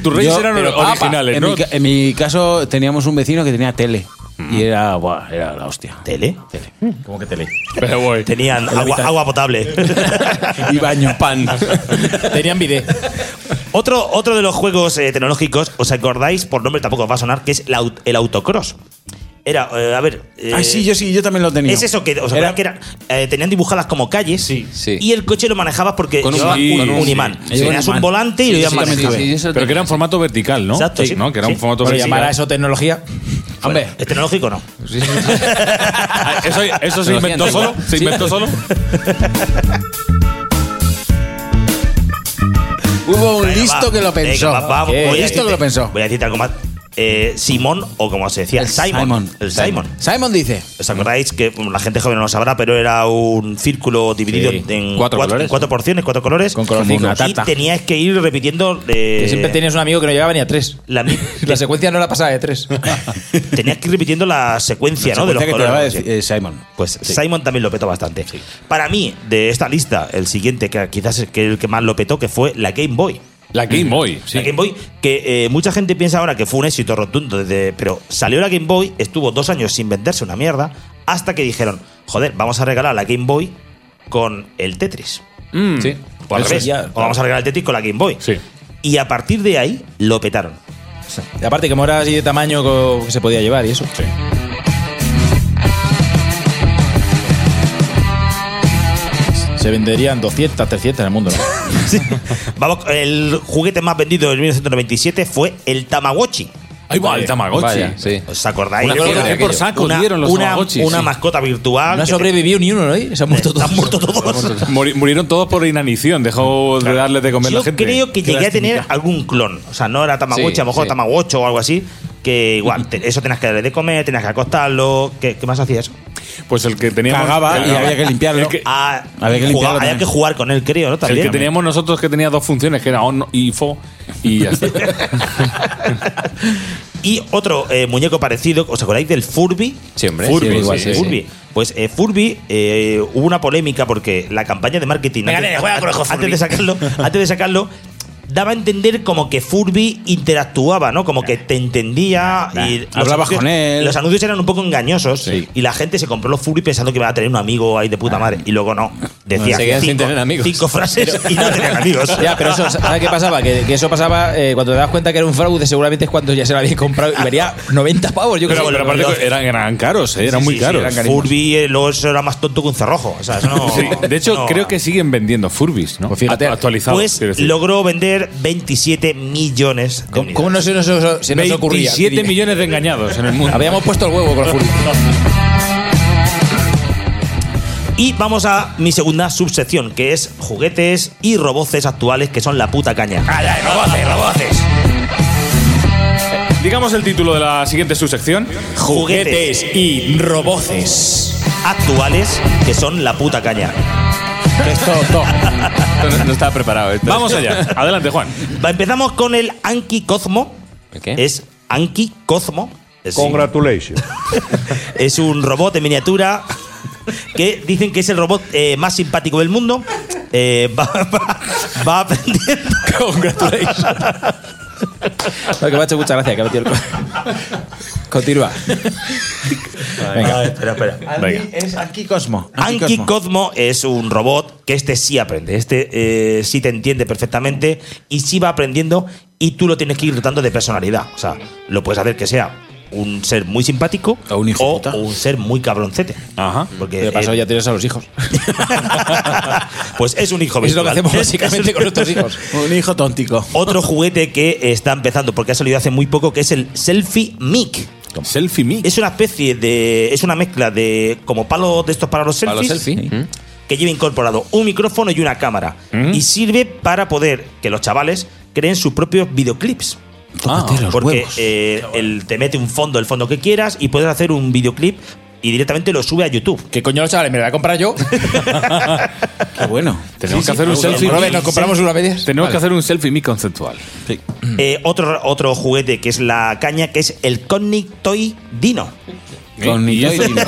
Speaker 15: pero, papa, en Mi, ca- en mi caso, teníamos un vecino que tenía tele. Y era, buah, era la hostia.
Speaker 8: ¿Tele? Mm.
Speaker 15: Tele.
Speaker 9: ¿Cómo que tele?
Speaker 6: Pero voy.
Speaker 8: Tenían
Speaker 15: En la
Speaker 8: agua,
Speaker 15: mitad.
Speaker 8: agua potable.
Speaker 15: y baño pan.
Speaker 9: Tenían bidet.
Speaker 8: Otro, otro de los juegos eh, tecnológicos, ¿os acordáis? Por nombre tampoco os va a sonar, que es el, aut- el autocross. Era, eh, a ver. eh,
Speaker 15: Ah, sí, yo sí, yo también lo tenía.
Speaker 8: Es eso que, o sea,
Speaker 15: Era-
Speaker 8: que era, eh, tenían dibujadas como calles y el coche lo manejabas porque
Speaker 6: Con un-
Speaker 8: llevaba
Speaker 6: sí,
Speaker 8: un,
Speaker 6: con un-
Speaker 8: un imán.
Speaker 6: sí.
Speaker 8: Tenías
Speaker 6: Llevaba
Speaker 8: un
Speaker 6: un
Speaker 8: volante y
Speaker 6: Sí,
Speaker 8: lo ibas
Speaker 6: sí, también
Speaker 8: manejando.
Speaker 6: tuve. Pero que era en formato vertical, ¿no?
Speaker 8: Exacto, sí.
Speaker 6: ¿no? Que era un
Speaker 8: Sí.
Speaker 6: formato
Speaker 8: Bueno,
Speaker 6: vertical.
Speaker 8: llamar a eso
Speaker 6: tecnología? Hombre.
Speaker 8: ¿Es tecnológico o no?
Speaker 6: Ah, Eso, eso se
Speaker 8: Tecnología
Speaker 6: inventó
Speaker 8: antigua.
Speaker 6: solo. Se
Speaker 8: Sí.
Speaker 6: inventó solo.
Speaker 15: Hubo un
Speaker 8: Venga,
Speaker 15: listo
Speaker 8: va.
Speaker 15: que lo pensó.
Speaker 8: Venga, va, va,
Speaker 15: Un
Speaker 8: voy a
Speaker 15: listo que lo
Speaker 8: decirte-
Speaker 15: pensó.
Speaker 8: Voy a decirte algo más. Eh, Simón, o como se decía,
Speaker 15: El
Speaker 8: Simon.
Speaker 15: Simon.
Speaker 8: El Simon.
Speaker 15: Simon dice.
Speaker 8: ¿Os acordáis que bueno, la gente joven no lo sabrá, pero era un círculo dividido
Speaker 15: Sí.
Speaker 8: en
Speaker 15: Cuatro colores.
Speaker 8: en cuatro porciones, cuatro colores? Con
Speaker 9: colorcito. Una
Speaker 8: Y
Speaker 9: tarta.
Speaker 8: tenías que ir repitiendo. eh,
Speaker 9: Que siempre tenías un amigo que no llegaba ni a tres.
Speaker 8: La,
Speaker 9: secuencia no la pasaba de tres.
Speaker 8: tenías que ir repitiendo la secuencia,
Speaker 9: La
Speaker 8: ¿no? De los
Speaker 9: secuencia que te
Speaker 8: colores.
Speaker 9: daba de- eh,
Speaker 8: Sí.
Speaker 15: Simon.
Speaker 8: Pues Simon también lo petó bastante. Para mí, de esta lista, el siguiente, que quizás es que el que más lo petó, que fue la Game Boy.
Speaker 6: La Game Boy, sí.
Speaker 8: La Game Boy, que eh, mucha gente piensa ahora que fue un éxito rotundo, desde, pero salió la Game Boy, estuvo dos años sin venderse una mierda, hasta que dijeron, joder, vamos a regalar la Game Boy con el Tetris.
Speaker 6: Mm. Sí.
Speaker 8: O al
Speaker 6: Eso
Speaker 8: revés,
Speaker 6: ya,
Speaker 8: o vamos a regalar el Tetris con la Game Boy. Y a partir de ahí, lo petaron.
Speaker 9: Y aparte, como era así de tamaño co- que se podía llevar y eso. Se venderían 200, 300 en el mundo, ¿no?
Speaker 8: Vamos, el juguete más vendido en 1997 fue el Tamagotchi.
Speaker 6: Ahí va, el Tamagotchi. Vaya,
Speaker 8: ¿Os acordáis?
Speaker 6: Una cosa que por saco
Speaker 8: una,
Speaker 6: dieron los
Speaker 8: una-
Speaker 6: Tamagotchi,
Speaker 8: una
Speaker 6: sí.
Speaker 8: mascota virtual.
Speaker 6: No ha
Speaker 8: que te-
Speaker 9: sobrevivido ni uno, ¿no? Se han muerto todos.
Speaker 6: Muri- Pues murieron todos por inanición. Dejó de darles de comer
Speaker 8: Yo
Speaker 6: la gente.
Speaker 8: creo que
Speaker 6: Qué
Speaker 8: llegué a tener
Speaker 6: lástima.
Speaker 8: algún clon. O sea, no era Tamagotchi,
Speaker 6: Sí,
Speaker 8: a lo mejor
Speaker 6: sí.
Speaker 8: Tamagotchi o algo así. Que igual, te- eso tenías que darle de comer, tenías que acostarlo. ¿Qué, qué más hacía eso?
Speaker 6: Pues el que teníamos.
Speaker 8: Cagaba y había que
Speaker 6: limpiarlo.
Speaker 8: Ah,
Speaker 6: Había
Speaker 8: jugaba-
Speaker 6: que limpiarlo
Speaker 8: había
Speaker 6: también.
Speaker 8: que jugar con él, creo, ¿no?
Speaker 6: El
Speaker 8: También.
Speaker 6: que teníamos nosotros que tenía dos funciones, que era on y fo, y ya está.
Speaker 8: Y otro eh, muñeco parecido, ¿os acordáis del Furby?
Speaker 10: Sí, hombre.
Speaker 8: Furby,
Speaker 10: Sí, igual, sí, sí.
Speaker 8: Furby. Pues eh, Furby eh, hubo una polémica porque la campaña de marketing
Speaker 9: Venga, nene, juega con el ojo,
Speaker 8: antes
Speaker 9: Furby.
Speaker 8: de sacarlo, antes de sacarlo daba a entender como que Furby interactuaba, ¿no? Como que te entendía y los
Speaker 15: Hablabas
Speaker 8: anuncios-
Speaker 15: con él.
Speaker 8: Los anuncios eran un poco engañosos y la gente se compró los Furby pensando que iba a tener un amigo ahí de puta madre y luego no. Decía
Speaker 9: Se quedan sin
Speaker 8: cinco,
Speaker 9: tener amigos.
Speaker 8: cinco frases y no tenían amigos.
Speaker 9: Ya, pero eso, ¿sabes qué pasaba? Que, que eso pasaba eh, cuando te das cuenta que era un fraude, seguramente es cuando ya se lo habían comprado y valía 90 pavos, yo
Speaker 6: Pero,
Speaker 9: creo.
Speaker 6: pero aparte que eran, eran caros, eh, eran
Speaker 8: Sí,
Speaker 6: muy
Speaker 8: sí, sí,
Speaker 6: caros.
Speaker 8: eran Furby, eh, luego eso era más tonto que un cerrojo. O sea, eso no-
Speaker 6: Sí, De hecho,
Speaker 8: no.
Speaker 6: creo que siguen vendiendo Furbis, ¿no?
Speaker 8: fíjate,
Speaker 6: Actu- actualizados.
Speaker 8: Pues
Speaker 6: quiero decir.
Speaker 8: logró vender 27 millones de unidades.
Speaker 9: ¿Cómo no se nos, se nos ocurría?
Speaker 6: 27 millones de engañados en el mundo.
Speaker 9: Habíamos puesto el huevo con el Furby.
Speaker 8: Y vamos a mi segunda subsección, que es juguetes y roboces actuales, que son la puta caña. roboces, roboces!
Speaker 6: Eh, Digamos el título de la siguiente subsección.
Speaker 8: Juguetes y roboces actuales, que son la puta caña.
Speaker 6: Esto,
Speaker 10: no, no estaba preparado. esto.
Speaker 6: Vamos allá. Adelante, Juan.
Speaker 8: Va, Empezamos con el Anki Cosmo.
Speaker 10: qué?
Speaker 8: Es Anki Cosmo. Es un-
Speaker 22: Congratulations.
Speaker 8: es un robot en miniatura que dicen que es el robot eh, más simpático del mundo. Eh, va, va- va aprendiendo.
Speaker 9: No, que me ha hecho mucha gracia, que lo tío. Continúa.
Speaker 8: Venga, espera, espera.
Speaker 15: Es aquí Cosmo.
Speaker 8: Anki Cosmo es un robot que este sí aprende, este eh, sí te entiende perfectamente y sí va aprendiendo y tú lo tienes que ir dotando de personalidad. O sea, lo puedes hacer que sea un ser muy simpático o un, ser muy cabroncete.
Speaker 6: Ajá.
Speaker 8: Porque
Speaker 9: Pero pasado
Speaker 8: eh,
Speaker 9: ya tienes a los hijos.
Speaker 8: pues es un hijo
Speaker 9: Es lo que
Speaker 8: virtual.
Speaker 6: ¿eh?
Speaker 9: hacemos
Speaker 8: Es-
Speaker 9: básicamente
Speaker 8: es-
Speaker 9: con nuestros hijos.
Speaker 15: Un hijo tóntico.
Speaker 8: Otro juguete que está empezando, porque ha salido hace muy poco, que es el Selfie Mic.
Speaker 6: Selfie Mic.
Speaker 8: Es una especie de. Es una mezcla de. Como palos de estos para los
Speaker 10: Para
Speaker 8: selfies.
Speaker 10: los selfie. Mm.
Speaker 8: Que lleva incorporado un micrófono y una cámara. Y sirve para poder que los chavales creen sus propios videoclips.
Speaker 10: Ah,
Speaker 6: Ah,
Speaker 8: porque eh, el- te mete un fondo, el fondo que quieras, y puedes hacer un videoclip y directamente lo sube a YouTube.
Speaker 9: ¿Qué coño los chavales? ¿Me lo voy a comprar yo?
Speaker 15: Qué bueno.
Speaker 6: Tenemos que hacer un selfie.
Speaker 9: Robert, nos compramos una media.
Speaker 6: Tenemos que
Speaker 8: Vale.
Speaker 6: hacer un selfie mi conceptual.
Speaker 10: Mm.
Speaker 8: Eh, otro, otro juguete que es la caña, que es el Conic Toy Dino.
Speaker 15: Con Nito y Dino.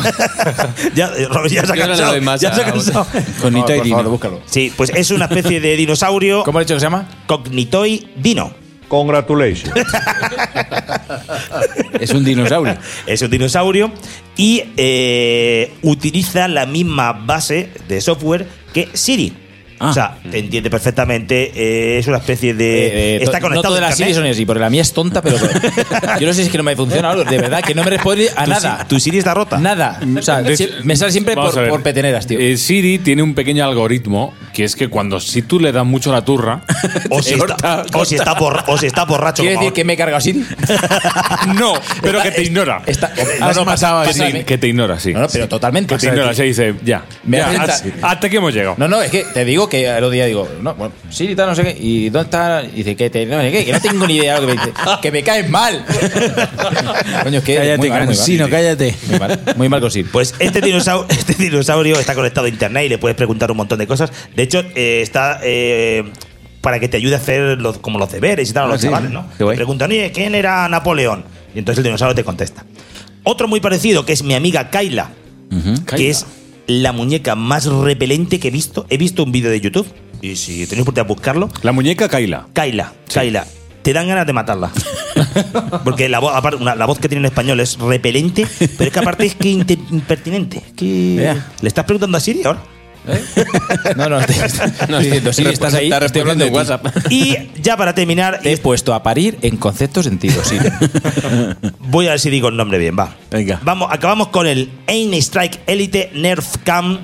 Speaker 8: Ya, eh, Robert, ya se ha
Speaker 15: Yo no le
Speaker 8: cansado.
Speaker 15: doy más
Speaker 8: ya
Speaker 15: a-
Speaker 8: se ha cansado.
Speaker 15: Con Nito y Dino.
Speaker 8: Sí, pues es una especie de dinosaurio. ¿Cómo
Speaker 9: ha dicho que se llama?
Speaker 8: Cognitoy Dino.
Speaker 22: Congratulations.
Speaker 8: Es un dinosaurio. es un dinosaurio y eh, utiliza la misma base de software que Siri.
Speaker 9: Ah.
Speaker 8: O sea, te entiende perfectamente, eh, es una especie
Speaker 9: Eh, eh,
Speaker 8: de... está
Speaker 9: to- No
Speaker 8: conectado
Speaker 9: todas
Speaker 8: a
Speaker 9: las Siri
Speaker 8: Internet.
Speaker 9: son así, porque la mía es tonta, pero. yo no sé si es que no me funciona ahora, de verdad, que no me responde a
Speaker 6: Tu
Speaker 9: nada.
Speaker 6: Siri-
Speaker 8: tu Siri está rota.
Speaker 9: Nada. O sea,
Speaker 6: De-
Speaker 9: si- me sale siempre
Speaker 6: Vamos
Speaker 9: por,
Speaker 6: a ver.
Speaker 9: por peteneras, tío.
Speaker 6: Eh, Siri tiene un pequeño algoritmo que es que cuando si tú le das mucho la turra
Speaker 8: O si, está, o si está borra- o si está borracho.
Speaker 9: ¿Quiere
Speaker 8: como
Speaker 9: decir que me he cargado Siri?
Speaker 6: no, pero que te ignora.
Speaker 9: has pasado a
Speaker 6: que, te,
Speaker 9: decirme.
Speaker 6: que te ignora, sí.
Speaker 9: No, no, pero
Speaker 6: Sí.
Speaker 9: totalmente.
Speaker 6: Que te
Speaker 9: O sea,
Speaker 6: ignora,
Speaker 9: que-
Speaker 6: se dice, ya.
Speaker 9: Me
Speaker 6: ya,
Speaker 9: hace
Speaker 6: hasta,
Speaker 9: esta-
Speaker 6: hasta que hemos llegado.
Speaker 9: No, no, es que te digo que el otro día digo, no, bueno, Siri tal, no sé qué, y ¿dónde está? Y dice que, te, no sé qué, que no tengo ni idea de lo que me dice, que me caes mal. Coño, es que.
Speaker 15: Cállate,
Speaker 9: muy mal, muy mal.
Speaker 15: Cansino, cállate.
Speaker 9: Muy mal, muy mal con Siri.
Speaker 8: Pues este dinosaurio, este dinosaurio está conectado a internet y le puedes preguntar un montón de cosas. De hecho, eh, está eh, para que te ayude a hacer los, como los deberes y tal, a los
Speaker 9: Ah, sí.
Speaker 8: chavales, ¿no?
Speaker 9: Qué guay.
Speaker 8: Te preguntan, oye, ¿quién era Napoleón? Y entonces el dinosaurio te contesta. Otro muy parecido, que es mi amiga Kaila, que es la muñeca más repelente que he visto. He visto un vídeo de YouTube, y si tenéis oportunidad de buscarlo.
Speaker 6: La muñeca Kaila.
Speaker 8: Kaila, Kaila. Te dan ganas de matarla. Porque la, voz aparte, una- la voz que tiene en español es repelente, pero es que aparte es que inte- impertinente. es que-
Speaker 9: Ya.
Speaker 8: ¿Le estás preguntando a Siri ahora?
Speaker 9: No, no, te- no, estoy diciendo, Siri, estás ahí.
Speaker 12: Está
Speaker 9: estoy hablando
Speaker 12: respondiendo
Speaker 9: de
Speaker 12: en
Speaker 9: ti.
Speaker 8: Y ya para terminar,
Speaker 9: Te he puesto a parir en conceptos sentidos, Siri.
Speaker 8: voy a ver si digo el nombre bien, va.
Speaker 15: Venga.
Speaker 8: Vamos, acabamos con el Aim Strike Elite Nerf Cam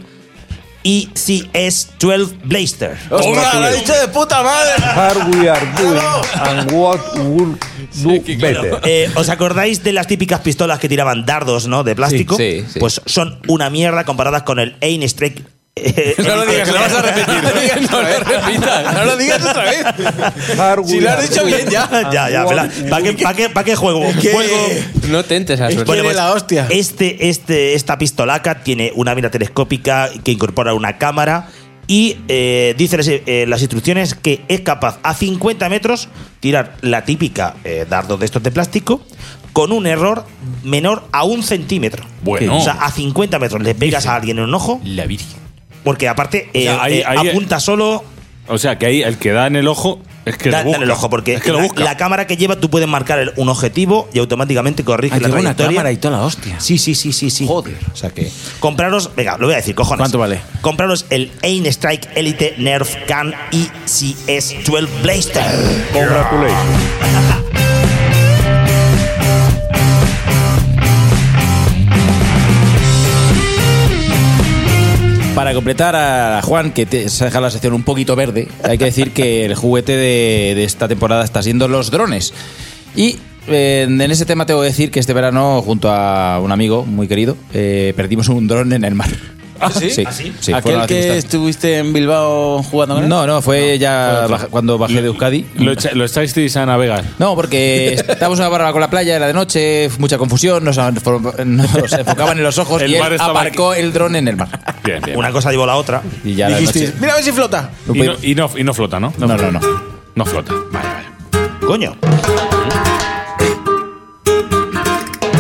Speaker 8: E ECS 12 Blaster.
Speaker 12: Oh.
Speaker 15: ¡Hola, lo he dicho de puta madre!
Speaker 22: Hard we are doing and what will do better.
Speaker 8: Eh, ¿Os acordáis de las típicas pistolas que tiraban dardos, ¿no? De plástico.
Speaker 22: Sí, sí, sí.
Speaker 8: Pues son una mierda comparadas con el Aim Strike. eh,
Speaker 12: No lo digas, lo vas a repetir. No lo digas otra vez. No lo digas otra vez. Si lo has dicho bien, ya.
Speaker 8: ya, ya. ¿Para qué, pa' qué- pa' Ah, qué juego? Juego-
Speaker 10: No tentes a
Speaker 8: Bueno, pues, Este, este, esta pistolaca tiene una mira telescópica que incorpora una cámara y eh, dice las, eh, las instrucciones que es capaz a 50 metros tirar la típica eh, dardo de estos de plástico con un error menor a un centímetro.
Speaker 6: Bueno.
Speaker 8: O sea, a 50 metros le pegas a alguien en un ojo.
Speaker 6: La Virgen.
Speaker 8: Porque aparte
Speaker 6: O sea,
Speaker 8: eh,
Speaker 6: ahí-
Speaker 8: eh,
Speaker 6: ahí-
Speaker 8: apunta solo
Speaker 6: O sea, que ahí el que da en el ojo es que
Speaker 8: Da-
Speaker 6: lo busca.
Speaker 8: dale el ojo, porque
Speaker 6: es que lo
Speaker 8: la,
Speaker 6: busca.
Speaker 8: la cámara que lleva tú puedes marcar el- un objetivo y automáticamente corrige la
Speaker 15: Ah, Lleva una
Speaker 8: trayectoria.
Speaker 15: cámara y toda la hostia.
Speaker 8: Sí, sí, sí, sí, sí. Joder.
Speaker 15: O sea que.
Speaker 8: Compraros, venga, lo voy a decir, cojones.
Speaker 15: ¿Cuánto vale?
Speaker 8: Compraros el Aim Strike Elite Nerf E Can ECS 12 Blaster. Congratulations.
Speaker 9: Para completar a Juan, que te- se ha dejado la sección un poquito verde, hay que decir que el juguete de, de esta temporada está siendo los drones. Y eh, en ese tema tengo que decir que este verano, junto a un amigo muy querido, eh, perdimos un dron en el mar.
Speaker 15: ¿Ah, sí?
Speaker 9: Sí,
Speaker 15: ¿Ah, sí?
Speaker 9: sí, fueron
Speaker 15: ¿Aquel
Speaker 9: las
Speaker 15: que
Speaker 9: circunstancias.
Speaker 15: estuviste en Bilbao jugando con él?
Speaker 9: No, no, fue ya baja- cuando bajé de Euskadi.
Speaker 6: Lo, echa- lo estáis a navegar.
Speaker 9: No, porque estábamos en una barra con la playa, era de noche, mucha confusión, nos, enfor- nos enfocaban en los ojos
Speaker 6: El
Speaker 9: y él
Speaker 6: mar estaba
Speaker 9: aparcó el dron en el mar.
Speaker 6: Bien, bien.
Speaker 8: Una cosa llevó a la otra.
Speaker 9: Y ya la
Speaker 15: Dijisteis,
Speaker 9: noche-
Speaker 15: mira a ver si flota.
Speaker 9: No
Speaker 6: Y no,
Speaker 9: pudimos-
Speaker 6: y no- y no flota, ¿no?
Speaker 9: No, no, no.
Speaker 6: No flota. Vale, vale.
Speaker 8: Coño.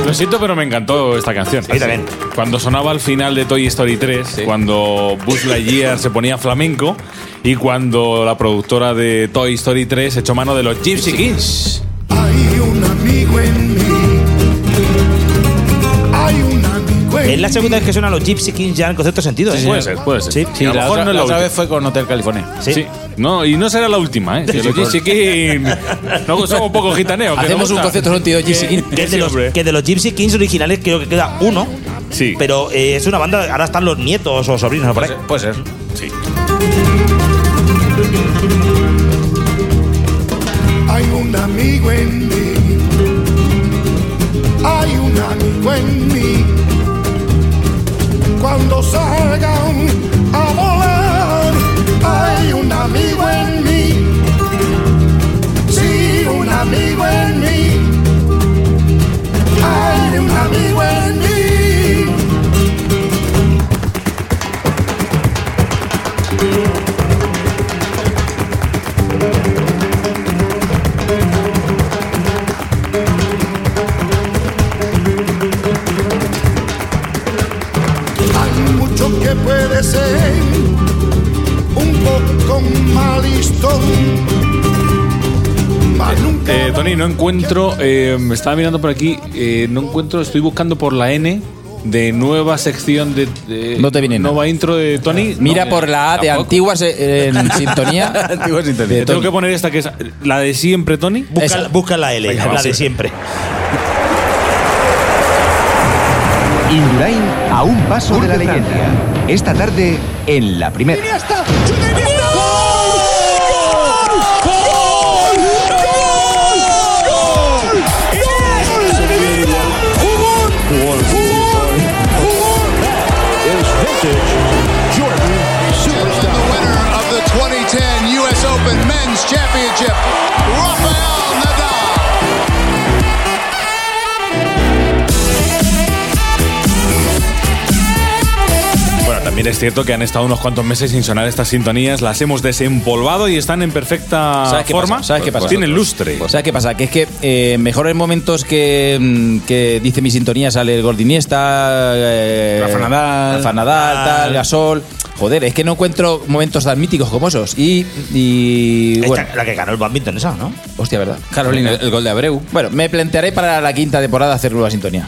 Speaker 6: Lo siento, pero me encantó esta canción.
Speaker 8: A mí también.
Speaker 6: Cuando sonaba al final de Toy Story 3, cuando Buzz Lightyear se ponía flamenco y cuando la productora de Toy Story 3 echó mano de los Gypsy Kings.
Speaker 8: Es la segunda vez que suena los Gypsy Kings ya en concepto sentido. ¿eh?
Speaker 6: puede ser, puede ser.
Speaker 8: Sí,
Speaker 6: Y a lo
Speaker 8: la
Speaker 6: mejor
Speaker 8: otra-
Speaker 6: no es
Speaker 8: la
Speaker 6: la
Speaker 8: otra
Speaker 6: última.
Speaker 15: vez fue con Hotel California.
Speaker 8: Sí.
Speaker 6: No, y no será la última, ¿eh? Que los Gypsy Kings. No, somos un poco gitaneos. que
Speaker 9: Hacemos
Speaker 6: nos
Speaker 9: un
Speaker 6: gusta.
Speaker 9: concepto sentido Gypsy Kings.
Speaker 8: Que de, los, que de los Gypsy Kings originales creo que queda uno.
Speaker 6: Sí.
Speaker 8: Pero eh, es una banda, ahora están los nietos o sobrinos o por ahí.
Speaker 15: Puede ser.
Speaker 6: Sí.
Speaker 14: Hay un amigo en mí. Hay un amigo en mí. Cuando salgan a volar, hay un amigo en mí. Sí, un amigo en mí. Hay un amigo en mí. Hay mucho que puede ser un poco mal
Speaker 6: Eh, Tony, no encuentro. eh, me estaba mirando por aquí. eh, no encuentro. Estoy buscando por la N. de nueva sección de, de-
Speaker 9: No te viene nada.
Speaker 6: nueva intro de Tony.
Speaker 9: Mira
Speaker 6: No.
Speaker 9: por la A de
Speaker 6: Tampoco.
Speaker 9: antiguas eh, en sintonía.
Speaker 6: Antiguas
Speaker 9: De
Speaker 6: sintonías. eh, Tengo
Speaker 9: Tony.
Speaker 6: que poner esta que es la de siempre, Tony.
Speaker 9: Busca- Esa.
Speaker 8: busca la L,
Speaker 6: Venga,
Speaker 8: la
Speaker 6: va,
Speaker 8: de
Speaker 6: sí.
Speaker 8: siempre.
Speaker 23: Indurain a un paso de la leyenda. Esta tarde en la primera.
Speaker 7: The winner of the 2010 U.S. Open Men's Championship, Rafael Nadal.
Speaker 6: Bueno, también es cierto que han estado unos cuantos meses sin sonar estas sintonías, las hemos desempolvado y están en perfecta
Speaker 9: ¿Sabes qué
Speaker 6: Ah, forma.
Speaker 9: pasa? ¿Sabes qué pasa? Pues
Speaker 6: Tienen lustre.
Speaker 9: ¿Sabes qué pasa? Que es que eh, mejores momentos que, mm, que dice mi sintonía sale el Gordiniesta, eh,
Speaker 15: Rafa Nadal.
Speaker 9: Rafa Nadal, tal, Gasol. Joder, es que no encuentro momentos tan míticos como esos. Y, y bueno.
Speaker 8: la que ganó el badminton esa, ¿no?
Speaker 9: Hostia, verdad. Carolina,
Speaker 10: el, el gol de Abreu.
Speaker 9: Bueno, me plantearé para la quinta temporada hacer nueva sintonía.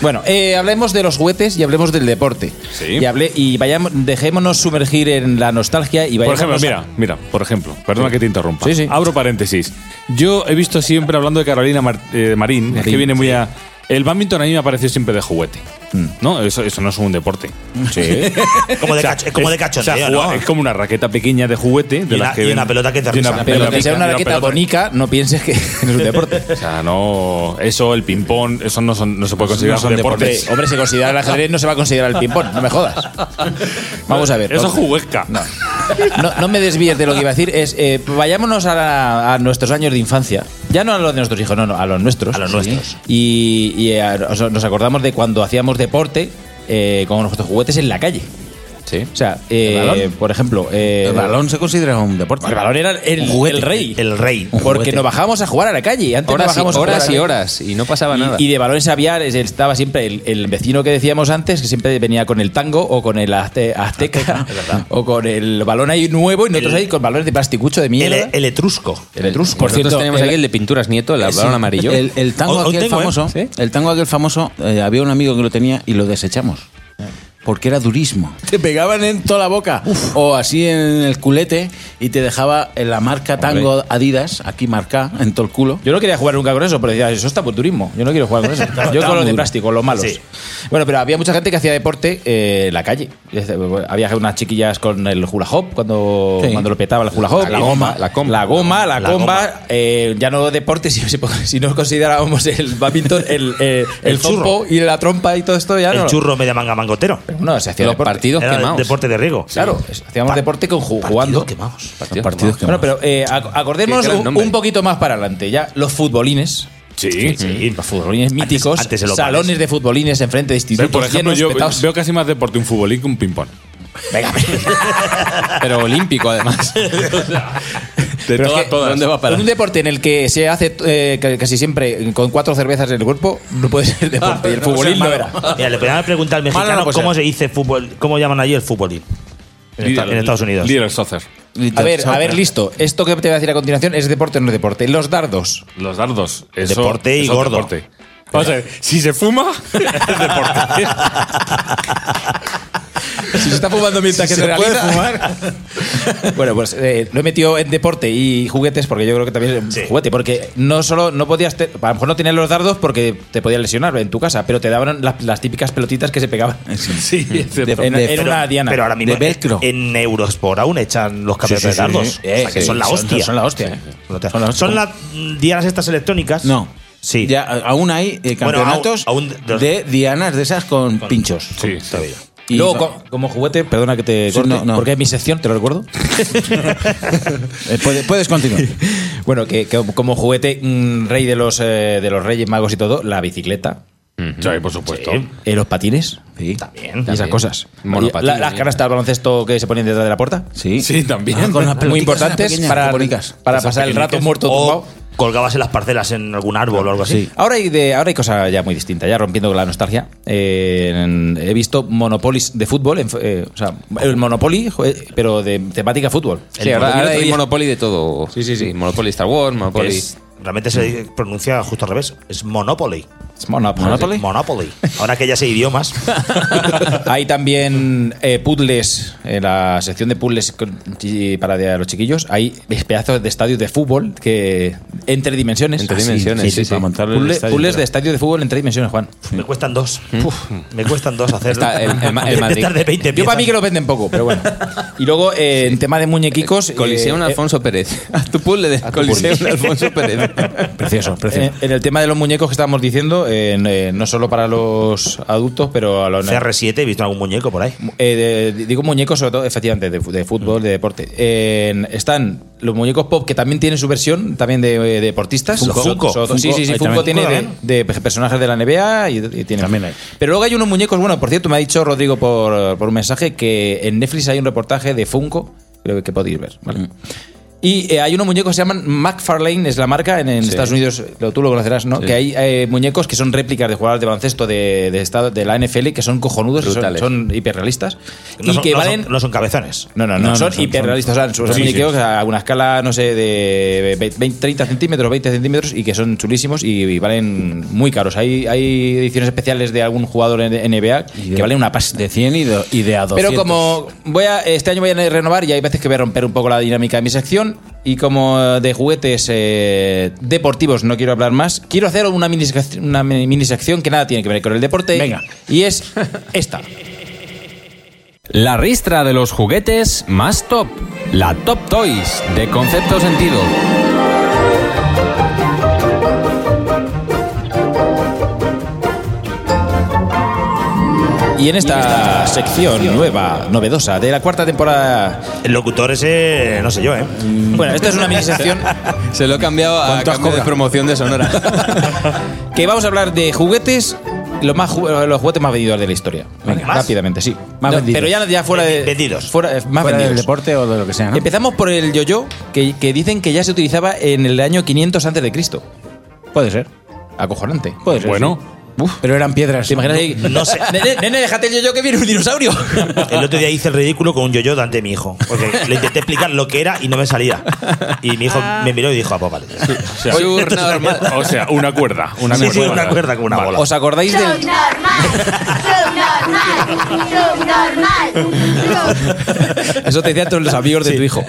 Speaker 9: Bueno, eh, hablemos de los juguetes y hablemos del deporte. Y, hable- y vayamos, dejémonos sumergir en la nostalgia y
Speaker 6: Por
Speaker 9: vayamos.
Speaker 6: ejemplo,
Speaker 9: a-
Speaker 6: mira, mira, por ejemplo, perdona
Speaker 9: Sí.
Speaker 6: que te interrumpa. Abro paréntesis. Yo he visto siempre hablando de Carolina Mar- eh, Marín, es que
Speaker 9: Marín,
Speaker 6: viene muy a. El badminton a mí me ha parecido siempre de juguete. No, eso, eso no es un deporte.
Speaker 9: Mm. Sí.
Speaker 8: Como de
Speaker 6: O sea,
Speaker 8: cach- como de
Speaker 6: es-
Speaker 8: cachondeo,
Speaker 6: o sea, jugar-
Speaker 8: ¿no?
Speaker 6: Es como una raqueta pequeña de juguete. De
Speaker 8: Y
Speaker 6: las
Speaker 8: una-
Speaker 6: que
Speaker 8: y
Speaker 6: ven-
Speaker 8: una pelota que te
Speaker 6: y una
Speaker 8: risa.
Speaker 9: Pero que
Speaker 6: pelota-
Speaker 9: sea una
Speaker 6: y
Speaker 9: raqueta
Speaker 6: pelota-
Speaker 9: bonica, no pienses que no es un deporte.
Speaker 6: O sea, no. Eso, el ping-pong, eso no, son- no
Speaker 15: Pues
Speaker 6: se puede
Speaker 9: No
Speaker 6: considerar
Speaker 9: son
Speaker 6: deporte.
Speaker 9: deportes. Hombre, si considera el ajedrez, no se va a considerar el ping-pong, no me jodas. Vamos a ver.
Speaker 6: Eso es
Speaker 9: vamos-
Speaker 6: jugueca.
Speaker 9: no, no me desvíes de lo que iba a decir. Es, eh, vayámonos a, la- a nuestros años de infancia. Ya no a los de nuestros hijos, no, no, a los nuestros. A los nuestros. Y, y, eh, o sea, nos acordamos de cuando hacíamos deporte eh, con nuestros juguetes en la calle. Sí. O sea, eh,
Speaker 15: ¿El balón?
Speaker 9: por ejemplo. eh,
Speaker 15: El balón se considera un deporte.
Speaker 9: El balón era el,
Speaker 15: Un juguete.
Speaker 9: el rey.
Speaker 8: El rey.
Speaker 9: Porque nos bajábamos a jugar a la calle. Antes no
Speaker 10: Horas, y
Speaker 9: bajábamos a jugar a la
Speaker 10: horas y
Speaker 9: calle.
Speaker 10: horas y no pasaba
Speaker 9: Y-
Speaker 10: nada.
Speaker 9: Y, de balones había, es- estaba siempre el, el vecino que decíamos antes, que siempre venía con el tango o con el azte- azteca, o con el balón ahí nuevo y nosotros ahí con balones de plasticucho de mierda.
Speaker 8: El, el etrusco.
Speaker 9: El etrusco.
Speaker 10: Por cierto, tenemos
Speaker 9: el-
Speaker 10: aquí el de pinturas nieto, el balón amarillo.
Speaker 15: El, el tango
Speaker 10: Hoy- hoy
Speaker 15: aquel
Speaker 10: tengo, ¿eh?
Speaker 15: famoso.
Speaker 10: Sí.
Speaker 15: El tango aquel famoso, eh, había un amigo que lo tenía y lo desechamos. Porque era durísimo. Te pegaban en toda la boca. O así en el culete y te dejaba en la marca tango Adidas, aquí marca, en todo el culo.
Speaker 9: Yo no quería jugar nunca con eso, pero decía, eso está por turismo. Yo no quiero jugar con eso. Yo con los de plástico, con los malos.
Speaker 15: Sí.
Speaker 9: Bueno, pero había mucha gente que hacía deporte eh, en la calle. Es- Había unas chiquillas con el hula hop cuando,
Speaker 15: Sí.
Speaker 9: cuando lo petaba el hula hop.
Speaker 15: La goma,
Speaker 9: la comba. La goma, la,
Speaker 15: La
Speaker 9: comba.
Speaker 15: goma.
Speaker 9: eh, ya no deporte, si, si, si no considerábamos el badminton, el, eh, el,
Speaker 8: El churro.
Speaker 9: topo y la trompa y todo esto, ya
Speaker 8: el
Speaker 9: no.
Speaker 8: churro media manga mangotero.
Speaker 9: No, se hacía
Speaker 8: Los
Speaker 9: deporte.
Speaker 8: partidos Era quemados. deporte de riego.
Speaker 9: Claro, hacíamos deporte con ju- jugando.
Speaker 15: Partidos Partidos quemados.
Speaker 9: Bueno, pero eh, ac- acordémonos
Speaker 15: Qué gran
Speaker 9: un,
Speaker 15: nombre.
Speaker 9: un poquito más para adelante. Ya los futbolines. Sí, los futbolines míticos.
Speaker 6: antes de los
Speaker 9: salones
Speaker 6: bares.
Speaker 9: de futbolines enfrente de institutos.
Speaker 6: Por ejemplo,
Speaker 9: llenos,
Speaker 6: yo
Speaker 9: petaos.
Speaker 6: veo casi más deporte un futbolín que un ping-pong.
Speaker 9: Venga,
Speaker 10: pero olímpico además.
Speaker 6: De
Speaker 9: Pero es
Speaker 6: todas,
Speaker 9: que
Speaker 6: todas.
Speaker 9: Un deporte en el que se hace eh, ca- casi siempre con cuatro cervezas en el cuerpo no puede ser deporte. y el futbolín no era.
Speaker 8: Mira, le podían preguntar al mexicano
Speaker 9: Malo no puede
Speaker 8: cómo
Speaker 9: ser.
Speaker 8: se dice fútbol, cómo llaman allí el futbolín. En,
Speaker 6: Líder-
Speaker 8: Estados- en Estados Unidos.
Speaker 6: Líder soccer.
Speaker 9: A ver, a ver, listo. Esto que te voy a decir a continuación es deporte o no es deporte. Los dardos.
Speaker 6: Los dardos. Eso,
Speaker 9: Deporte y
Speaker 6: eso
Speaker 9: gordo.
Speaker 6: deporte. Vamos a ver, si se fuma, es deporte.
Speaker 9: Si se está fumando mientras
Speaker 6: Si
Speaker 9: que
Speaker 6: se
Speaker 9: se,
Speaker 6: puede
Speaker 9: realiza. bueno, pues eh, lo he metido en deporte y juguetes porque yo creo que también es juguete. Porque no solo no podías. te- a lo mejor no tenías los dardos porque te podías lesionar en tu casa, pero te daban las, las típicas pelotitas que se pegaban.
Speaker 6: Sí, es cierto.
Speaker 9: En- en una diana.
Speaker 8: Pero ahora mismo eh,
Speaker 9: De velcro.
Speaker 8: en Eurosport aún echan los campeones
Speaker 9: Sí, sí,
Speaker 8: de dardos.
Speaker 9: sí, sí.
Speaker 8: O sea, que
Speaker 9: Sí,
Speaker 8: son la
Speaker 9: son-
Speaker 8: hostia.
Speaker 9: son la hostia, eh.
Speaker 8: Son, las- son las mm, dianas estas electrónicas.
Speaker 15: No.
Speaker 8: Sí.
Speaker 15: Ya, a- aún hay eh,
Speaker 8: Bueno,
Speaker 15: campeonatos
Speaker 8: aún- aún-
Speaker 15: de dianas de esas con, pinchos.
Speaker 6: Sí,
Speaker 9: Y Luego, co- como juguete, perdona que te
Speaker 15: Sí,
Speaker 9: corte,
Speaker 15: no, no.
Speaker 9: porque es mi sección, te lo recuerdo.
Speaker 15: Eh, puedes, puedes continuar.
Speaker 9: bueno, que, que como juguete mm, rey de los, eh, de los reyes magos y todo, la bicicleta.
Speaker 6: Sí, por supuesto.
Speaker 9: Eh, los patines. Sí.
Speaker 8: También.
Speaker 9: Y esas
Speaker 6: También.
Speaker 9: cosas.
Speaker 6: Monopatín,
Speaker 9: La- las
Speaker 6: sí.
Speaker 9: canastas de baloncesto que se ponían detrás de la puerta.
Speaker 15: Sí.
Speaker 6: Sí, también.
Speaker 9: Ah, Muy importantes para, para pasar el rato muerto tumbado.
Speaker 8: o colgabas en las parcelas en algún árbol o algo así.
Speaker 9: Ahora hay, de, ahora hay cosas ya muy distintas, ya rompiendo con la nostalgia. Eh, en- he visto monopolis de fútbol, en f- eh, o sea, el monopoly, jo- eh, pero de temática fútbol.
Speaker 10: Sí,
Speaker 9: El
Speaker 10: ahora,
Speaker 9: Monopoly
Speaker 10: ahora
Speaker 9: otro
Speaker 10: hay
Speaker 9: día-
Speaker 10: Monopoly de todo. Sí, sí, sí. Monopoly Star Wars,
Speaker 8: Que
Speaker 10: Monopoly.
Speaker 8: es- realmente se pronuncia justo al revés. Es Monopoly. Monopoly. Monopoly. Ahora que ya sé idiomas.
Speaker 9: Hay también eh, puzzles, en la sección de puzzles con- y para de- los chiquillos. Hay pedazos de estadios de fútbol que entre dimensiones. Ah,
Speaker 8: Entre dimensiones, sí, sí.
Speaker 9: Puzzle-
Speaker 8: Puzzle-
Speaker 9: Puzzles,
Speaker 8: puzzles
Speaker 9: de estadios de fútbol en tres dimensiones, Juan.
Speaker 8: Me cuestan dos. Uf, me cuestan dos
Speaker 9: ¿Mm?
Speaker 8: hacer.
Speaker 9: Está el, el- el
Speaker 8: De- de
Speaker 9: Madrid.
Speaker 8: estar de 20
Speaker 9: Yo para
Speaker 8: piezas.
Speaker 9: mí que lo venden poco, pero bueno. Y luego, eh, en tema de muñequicos.
Speaker 10: Eh,
Speaker 9: eh,
Speaker 10: Coliseum Alfonso Pérez. A tu puzzle de Coliseum Alfonso Pérez.
Speaker 9: Precioso, precioso. En, en el tema de los muñecos que estábamos diciendo, eh, en, eh, no solo para los adultos, pero a los.
Speaker 8: CR7, he visto algún muñeco por ahí.
Speaker 9: Eh, de- digo muñecos, sobre todo, efectivamente, de, fu- de fútbol, de deporte. En- están los muñecos pop, que también tienen su versión, también de, eh, deportistas.
Speaker 8: Funko.
Speaker 9: Los
Speaker 8: Funko.
Speaker 9: sobre todo- Sí,
Speaker 8: Funko.
Speaker 9: sí, sí,
Speaker 8: Ahí
Speaker 9: Funko
Speaker 8: también.
Speaker 9: tiene
Speaker 8: Funko
Speaker 9: de, de pe- personajes de la NBA y, y tiene. Pero luego hay unos muñecos, bueno, por cierto, me ha dicho Rodrigo por, por un mensaje que en Netflix hay un reportaje de Funko, creo que podéis ver,
Speaker 8: Mm.
Speaker 9: ¿vale? Y eh, hay unos muñecos que se llaman McFarlane, es la marca en, en Estados Unidos, lo, tú lo conocerás, ¿no? Que hay eh, muñecos que son réplicas de jugadores de baloncesto de, de, estado, de la NFL que son cojonudos, que son,
Speaker 8: Brutales.
Speaker 9: son hiperrealistas.
Speaker 8: No
Speaker 9: y
Speaker 8: son-
Speaker 9: que
Speaker 8: no son-
Speaker 9: valen.
Speaker 8: no son cabezones.
Speaker 9: No, no, no, son, hiperrealistas. O sea, son
Speaker 8: Sí, sí,
Speaker 9: muñecos a una escala, no sé, de 20, 30 centímetros, 20 centímetros y que son chulísimos y, y valen muy caros. Hay, hay ediciones especiales de algún jugador en NBA que valen una pasta.
Speaker 15: De 100 y de, y de a 200.
Speaker 9: Pero como voy a, este año voy a renovar y hay veces que voy a romper un poco la dinámica de mi sección y como de juguetes eh, deportivos no quiero hablar más, quiero hacer una mini, sec- una mini mini sección que nada tiene que ver con el deporte. Venga. Y es esta.
Speaker 10: La ristra de los juguetes más top. La Top Toys de Concepto Sentido.
Speaker 9: Y en esta sección nueva, novedosa, de la cuarta temporada.
Speaker 8: El locutor ese, no sé yo, ¿eh?
Speaker 9: Mm. Bueno, esto es una mini sección.
Speaker 10: Se lo he cambiado a
Speaker 9: ¿Cuánto has
Speaker 10: cambio de
Speaker 9: cobrado?
Speaker 10: promoción de Sonora.
Speaker 9: que vamos a hablar de juguetes, los, más ju- los juguetes más vendidos de la historia. Venga,
Speaker 15: ¿Más?
Speaker 9: rápidamente, sí.
Speaker 15: Más
Speaker 9: No,
Speaker 15: vendidos.
Speaker 9: Pero ya, ya fuera de.
Speaker 15: Vendidos.
Speaker 9: Fuera, eh, más
Speaker 15: Fuera del
Speaker 9: vendidos.
Speaker 15: deporte o de lo que sea. ¿no?
Speaker 9: Empezamos por el yo-yo, que, que dicen que ya se utilizaba en el año 500 antes de Cristo. Puede ser. Acojonante. Puede
Speaker 15: ser, Bueno.
Speaker 9: Pero eran piedras. ¿Te imaginas ahí?
Speaker 8: No sé.
Speaker 9: Nene, nene, déjate el yo-yo que viene un dinosaurio.
Speaker 8: El otro día hice el ridículo con un yo-yo delante de mi hijo. Porque le intenté explicar lo que era y no me salía. Y mi hijo me miró y dijo, ah, pues vale.
Speaker 6: O sea, o sea, una cuerda. Una
Speaker 8: Sí, sí,
Speaker 6: cuerda.
Speaker 8: una cuerda con una bola.
Speaker 9: ¿Os acordáis del, Eso te decían todos los amigos de tu hijo.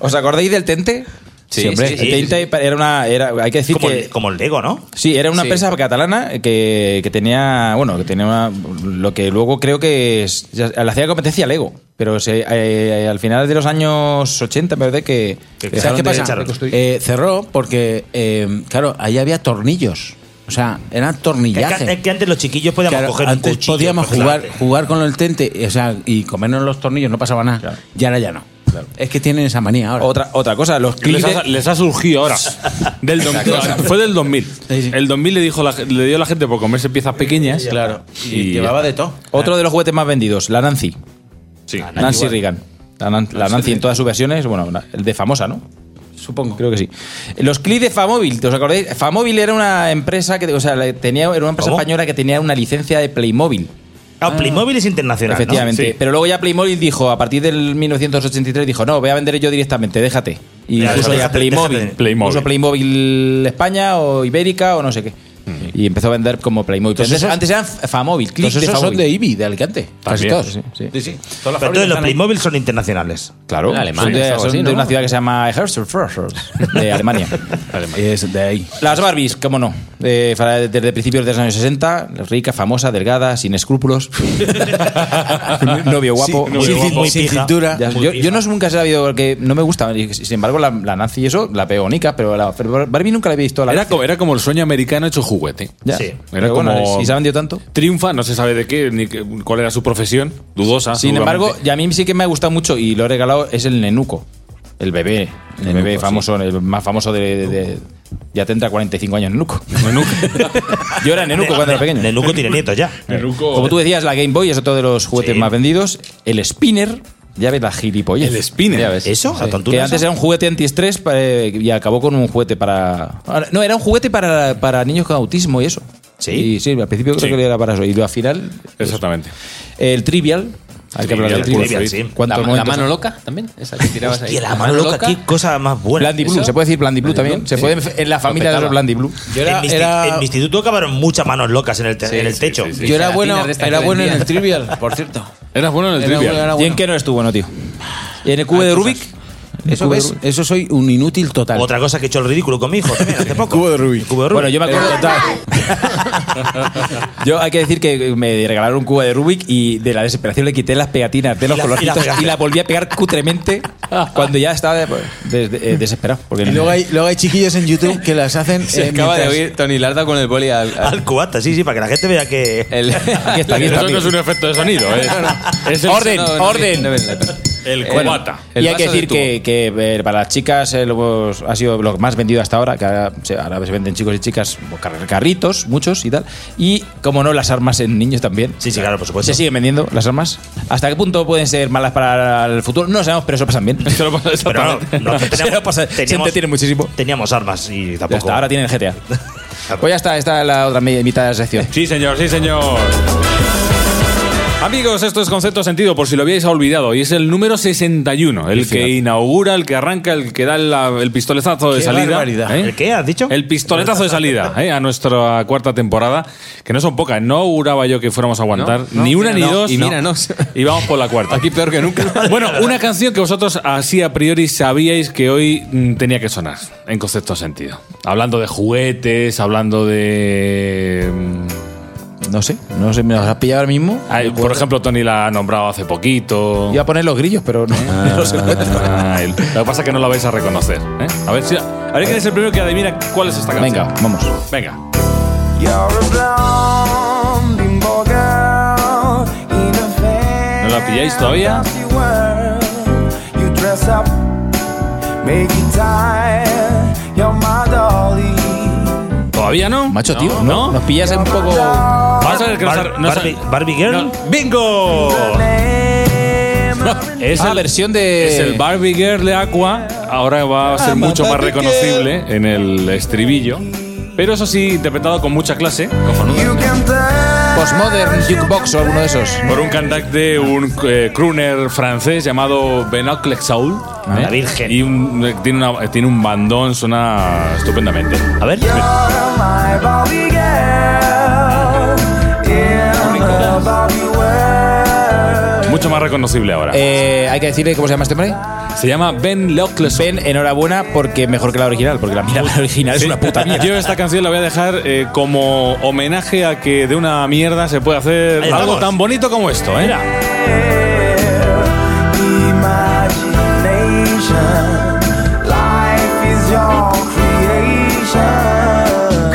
Speaker 9: ¿Os acordáis del Tente?
Speaker 8: Sí,
Speaker 9: hombre.
Speaker 8: sí, sí,
Speaker 9: el Tente era una. Era, hay que decir
Speaker 8: Como
Speaker 9: que.
Speaker 8: el- como el Lego, ¿no?
Speaker 9: Sí, era una
Speaker 8: Sí.
Speaker 9: empresa catalana que, que tenía, bueno, que tenía una- lo que luego creo que es- ya- le hacía competencia al Lego, pero se, eh, al final de los años 80 me parece que... que dejaron
Speaker 15: ¿Sabes qué
Speaker 9: de-
Speaker 15: pasa?
Speaker 9: reconstruir.
Speaker 15: Eh, cerró porque, eh, claro, ahí había tornillos. O sea, eran
Speaker 8: Es que,
Speaker 15: tornillaje.
Speaker 8: es que antes los chiquillos podíamos
Speaker 15: Claro,
Speaker 8: coger
Speaker 15: antes
Speaker 8: un cuchillo.
Speaker 15: podíamos
Speaker 8: pues,
Speaker 15: jugar,
Speaker 8: claro.
Speaker 15: jugar con el tente o sea, y comernos los tornillos, no pasaba nada. Y ahora ya no. Es que tienen esa manía ahora.
Speaker 9: Otra, otra cosa, los
Speaker 6: Les ha, les ha surgido ahora. Del dos-
Speaker 15: Exacto.
Speaker 6: o sea, fue del 2000. El 2000 le, dijo la ge- le dio a la gente por comerse piezas pequeñas. Claro.
Speaker 15: Y llevaba de todo.
Speaker 9: Otro de los juguetes más vendidos, la Nancy.
Speaker 6: Sí.
Speaker 9: Nancy Reagan. La, Nan- la Nancy en todas sus versiones, bueno, la- el de famosa, ¿no? Supongo. Creo que sí. Los clics de Famóvil, ¿os acordáis? Famóvil era una empresa que, o sea, la- tenía, era una empresa española que tenía una licencia de Playmobil.
Speaker 8: Ah, Playmobil es internacional. ¿no?
Speaker 9: Efectivamente.
Speaker 8: Sí.
Speaker 9: Pero luego ya Playmobil dijo, a partir del 1983, dijo, no, voy a vender yo directamente, déjate. Y
Speaker 8: Claro,
Speaker 9: puso ya
Speaker 8: déjate,
Speaker 9: Playmobil.
Speaker 8: déjate.
Speaker 6: Playmobil.
Speaker 9: Puso Playmobil España o Ibérica o no sé qué. Y empezó a vender como Playmobil. Pero
Speaker 15: Entonces
Speaker 9: antes,
Speaker 15: esos-
Speaker 9: antes eran F- Famóvil, clics
Speaker 15: Entonces
Speaker 9: de
Speaker 15: esos son
Speaker 9: Famóvil.
Speaker 15: de IBI, de Alicante. Casi
Speaker 9: También,
Speaker 15: todos.
Speaker 9: sí, sí.
Speaker 8: Pero entonces los Playmobil son internacionales.
Speaker 9: Claro, son de, son de una ciudad que se llama Herzogenaurach, de Alemania.
Speaker 15: Es de ahí.
Speaker 9: Las Barbies, cómo no. Eh, fa- desde principios de los años 60, rica, famosa, delgada, sin escrúpulos.
Speaker 6: Ah,
Speaker 9: Un novio guapo,
Speaker 15: Sí, novio Sin- guapo. sin
Speaker 9: pija.
Speaker 15: cintura.
Speaker 9: Ya,
Speaker 15: Muy
Speaker 9: yo,
Speaker 15: pija.
Speaker 9: yo no nunca he sabido porque no me gusta. y Sin embargo, la, la Nancy y eso la veo bonita, pero la pero Barbie nunca la he visto. a La
Speaker 6: Era como, era como el sueño americano hecho juguete.
Speaker 9: Ya. Sí. Pero bueno, si se ha vendido tanto.
Speaker 6: Triunfa, no se sabe de qué, ni qué- cuál era su profesión. Dudosa.
Speaker 9: Sin
Speaker 6: Ah, seguramente.
Speaker 9: embargo, y a mí sí que me ha gustado mucho y lo he regalado es el Nenuco, el bebé, el bebé famoso, el más famoso de, de- de- ya tendrá 45 años Nenuco. Yo era Nenuco cuando era pequeño.
Speaker 8: Nenuco tiene nietos ya.
Speaker 6: Nenuco-
Speaker 9: Como tú decías, la Game Boy es otro de los juguetes más vendidos, el Spinner, ya ves la gilipollas.
Speaker 6: El spinner. ¿Eso? ¿La tontura
Speaker 9: Que antes
Speaker 6: esa?
Speaker 9: era un juguete antiestrés pa- eh, y acabó con un juguete para ahora- no, era un juguete para, para niños con autismo y eso. Sí. sí, al principio creo
Speaker 6: Sí.
Speaker 9: que era para eso y al final
Speaker 6: Exactamente.
Speaker 9: el Trivial Hay que hablar
Speaker 10: yo
Speaker 9: del
Speaker 10: la
Speaker 9: trigo.
Speaker 10: Trivial, sí.
Speaker 9: ¿Cuántos
Speaker 10: La- la
Speaker 9: momentos-
Speaker 10: mano loca también, esa que tirabas ahí.
Speaker 9: Hostia, la mano loca, qué cosa más buena. Blandy Blue,
Speaker 10: Eso.
Speaker 9: se puede decir Blandy Blue
Speaker 10: Blandy
Speaker 9: también.
Speaker 10: Blue,
Speaker 9: Se
Speaker 10: sí.
Speaker 9: puede en la familia de los Blandy Blue.
Speaker 8: en, mi, insti- en mi instituto acabaron muchas manos locas en el, te- en el techo.
Speaker 9: sí. Yo era bueno-
Speaker 8: Gelatinas de
Speaker 9: era
Speaker 8: estas
Speaker 9: bueno en
Speaker 8: que
Speaker 9: el
Speaker 8: vendían.
Speaker 15: Trivial, por cierto.
Speaker 6: Eras bueno en el
Speaker 15: Era
Speaker 6: trivial.
Speaker 15: bueno, era
Speaker 9: ¿Y en qué no eres tú bueno, tío? ¿Y en el cubo de Rubik?
Speaker 15: Eso
Speaker 9: Cubo de
Speaker 15: ves, eso soy un inútil total.
Speaker 8: Otra cosa que he hecho el ridículo con mi hijo también, hace poco.
Speaker 15: Cubo de Rubik.
Speaker 8: Cubo de Rubik.
Speaker 9: Bueno, yo me acuerdo. Yo hay que decir que me regalaron un cubo de Rubik y de la desesperación le quité las pegatinas de los
Speaker 8: Y la- y la
Speaker 9: colorcitos y,
Speaker 8: pegaste.
Speaker 9: la volví a pegar cutremente cuando ya estaba de- de- de- eh, desesperado. Porque
Speaker 15: Y luego hay, luego hay chiquillos en YouTube que las hacen.
Speaker 10: Se
Speaker 15: eh,
Speaker 10: acaba de
Speaker 15: mientras-
Speaker 10: oír Tony Larda con el boli al,
Speaker 8: al cubata, sí, sí, para que la gente vea que.
Speaker 10: aquí
Speaker 6: está, aquí está, Eso no tío. es un efecto de sonido, ¿eh? Es el-
Speaker 9: orden,
Speaker 6: No, no,
Speaker 9: orden.
Speaker 6: no, no, no. El cubata.
Speaker 9: y hay que decir que, que, eh, para las chicas eh, lo- ha sido lo más vendido hasta ahora, que ahora se, ahora se venden chicos y chicas pues, car- carritos, muchos y tal. Y, como no, las armas en niños también. Sí, sí, claro, por supuesto. ¿Se siguen vendiendo las armas? ¿Hasta qué punto pueden ser malas para el futuro? No lo sabemos, pero eso pasan bien. Se lo pasan,
Speaker 8: Pero no, nosotros teníamos- teníamos-
Speaker 9: Siempre tiene muchísimo.
Speaker 8: Teníamos armas y
Speaker 9: Ya
Speaker 8: tampoco.
Speaker 9: está, ahora tiene el GTA. Pues ya está, está la otra media- mitad de la sección.
Speaker 6: Sí, señor, sí, señor. Amigos, esto es Concepto Sentido, por si lo habíais olvidado, y es el número 61, el que inaugura, el que arranca, el que da la- el pistoletazo de
Speaker 8: Qué
Speaker 6: salida. ¿eh?
Speaker 8: barbaridad. ¿El qué has dicho?
Speaker 6: El pistoletazo de salida ¿eh? a nuestra cuarta temporada, que no son pocas, no auguraba yo que fuéramos a aguantar
Speaker 10: No, no,
Speaker 6: ni una ni
Speaker 10: mira, no,
Speaker 6: dos.
Speaker 10: y
Speaker 6: no.
Speaker 10: míranos.
Speaker 6: Y vamos por la cuarta. Aquí
Speaker 10: peor que nunca.
Speaker 6: Bueno, una canción que vosotros así a priori sabíais que hoy mm, tenía que sonar, en concepto sentido. Hablando de juguetes, hablando de... mm,
Speaker 9: No sé, no sé, me las has pillado ahora mismo.
Speaker 6: Ay, por ejemplo, Tony la ha nombrado hace poquito.
Speaker 9: Iba a poner los grillos, pero no, no los encuentro.
Speaker 6: Ah, el- lo que pasa es que no la vais a reconocer. ¿eh? A ver si... A ver quién es el primero que adivina cuál es esta canción.
Speaker 9: Venga, vamos.
Speaker 6: Venga.
Speaker 7: ¿No
Speaker 6: la pilláis todavía?
Speaker 7: You dress up, make it tight, you're my dolly.
Speaker 6: ¿Todavía no?
Speaker 9: Macho, tío, ¿no? Nos pillas un poco.
Speaker 6: Vamos a ver que nos
Speaker 8: Bar-
Speaker 6: ha- nos ha-
Speaker 8: Barbie, Barbie Girl.
Speaker 6: no- ¡Bingo! Es
Speaker 9: Ah,
Speaker 6: el-
Speaker 9: versión de.
Speaker 6: Es el Barbie Girl de Aqua. Ahora va a ser mucho más reconocible en el estribillo. Pero eso sí, interpretado con mucha clase.
Speaker 9: Postmodern Jukebox o alguno de esos.
Speaker 6: Por un cantante, un eh, crooner francés llamado Benocle Saul. ¿eh?
Speaker 8: la Virgen.
Speaker 6: Y un- eh, tiene, una- eh, tiene un bandón, suena estupendamente. A ver.
Speaker 7: My Barbie girl, in a Barbie world.
Speaker 6: Mucho más reconocible ahora.
Speaker 9: Eh, hay que decirle cómo se llama este hombre.
Speaker 6: Se llama Ben Lockless.
Speaker 9: Ben, enhorabuena porque mejor que la original, porque la, mira, la original es
Speaker 6: Sí.
Speaker 9: una puta mierda.
Speaker 6: Yo esta canción la voy a dejar eh, como homenaje a que de una mierda se puede hacer
Speaker 8: Ahí
Speaker 6: algo
Speaker 8: estamos.
Speaker 6: tan bonito como esto, ¿eh?
Speaker 8: Mira.
Speaker 7: imagination. Life is your creation.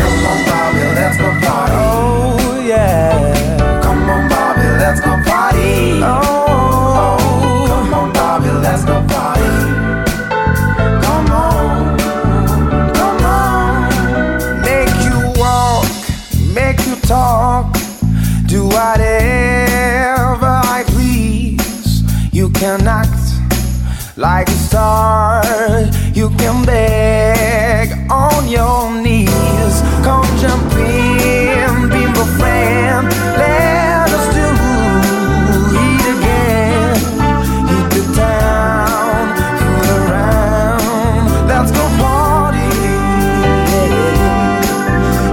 Speaker 7: Come on, Bobby, let's go party. Oh yeah. Come on, Bobby, let's go party. Oh. Come on, Bobby, let's go party. Come on, come on. Make you walk, make you talk, do whatever I please. You can act like a star. You can beg on your knees. Come jump in, be my friend. Let us do it again. Hit the town, fool around. Let's go party.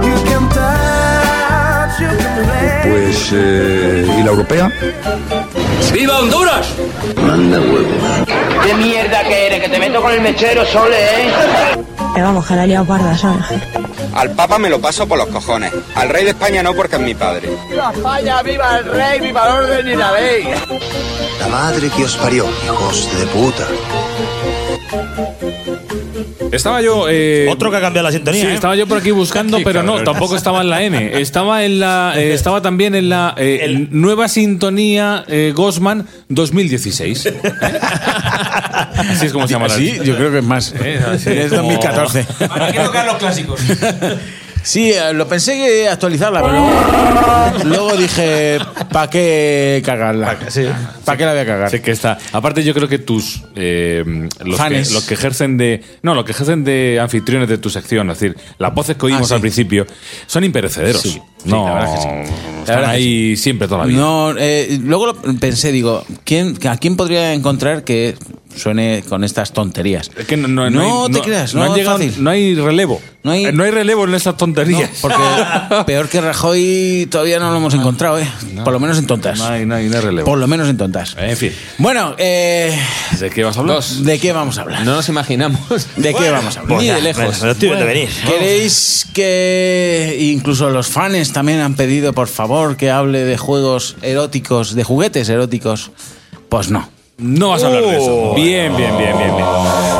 Speaker 7: You can touch, you can play.
Speaker 22: Pues, eh, ¿y la europea?
Speaker 7: ¡Viva Honduras!
Speaker 22: Manda huevo.
Speaker 7: ¿Qué mierda que eres? Que te meto con el mechero, Sole, ¿eh?
Speaker 24: Pero vamos, que la liado parda, ¿sabes?
Speaker 25: Al Papa me lo paso por los cojones. Al rey de España no porque es mi padre.
Speaker 7: ¡Viva España! ¡Viva el rey! ¡Viva el orden y la ley!
Speaker 26: La madre que os parió, hijos de puta.
Speaker 6: Estaba yo. eh,
Speaker 8: Otro que ha cambiado la sintonía.
Speaker 6: Sí,
Speaker 8: ¿eh?
Speaker 6: estaba yo por aquí buscando,
Speaker 8: Qué
Speaker 6: pero no,
Speaker 8: cabrón.
Speaker 6: tampoco estaba en la N. Estaba en la, eh, estaba también en la eh, nueva sintonía eh, Gosman 2016. ¿Eh? Así es como se llama.
Speaker 15: Sí, yo creo que es más.
Speaker 6: Eh, así
Speaker 15: es
Speaker 6: como-
Speaker 15: 2014.
Speaker 9: ¿Para qué tocar los clásicos?
Speaker 15: Sí, eh, lo pensé que actualizarla, pero luego, luego dije, ¿para qué cagarla? ¿Para qué la voy a cagar?
Speaker 6: Sí que está. Aparte, yo creo que tus. eh, los, que,
Speaker 15: Fans.
Speaker 6: los que ejercen de. No, los que ejercen de anfitriones de tu sección, es decir, las voces que oímos
Speaker 15: Ah, sí.
Speaker 6: al principio, son imperecederos.
Speaker 15: Sí, sí,
Speaker 6: no,
Speaker 15: la verdad que sí. La
Speaker 6: Están
Speaker 15: verdad que
Speaker 6: ahí siempre toda la vida.
Speaker 15: No, eh, luego lo pensé, digo, ¿quién, ¿a quién podría encontrar que suene con estas tonterías?
Speaker 6: Es que no, no-
Speaker 15: No
Speaker 6: hay-
Speaker 15: te creas, no
Speaker 6: han
Speaker 15: es
Speaker 6: llegado-
Speaker 15: fácil.
Speaker 6: no hay relevo.
Speaker 15: No hay,
Speaker 6: Eh, no hay relevo en esas tonterías.
Speaker 15: porque peor que Rajoy todavía no lo hemos encontrado, ¿eh? Por lo menos en tontas.
Speaker 6: No hay, no hay, no hay relevo.
Speaker 15: Por lo menos en tontas.
Speaker 6: En fin.
Speaker 15: Bueno, eh,
Speaker 6: ¿De qué vas a hablar?
Speaker 15: ¿de qué vamos a hablar?
Speaker 27: No nos imaginamos.
Speaker 15: ¿De qué
Speaker 27: Bueno,
Speaker 15: vamos a hablar?
Speaker 27: pues ya, me lo estoy viendo venir.
Speaker 15: ¿Queréis que incluso los fans también han pedido, por favor, que hable de juegos eróticos, de juguetes eróticos? Pues no.
Speaker 6: No vas a hablar de eso. Bien, bien, bien, bien, bien.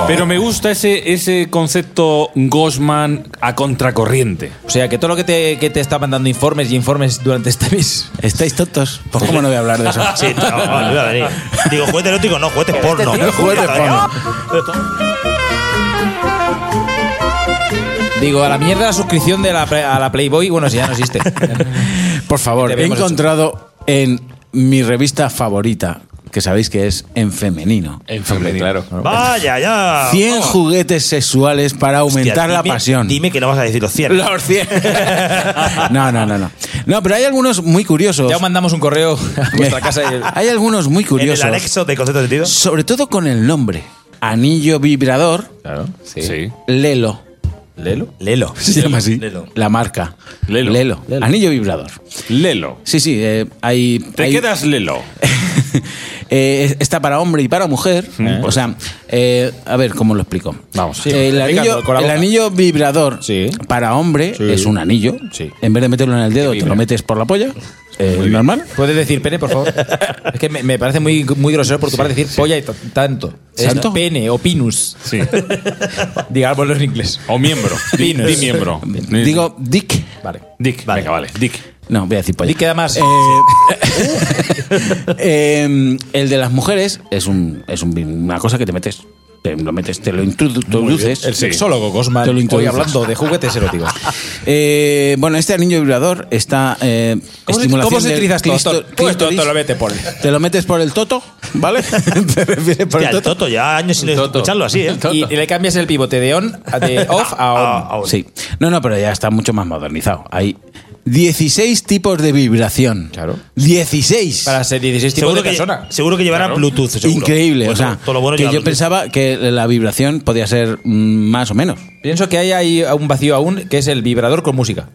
Speaker 6: Pero me gusta ese, ese concepto Gosman a contracorriente.
Speaker 9: O sea, que todo lo que te, que te está mandando informes y informes durante este mes.
Speaker 15: ¿Estáis tontos? Pues cómo no voy a hablar de eso.
Speaker 8: Sí, no, no iba a venir. Digo, juguete erótico, no, juguete
Speaker 9: Este
Speaker 8: porno.
Speaker 15: tío- Juguete porno.
Speaker 9: Digo, a la mierda la suscripción de la, pre- a la Playboy, bueno, si ya no existe.
Speaker 15: Por favor,
Speaker 9: Te
Speaker 15: he
Speaker 9: habíamos hecho.
Speaker 15: encontrado en mi revista favorita, que sabéis que es en femenino.
Speaker 6: En femenino. Claro.
Speaker 8: Vaya, ya.
Speaker 15: 100 juguetes sexuales para aumentar
Speaker 8: Hostia,
Speaker 15: la
Speaker 8: dime-
Speaker 15: pasión.
Speaker 8: Dime que no vas a decir los 100.
Speaker 15: Los 100. No, no, no, no. No, pero hay algunos muy curiosos.
Speaker 9: Ya mandamos un correo a vuestra casa. y-
Speaker 15: Hay algunos muy curiosos.
Speaker 8: En el anexo de concepto de sentido.
Speaker 15: Sobre todo con el nombre. Anillo vibrador,
Speaker 9: Claro, sí.
Speaker 15: Lelo.
Speaker 9: ¿Lelo?
Speaker 8: Lelo.
Speaker 15: Se llama así.
Speaker 8: Lelo.
Speaker 15: La marca.
Speaker 6: Lelo.
Speaker 15: Lelo.
Speaker 6: Lelo.
Speaker 15: Anillo vibrador.
Speaker 6: Lelo.
Speaker 15: Sí, sí. eh, hay,
Speaker 6: Te
Speaker 15: hay-
Speaker 6: quedas Lelo.
Speaker 15: Eh, está para hombre y para mujer. O sea, eh, a ver, ¿cómo lo explico? Eh,
Speaker 6: Vamos.
Speaker 15: el, anillo,
Speaker 9: explicando, con la
Speaker 15: el
Speaker 9: boca.
Speaker 15: anillo vibrador para hombre es un anillo. En vez de meterlo en el dedo, te lo metes por la polla. eh, normal.
Speaker 9: ¿Puedes decir pene, por favor? es que me, me parece muy, muy grosero por tu parte decir polla y t- tanto. Es
Speaker 15: ¿Santo?
Speaker 9: pene o pinus.
Speaker 6: Sí.
Speaker 9: Digámoslo en inglés.
Speaker 6: O miembro. Di,
Speaker 9: Dinos.
Speaker 6: di miembro.
Speaker 15: Digo, dick.
Speaker 9: Vale.
Speaker 6: Dick. Venga, vale. Dick.
Speaker 15: No, voy a decir polla.
Speaker 9: Y queda más.
Speaker 15: Eh, eh, el de las mujeres es, un, es un- una cosa que te metes. Te lo metes, te lo introdu- introduces.
Speaker 9: El sexólogo Gosman
Speaker 15: Te lo
Speaker 9: hoy
Speaker 15: introduces.
Speaker 9: hablando de juguetes eróticos.
Speaker 15: Eh, bueno, este anillo vibrador está eh,
Speaker 9: ¿Cómo se-
Speaker 15: estimulación
Speaker 9: cómo se
Speaker 15: del
Speaker 9: utiliza esto?
Speaker 15: clisto-
Speaker 9: Esto- pues esto
Speaker 15: clítoris.
Speaker 9: te lo mete por-
Speaker 15: Te lo metes por el toto, ¿vale? Te refieres por
Speaker 8: Hostia,
Speaker 15: el
Speaker 8: el
Speaker 15: toto.
Speaker 8: Toto, ya años sin escucharlo así, ¿eh?
Speaker 9: Y, y le cambias el pivote de on, a- de off
Speaker 8: Ah,
Speaker 9: a on.
Speaker 15: Sí. No, no, pero ya está mucho más modernizado. Hay 16 tipos de vibración. Claro. 16.
Speaker 9: Para ser 16 tipos de
Speaker 8: Seguro que,
Speaker 9: persona.
Speaker 8: seguro que llevará Bluetooth. seguro.
Speaker 15: Increíble,
Speaker 8: Pues
Speaker 15: o sea,
Speaker 8: todo lo bueno
Speaker 15: que yo
Speaker 8: lleva Bluetooth.
Speaker 15: pensaba que la vibración podía ser mm, más o menos.
Speaker 9: Pienso que hay, hay un vacío aún, que es el vibrador con música.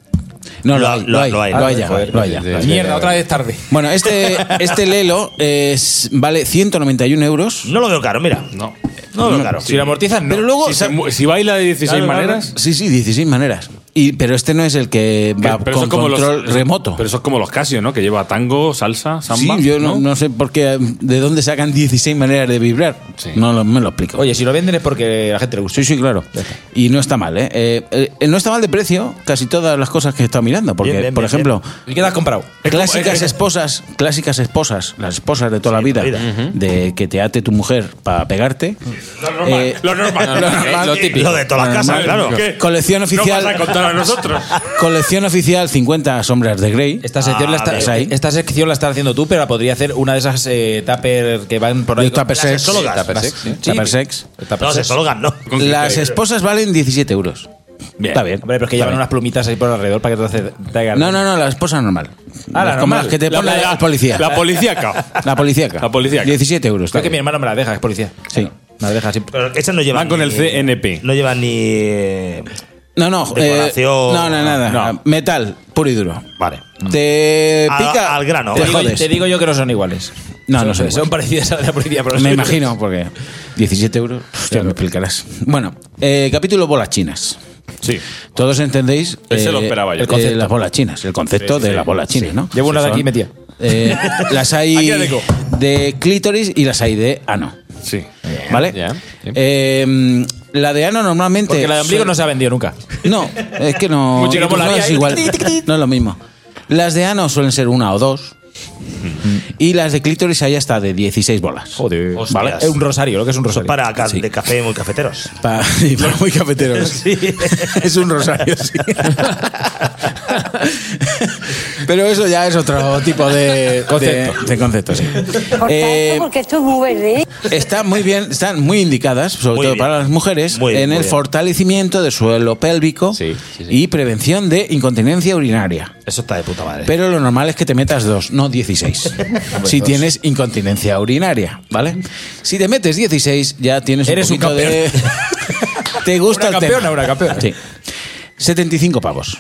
Speaker 15: No, lo,
Speaker 8: Lo-
Speaker 15: hay,
Speaker 8: lo-
Speaker 15: lo hay,
Speaker 8: lo hay,
Speaker 15: lo hay ya,
Speaker 9: Joder,
Speaker 15: lo hay ya.
Speaker 9: Pues Mierda, otra vez tarde.
Speaker 15: Bueno, este, este Lelo es- vale 191 euros.
Speaker 8: No lo veo caro, mira.
Speaker 6: No.
Speaker 8: No lo veo caro.
Speaker 9: Si lo amortizas, no.
Speaker 15: Pero luego.
Speaker 6: Si, se mu- si baila de 16
Speaker 15: Claro, claro.
Speaker 6: maneras.
Speaker 15: Sí, sí, 16 maneras. Y, pero este no es el que va
Speaker 6: que- pero eso
Speaker 15: con
Speaker 6: es como los-
Speaker 15: control remoto.
Speaker 6: Pero eso es como los Casio, ¿no? Que lleva tango, salsa,
Speaker 15: Sí,
Speaker 6: samba.
Speaker 15: yo no, no sé por qué, de dónde sacan 16 maneras de vibrar.
Speaker 6: Sí.
Speaker 15: No lo- me lo explico.
Speaker 9: Oye, si lo venden es porque a la gente le gusta.
Speaker 15: Sí, sí, claro. Y no está mal, ¿eh? Eh, eh, eh, No está mal de precio casi todas las cosas que he estado mirando. Porque,
Speaker 8: Bien, bien,
Speaker 15: por
Speaker 8: bien,
Speaker 15: ejemplo,
Speaker 9: ¿Y qué te has comprado?
Speaker 15: clásicas
Speaker 6: es-
Speaker 15: esposas, clásicas esposas, las esposas de toda
Speaker 8: Sí,
Speaker 15: la vida,
Speaker 8: de la vida.
Speaker 15: de que te ate tu mujer para pegarte. Eh,
Speaker 6: Lo normal.
Speaker 27: No, no, no, lo típico.
Speaker 8: Lo de todas las casas, claro.
Speaker 6: ¿Qué?
Speaker 15: Colección oficial.
Speaker 6: No vas a contar a nosotros.
Speaker 15: Colección oficial 50 sombras de Grey.
Speaker 9: Esta sección,
Speaker 8: Ah,
Speaker 9: la está-
Speaker 8: ves
Speaker 15: ahí.
Speaker 9: esta sección la estás haciendo tú, pero la podría hacer una de esas eh, tupper que van por ahí.
Speaker 15: De tupper sex.
Speaker 8: Solo
Speaker 15: Sí,
Speaker 8: gas.
Speaker 27: Tuppersex, sí.
Speaker 9: Sí,
Speaker 15: Tupper sex.
Speaker 9: tupper
Speaker 8: No, se
Speaker 9: sex.
Speaker 8: solo gas, no.
Speaker 15: Las esposas valen 17 euros.
Speaker 6: Bien.
Speaker 15: Está bien.
Speaker 9: Hombre, pero es que
Speaker 15: Está
Speaker 9: llevan
Speaker 15: bien.
Speaker 9: unas plumitas ahí por alrededor para que te hace- te haga-
Speaker 15: No, no, no, la esposa normal.
Speaker 9: Ah, la
Speaker 15: Las como
Speaker 9: normal.
Speaker 15: las que te
Speaker 6: La-
Speaker 15: pone la,
Speaker 6: la- la-
Speaker 15: policía.
Speaker 6: La policíaca.
Speaker 15: La policía.
Speaker 6: La policíaca.
Speaker 15: 17 euros. está
Speaker 9: Creo que mi
Speaker 15: bien.
Speaker 9: hermano me la deja, es policía.
Speaker 15: Sí.
Speaker 9: Me la deja siempre.
Speaker 8: Pero esas no llevan.
Speaker 6: Van con el
Speaker 8: ni-
Speaker 6: CNP.
Speaker 8: No llevan ni.
Speaker 15: No, no. eh,
Speaker 8: Decoración.
Speaker 15: no, no, nada.
Speaker 6: No.
Speaker 15: Metal, puro y duro.
Speaker 8: Vale.
Speaker 15: Te
Speaker 8: A-
Speaker 15: pica.
Speaker 8: al grano.
Speaker 15: Te,
Speaker 9: Mm. Te digo,
Speaker 15: jodes.
Speaker 9: te digo yo que no son iguales.
Speaker 15: No,
Speaker 9: son,
Speaker 15: no son
Speaker 9: Son
Speaker 15: iguales.
Speaker 9: parecidas a la de la policía, pero no
Speaker 15: Me
Speaker 9: son
Speaker 15: imagino, porque 17 euros. Hostia, me explicarás. Bueno, eh, capítulo bolas chinas.
Speaker 6: Sí.
Speaker 15: Todos entendéis. eh,
Speaker 6: Ese lo esperaba yo.
Speaker 15: El concepto. las bolas chinas. El concepto
Speaker 6: Sí, sí,
Speaker 15: de
Speaker 6: sí.
Speaker 15: las bolas chinas, ¿no?
Speaker 9: iguales. Eh, Llevo una de
Speaker 15: Son-
Speaker 9: aquí metida.
Speaker 15: Eh, las
Speaker 6: Aquí
Speaker 15: hay
Speaker 6: la tengo.
Speaker 15: de clítoris y las hay de ano.
Speaker 6: Sí.
Speaker 15: ¿Vale?
Speaker 27: ya, sí.
Speaker 15: Eh, la de ano normalmente.
Speaker 9: Porque la de ombligo no se ha vendido nunca.
Speaker 15: No, es que no.
Speaker 6: Mucho que
Speaker 15: no
Speaker 6: molaría.
Speaker 15: es igual. No es lo mismo. Las de ano suelen ser una o dos. Y las de clítoris hay hasta de 16 bolas. Joder. ¿Vale?
Speaker 8: Hostias.
Speaker 15: Es un rosario, lo que es un
Speaker 8: Eso
Speaker 15: rosario.
Speaker 8: para ca- de café muy cafeteros.
Speaker 15: Pa- y para muy cafeteros. es un rosario, sí. Pero eso ya es otro tipo de concepto. De, de concepto, sí.
Speaker 11: Corta
Speaker 15: Eh,
Speaker 11: esto porque esto es muy verde. eh.
Speaker 15: Están muy bien, están muy indicadas, sobre todo para las mujeres, en
Speaker 8: muy
Speaker 15: el
Speaker 8: bien.
Speaker 15: fortalecimiento del suelo pélvico y prevención de incontinencia urinaria.
Speaker 8: Eso está de puta madre.
Speaker 15: Pero lo normal es que te metas dos, no 16. si
Speaker 8: dos.
Speaker 15: tienes incontinencia urinaria, ¿vale? Si te metes 16, ya tienes
Speaker 12: Eres
Speaker 15: un
Speaker 12: un
Speaker 15: poquito de. te
Speaker 12: Una
Speaker 15: gusta el
Speaker 12: campeona,
Speaker 15: tema.
Speaker 12: una campeona.
Speaker 15: Sí. 75 pavos.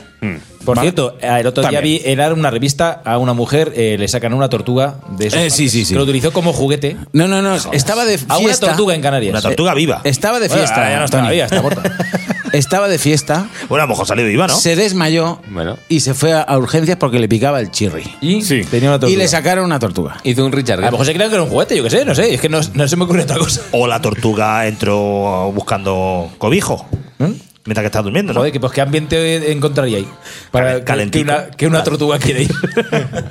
Speaker 12: Por
Speaker 15: ¿Vale?
Speaker 12: cierto, eh, el otro día vi
Speaker 15: También.
Speaker 12: en una revista a una mujer eh, le sacan una tortuga de esos
Speaker 15: Eh, sí,
Speaker 12: parques,
Speaker 15: sí, sí.
Speaker 12: que lo utilizó como juguete.
Speaker 15: No, no, no. Estaba de
Speaker 12: A una
Speaker 15: fiesta.
Speaker 12: tortuga en Canarias.
Speaker 15: Una tortuga
Speaker 12: Eh,
Speaker 15: viva. Estaba de
Speaker 12: Bueno,
Speaker 15: fiesta,
Speaker 12: ahora ya no está
Speaker 15: Tony.
Speaker 12: viva, está muerta.
Speaker 15: Estaba de fiesta.
Speaker 8: Bueno, a lo mejor salió viva, ¿no?
Speaker 15: Se desmayó
Speaker 10: Bueno.
Speaker 15: y se fue a, a urgencias porque le picaba el chirri.
Speaker 12: Eh, Y tenía una
Speaker 15: Y
Speaker 12: tortuga.
Speaker 15: le sacaron una tortuga.
Speaker 10: Hizo un Richard.
Speaker 12: A lo mejor se creían que era un juguete, yo qué sé, no sé. Es que no, no se me ocurre otra cosa.
Speaker 8: O la tortuga entró buscando cobijo. Mientras que está durmiendo, ¿no?
Speaker 12: Joder, que, pues qué ambiente encontraría ahí. Para que- que
Speaker 8: calentito.
Speaker 12: una, que una tortuga quiere ir.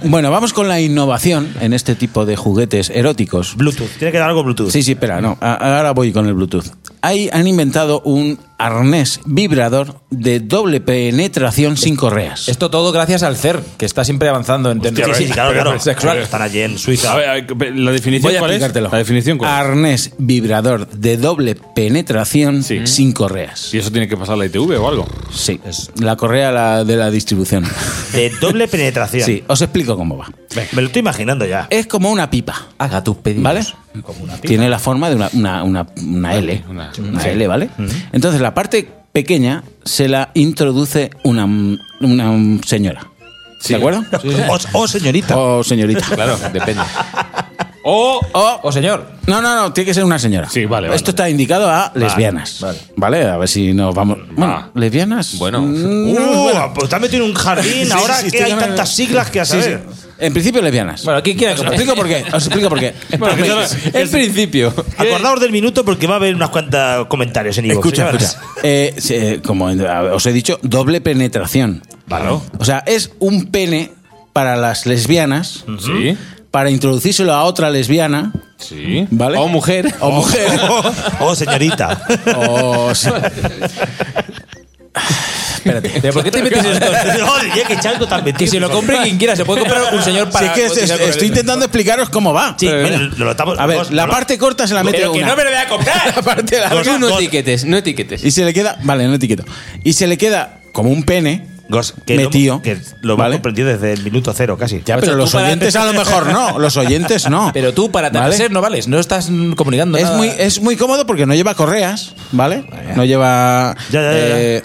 Speaker 15: Bueno, vamos con la innovación en este tipo de juguetes eróticos.
Speaker 8: Bluetooth. Tiene que dar algo Bluetooth.
Speaker 15: Sí, sí, espera, no. a- Ah, Ahora voy con el Bluetooth. Ahí han inventado un arnés vibrador de doble penetración sin correas.
Speaker 12: Esto todo gracias al CERN, que está siempre avanzando en tendencia
Speaker 8: sí, sí, claro, claro.
Speaker 12: sexual.
Speaker 8: Están allí en Suiza.
Speaker 6: A ver, a ver, la definición
Speaker 15: Voy a
Speaker 6: cuál es?
Speaker 15: explicártelo.
Speaker 6: La definición cuál es?
Speaker 15: Arnés vibrador de doble penetración sin correas.
Speaker 6: Y eso tiene que pasar la ITV o algo.
Speaker 15: Sí, la correa la de la distribución.
Speaker 8: De doble penetración.
Speaker 15: Sí, os explico cómo va.
Speaker 8: Me lo estoy imaginando ya.
Speaker 15: Es como una pipa.
Speaker 12: Haga tus pedidos.
Speaker 15: ¿Vale? Tiene la forma de una, una- una- una L.
Speaker 6: Una-
Speaker 15: Una,
Speaker 6: sí.
Speaker 15: L, ¿vale? Entonces la parte pequeña se la introduce una, una señora. ¿De acuerdo?
Speaker 8: O, o Oh, señorita.
Speaker 15: O señorita.
Speaker 10: Claro, depende.
Speaker 6: O,
Speaker 15: o,
Speaker 12: señor.
Speaker 15: No, no, no, tiene que ser una señora. Sí,
Speaker 6: vale.
Speaker 15: Esto está indicado a lesbianas. Vale. A ver si nos vamos. Bueno, lesbianas. mm,
Speaker 10: Bueno.
Speaker 8: Uh, pues te has metido en un jardín. ahora que hay tantas siglas que a
Speaker 15: Sí, sí.
Speaker 8: saber.
Speaker 15: En principio lesbianas.
Speaker 12: Bueno, ¿quién quiere?
Speaker 15: Os explico por qué. Os explico por qué.
Speaker 8: Bueno, que ya-
Speaker 10: En principio.
Speaker 8: Acordaos del minuto porque va a haber unas cuantas comentarios en iVoox.
Speaker 15: Escucha,
Speaker 8: Ya verás.
Speaker 15: escucha. Eh, sí, eh, como en- a- os he dicho, doble penetración.
Speaker 8: Claro.
Speaker 15: O sea, es un pene para las lesbianas.
Speaker 6: Sí.
Speaker 15: Para introducírselo a otra lesbiana.
Speaker 6: Sí.
Speaker 15: ¿Vale?
Speaker 10: O mujer.
Speaker 15: O mujer.
Speaker 8: Oh, señorita.
Speaker 15: o se- Espérate.
Speaker 12: ¿Pero por qué te metes en esto?
Speaker 8: Oye, que chango tan metido.
Speaker 12: Que se lo compre quien quiera, se puede comprar un señor
Speaker 15: Si
Speaker 12: para.
Speaker 15: es que es-
Speaker 12: cotizar con
Speaker 15: estoy
Speaker 12: él.
Speaker 15: intentando explicaros cómo va.
Speaker 8: Sí,
Speaker 15: Pero,
Speaker 8: bueno,
Speaker 15: mira,
Speaker 8: lo estamos-
Speaker 15: a ver,
Speaker 8: vamos,
Speaker 15: la
Speaker 8: ¿no?
Speaker 15: parte corta se la mete
Speaker 12: Pero que
Speaker 15: una.
Speaker 12: no me lo voy a comprar.
Speaker 15: La parte larga-
Speaker 10: Tú no etiquetes, no etiquetes.
Speaker 15: Y se le queda. Vale, no etiqueto. Y se le queda como un pene.
Speaker 8: Gos, que
Speaker 15: Metido.
Speaker 8: Lo, que lo hemos
Speaker 15: Vale.
Speaker 8: comprendido desde el minuto cero casi.
Speaker 15: Ya, pero
Speaker 12: Pues tú
Speaker 15: los
Speaker 12: para-
Speaker 15: oyentes a lo mejor no. Los oyentes no.
Speaker 12: Pero tú, para
Speaker 15: ¿Vale?
Speaker 12: ser no vales, no estás mm, comunicando
Speaker 15: Es
Speaker 12: nada.
Speaker 15: muy, es muy cómodo porque no lleva correas, ¿vale? No lleva.
Speaker 8: Ya, ya, ya, ya.
Speaker 15: eh,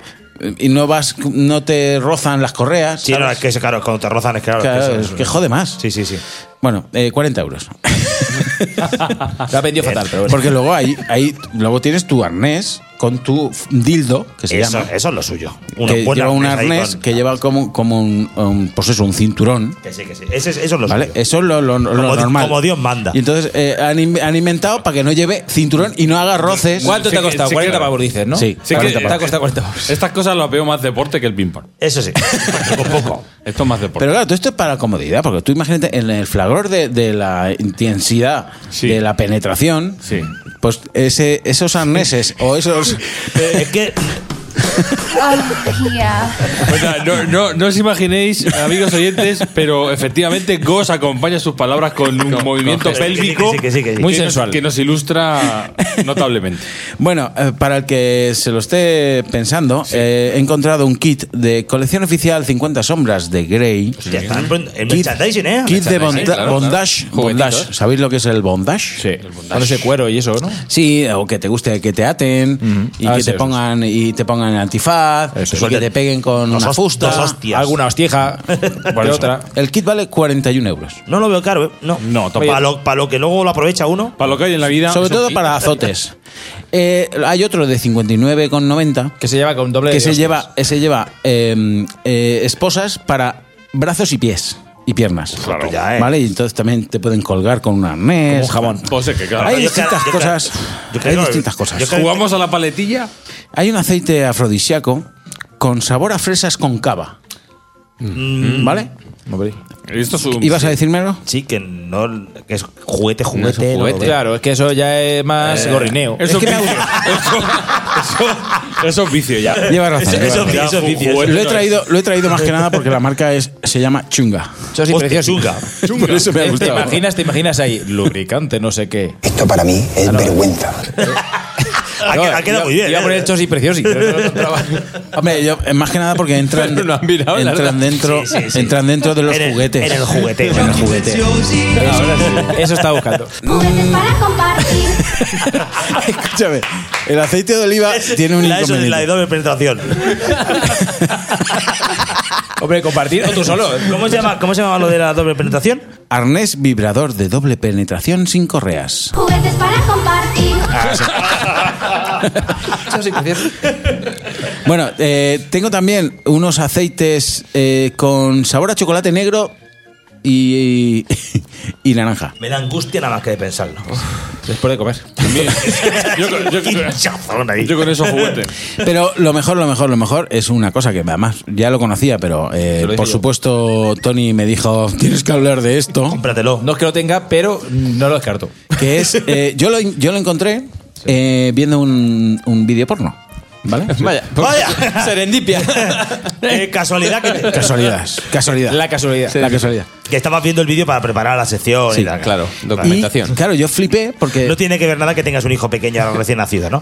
Speaker 15: y no vas, no te rozan las correas.
Speaker 8: Sí,
Speaker 15: ¿sabes?
Speaker 8: no, es que claro, cuando te rozan es que claro.
Speaker 15: Claro,
Speaker 8: que
Speaker 15: es
Speaker 8: eso-
Speaker 15: que jode más.
Speaker 8: Sí, sí, sí.
Speaker 15: Bueno, eh, 40 euros.
Speaker 12: La vendió fatal, pero bueno.
Speaker 15: Porque luego ahí, ahí luego tienes tu arnés con tu f- dildo, que se
Speaker 8: Eso,
Speaker 15: llama.
Speaker 8: eso es lo suyo. Una
Speaker 15: que
Speaker 8: buena
Speaker 15: lleva un
Speaker 8: ahí
Speaker 15: arnés
Speaker 8: con-
Speaker 15: que lleva como, como un, un- pues eso, un cinturón.
Speaker 8: Que sí, que sí. Ese es- eso es lo
Speaker 15: ¿Vale?
Speaker 8: suyo.
Speaker 15: Eso es lo, lo- lo
Speaker 8: Como di-
Speaker 15: normal.
Speaker 8: como Dios manda.
Speaker 15: Y entonces eh, han, in- han inventado para que no lleve cinturón y no haga roces.
Speaker 12: ¿Cuánto
Speaker 6: Sí
Speaker 12: te ha
Speaker 6: que-
Speaker 12: costado?
Speaker 6: sí que-
Speaker 12: 40 pavos, dices, ¿no?
Speaker 15: Sí,
Speaker 6: Sí,
Speaker 12: 40
Speaker 6: que-
Speaker 12: pavos. Te ha costado 40 pavos.
Speaker 6: Estas cosas las veo más deporte que el ping-pong.
Speaker 8: Eso sí.
Speaker 6: Poco a poco. Esto es más deporte.
Speaker 15: Pero claro, todo esto es para comodidad, porque tú imagínate en el flagor de, de la intensidad de la penetración,
Speaker 6: Sí.
Speaker 15: pues ese, esos arneses o esos.
Speaker 8: es que
Speaker 6: O sea, no, no- no os imaginéis, amigos oyentes, pero efectivamente Goss acompaña sus palabras con un movimiento
Speaker 8: que sí,
Speaker 6: pélvico
Speaker 8: que sí, que sí, que sí.
Speaker 6: muy
Speaker 8: Que nos-
Speaker 6: sensual que nos ilustra notablemente.
Speaker 15: Bueno, eh, para el que se lo esté pensando, eh, he encontrado un kit de colección oficial 50 sombras de Grey.
Speaker 8: ya están en- en
Speaker 15: Kit,
Speaker 8: merchandising, ¿eh?
Speaker 15: kit de bonda-
Speaker 8: Merchandising, claro.
Speaker 15: bondage, bondage. ¿Sabéis lo que es el bondage?
Speaker 6: Sí.
Speaker 12: Con ese cuero y eso, ¿no?
Speaker 15: Sí, o que te guste que te aten y
Speaker 12: Ah,
Speaker 15: que
Speaker 12: sí,
Speaker 15: te
Speaker 12: eso
Speaker 15: pongan y te pongan el antifaz y que te peguen con
Speaker 8: Dos
Speaker 15: una
Speaker 8: host-
Speaker 15: fusta.
Speaker 8: dos hostias.
Speaker 12: Alguna hostieja. Por otra.
Speaker 15: El kit vale 41 euros.
Speaker 8: No lo veo caro, ¿eh? No.
Speaker 6: No, tampoco.
Speaker 8: Para lo, pa' lo que luego lo aprovecha uno.
Speaker 6: Para lo que hay en la vida.
Speaker 15: Sobre
Speaker 6: es un
Speaker 15: todo
Speaker 6: kit.
Speaker 15: para azotes. Eh, hay otro de 59,90
Speaker 12: Que se lleva con doble.
Speaker 15: que
Speaker 12: de
Speaker 15: se
Speaker 12: hostias.
Speaker 15: lleva, se lleva eh, eh, esposas para brazos y pies y piernas.
Speaker 8: Pues ya, ¿eh?
Speaker 15: ¿Vale? Y entonces también te pueden colgar con un arnés.
Speaker 12: Como un jamón.
Speaker 6: Pues es que, claro.
Speaker 15: Hay
Speaker 8: Yo creo-
Speaker 15: distintas
Speaker 8: yo creo-
Speaker 15: cosas.
Speaker 8: yo creo
Speaker 15: Hay
Speaker 8: que-
Speaker 15: distintas cosas.
Speaker 8: yo creo-
Speaker 6: Jugamos a la paletilla.
Speaker 15: Hay un aceite afrodisíaco con sabor a fresas con cava. ¿Vale?
Speaker 6: Esto es un-
Speaker 15: ¿Ibas a decirme algo?
Speaker 8: Sí, que no. Que es juguete, juguete.
Speaker 15: No es un
Speaker 8: no lo
Speaker 15: juguete.
Speaker 8: veo.
Speaker 9: Claro, es que eso ya es más
Speaker 8: Eh,
Speaker 9: gorrineo.
Speaker 8: eso
Speaker 9: es que
Speaker 8: que-
Speaker 9: me ha-
Speaker 6: Eso es vicio ya.
Speaker 15: Lleva razón. lleva razón.
Speaker 6: Ya, ju- juguete
Speaker 15: Lo he
Speaker 6: no
Speaker 15: traído,
Speaker 6: es.
Speaker 15: lo he traído más que nada porque la marca es, se llama Chunga.
Speaker 9: Eso es precioso.
Speaker 15: Por eso me ha gustado.
Speaker 9: Te imaginas, te imaginas ahí, lubricante, no sé qué.
Speaker 5: Esto para mí es vergüenza.
Speaker 8: Ha,
Speaker 9: No,
Speaker 8: que- ha quedado
Speaker 9: yo-
Speaker 8: muy bien.
Speaker 9: yo iba a
Speaker 8: ¿eh?
Speaker 9: poner chosi preciosi.
Speaker 15: Hombre, yo, eh, más que nada porque entran,
Speaker 9: la
Speaker 15: entran,
Speaker 9: verdad.
Speaker 15: dentro,
Speaker 9: Sí, sí, sí.
Speaker 15: entran dentro de los juguetes.
Speaker 9: en el jugueteo.
Speaker 15: En el jugueteo.
Speaker 9: Eso estaba buscando.
Speaker 11: para compartir.
Speaker 15: Escúchame, el aceite de oliva Ah, tiene un
Speaker 8: La, eso de
Speaker 15: inconveniente.
Speaker 8: la de doble penetración.
Speaker 9: Hombre, compartir o tú solo.
Speaker 8: ¿Cómo se llama, cómo se llama lo de la doble penetración?
Speaker 15: Arnés vibrador de doble penetración sin correas.
Speaker 11: Juguetes para compartir.
Speaker 9: Ah.
Speaker 15: Bueno, eh, tengo también unos aceites eh, con sabor a chocolate negro y, y naranja.
Speaker 8: Me da angustia nada más que de pensarlo.
Speaker 9: Después de comer.
Speaker 8: Yo
Speaker 6: con eso juguete.
Speaker 15: Pero lo mejor, lo mejor, lo mejor es una cosa que además ya lo conocía, pero eh,
Speaker 9: Te lo dije
Speaker 15: por
Speaker 9: yo.
Speaker 15: supuesto Tony me dijo, tienes que hablar de esto.
Speaker 8: Cómpratelo.
Speaker 9: No es que lo tenga, pero no lo descarto.
Speaker 15: Que es, eh, yo, lo, yo lo encontré eh, viendo un, un vídeo porno. ¿Vale?
Speaker 9: Vaya.
Speaker 8: Vaya.
Speaker 9: Serendipia.
Speaker 8: Eh, casualidad que te-
Speaker 15: Casualidad, casualidad.
Speaker 9: La casualidad.
Speaker 15: La casualidad.
Speaker 8: Que estabas viendo el vídeo para preparar la sección
Speaker 15: Sí,
Speaker 8: y tal.
Speaker 15: claro,
Speaker 8: documentación.
Speaker 15: Claro, yo flipé porque
Speaker 8: No tiene que ver nada que tengas un hijo pequeño recién nacido, ¿no?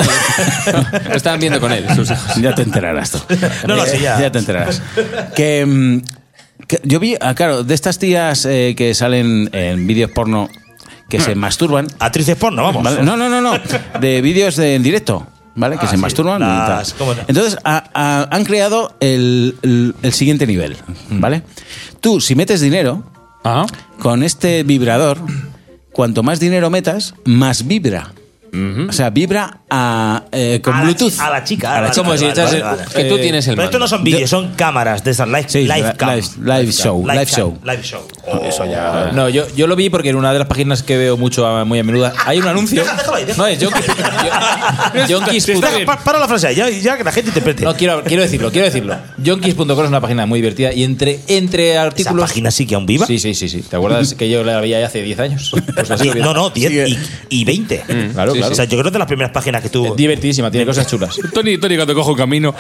Speaker 10: Lo estaban viendo con él, sus hijos.
Speaker 15: Ya te enterarás tú.
Speaker 8: No, no, sí, ya.
Speaker 15: Ya te enterarás. Que, mm, que yo vi, ah, claro, de estas tías eh, que salen en vídeos porno que se masturban.
Speaker 8: Actrices porno, vamos.
Speaker 15: ¿vale? No, no, no, no. De vídeos de- en directo, ¿vale? Que
Speaker 8: Ah,
Speaker 15: se
Speaker 8: sí,
Speaker 15: masturban. y
Speaker 8: las-
Speaker 15: tal.
Speaker 8: ¿cómo no?
Speaker 15: Entonces, a- a- han creado el, el- el siguiente nivel,
Speaker 8: Mm.
Speaker 15: ¿vale? Tú, si metes dinero,
Speaker 6: Ah.
Speaker 15: con este vibrador, cuanto más dinero metas, más vibra. O sea, vibra a, eh, con
Speaker 8: A la
Speaker 15: Bluetooth.
Speaker 8: chi- a la chica.
Speaker 15: A la
Speaker 8: vale,
Speaker 15: chica.
Speaker 8: vale, vale, vale, vale.
Speaker 15: Eh,
Speaker 8: Pero esto no son vídeos, son cámaras de esas live,
Speaker 15: Sí,
Speaker 8: live
Speaker 15: la-
Speaker 8: cam.
Speaker 15: live- live show,
Speaker 8: cam,
Speaker 15: live show.
Speaker 8: Live show. Oh.
Speaker 9: Ah. No, yo, yo lo vi porque en una de las páginas que veo mucho a- muy a menudo hay un anuncio. No, es Yonkis. yo- Yonkis.
Speaker 8: Está- pa- para la frase, ya, ya que la gente interprete.
Speaker 9: No, quiero, quiero decirlo, quiero decirlo. Yonkis.com es una página muy divertida y entre, entre artículos. ¿Esa
Speaker 8: página sí que aún viva?
Speaker 9: Sí, sí, sí. sí. ¿Te acuerdas que yo la veía hace 10 años? Pues la sigo viendo.
Speaker 8: no, no, 10 y, y 20.
Speaker 15: Mm,
Speaker 9: claro,
Speaker 8: Sí,
Speaker 9: claro.
Speaker 8: O sea, yo creo que de las primeras páginas que tuvo.
Speaker 9: Divertidísima, tiene cosas chulas.
Speaker 6: Tony, Tony, cuando cojo un camino.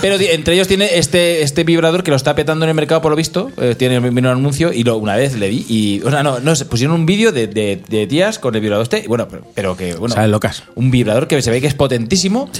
Speaker 9: Pero di- entre ellos tiene este, este vibrador que lo está petando en el mercado, por lo visto. Eh, tiene vino un anuncio y lo, una vez le vi. Y, o sea, no, no, se pusieron un vídeo de, de, de tías con el vibrador este. y Bueno, pero, pero que. Bueno,
Speaker 15: Saben locas.
Speaker 9: Un vibrador que se ve que es potentísimo.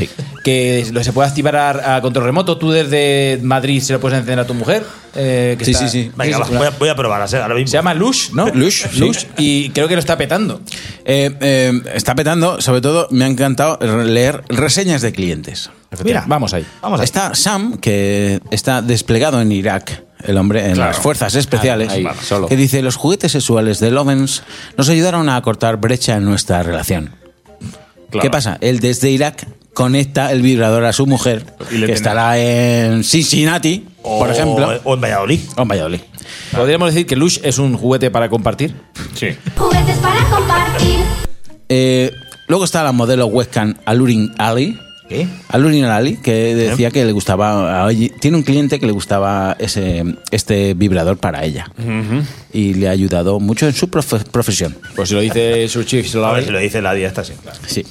Speaker 9: Que lo- se puede activar a, a control remoto. Tú desde Madrid se lo puedes encender a tu mujer. eh, que
Speaker 8: Sí,
Speaker 9: está-
Speaker 8: sí, sí. Venga, va, voy a- voy a probar, a ser- ahora mismo.
Speaker 9: Se llama Lush, ¿no?
Speaker 15: Lush, sí.
Speaker 9: Lush. Y creo que lo está petando.
Speaker 15: Eh, eh, está petando, sobre todo me ha encantado leer reseñas de clientes.
Speaker 9: Mira, vamos ahí.
Speaker 8: Vamos
Speaker 15: Está Sam, que está desplegado en Irak, el hombre en
Speaker 9: Claro.
Speaker 15: las fuerzas especiales,
Speaker 9: Ah, ahí, solo.
Speaker 15: que dice, los juguetes sexuales de Lovens nos ayudaron a cortar brecha en nuestra relación. ¿Qué pasa? Él desde Irak conecta el vibrador a su mujer, que
Speaker 8: tiene-
Speaker 15: estará en Cincinnati, por
Speaker 9: Oh,
Speaker 8: O-
Speaker 9: eh.
Speaker 15: ejemplo.
Speaker 8: O en Valladolid.
Speaker 15: O en Valladolid.
Speaker 9: ¿Podríamos decir que Lush es un juguete para compartir?
Speaker 6: Sí.
Speaker 11: Juguetes para compartir.
Speaker 15: Eh, luego está la modelo webcam Alurin Ali.
Speaker 8: ¿Qué?
Speaker 15: Alurin Ali, que decía que le gustaba. a ella- tiene un cliente que le gustaba ese, este vibrador para ella. Y le ha ayudado mucho en su profe- profesión.
Speaker 9: Pues si lo dice su chief, se lo
Speaker 8: A ver si lo dice la día esta, sí.
Speaker 15: Sí.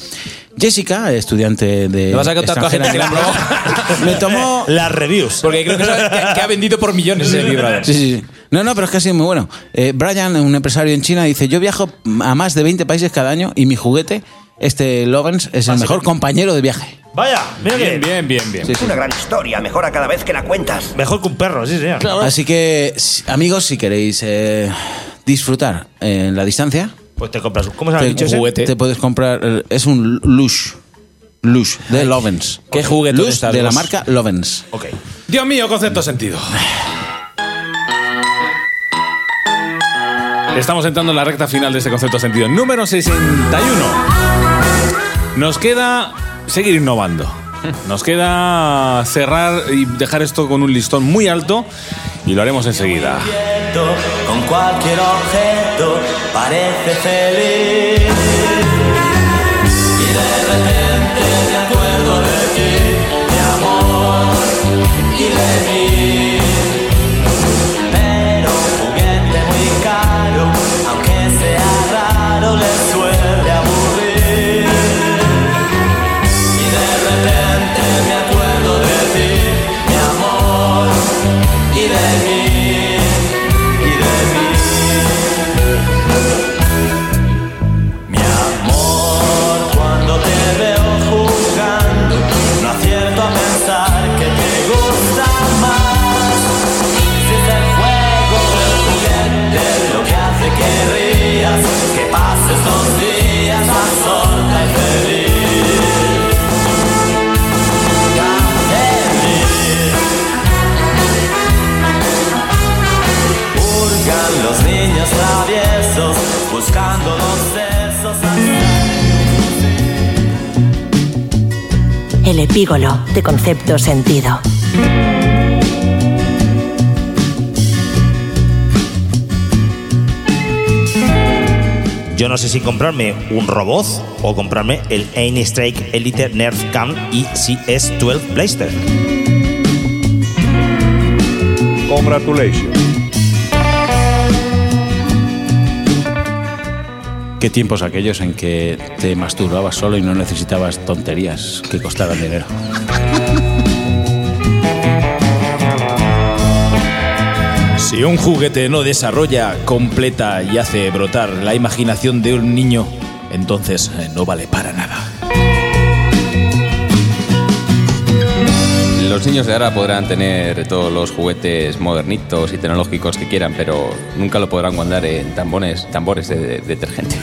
Speaker 15: Jessica, estudiante de.
Speaker 9: Le vas a contar a
Speaker 15: extranjera
Speaker 9: gente que la
Speaker 15: en Irán, Me tomó.
Speaker 8: Las reviews.
Speaker 9: Porque creo que, sabe que- que ha vendido por millones el vibrador.
Speaker 15: Sí, sí, sí. No, no, pero es que ha sido muy bueno. Eh, Brian, un empresario en China, dice: Yo viajo a más de 20 países cada año y mi juguete, este Lovens, es el mejor compañero de viaje.
Speaker 8: Vaya, mira
Speaker 6: Bien,
Speaker 8: que.
Speaker 6: bien, bien, bien.
Speaker 15: Sí, sí.
Speaker 26: Una gran historia, mejora cada vez que la cuentas.
Speaker 8: Mejor que un perro, sí, señor.
Speaker 15: Así que, si- amigos, si queréis eh, disfrutar en la distancia,
Speaker 8: Pues te compras. ¿Cómo se llama
Speaker 15: te,
Speaker 8: el bicho ese?
Speaker 15: te puedes comprar. eh, Es un Lush. Lush, de Lovens.
Speaker 9: qué juguetón
Speaker 15: Lush,
Speaker 9: está,
Speaker 15: de la
Speaker 9: Lush.
Speaker 15: marca Lovens.
Speaker 8: Ok.
Speaker 6: Dios mío, concepto sentido. Estamos entrando en la recta final de este concepto sentido. Número 61. Nos queda seguir innovando. Nos queda cerrar y dejar esto con un listón muy alto y lo haremos enseguida.
Speaker 7: Con cualquier objeto parece feliz. Y de repente me acuerdo de ti, de amor y de mí. Pero
Speaker 28: epígolo de concepto sentido.
Speaker 8: Yo no sé si comprarme un robot o comprarme el Einstrike Elite Nerf Cam ECS12 Blaster.
Speaker 29: Congratulations.
Speaker 15: ¿Qué tiempos aquellos en que te masturbabas solo y no necesitabas tonterías que costaran dinero?
Speaker 9: Si un juguete no desarrolla, completa y hace brotar la imaginación de un niño, entonces eh, no vale para nada.
Speaker 10: Los niños de ahora podrán tener todos los juguetes modernitos y tecnológicos que quieran, pero nunca lo podrán guardar en tambones, tambores de, de- detergente.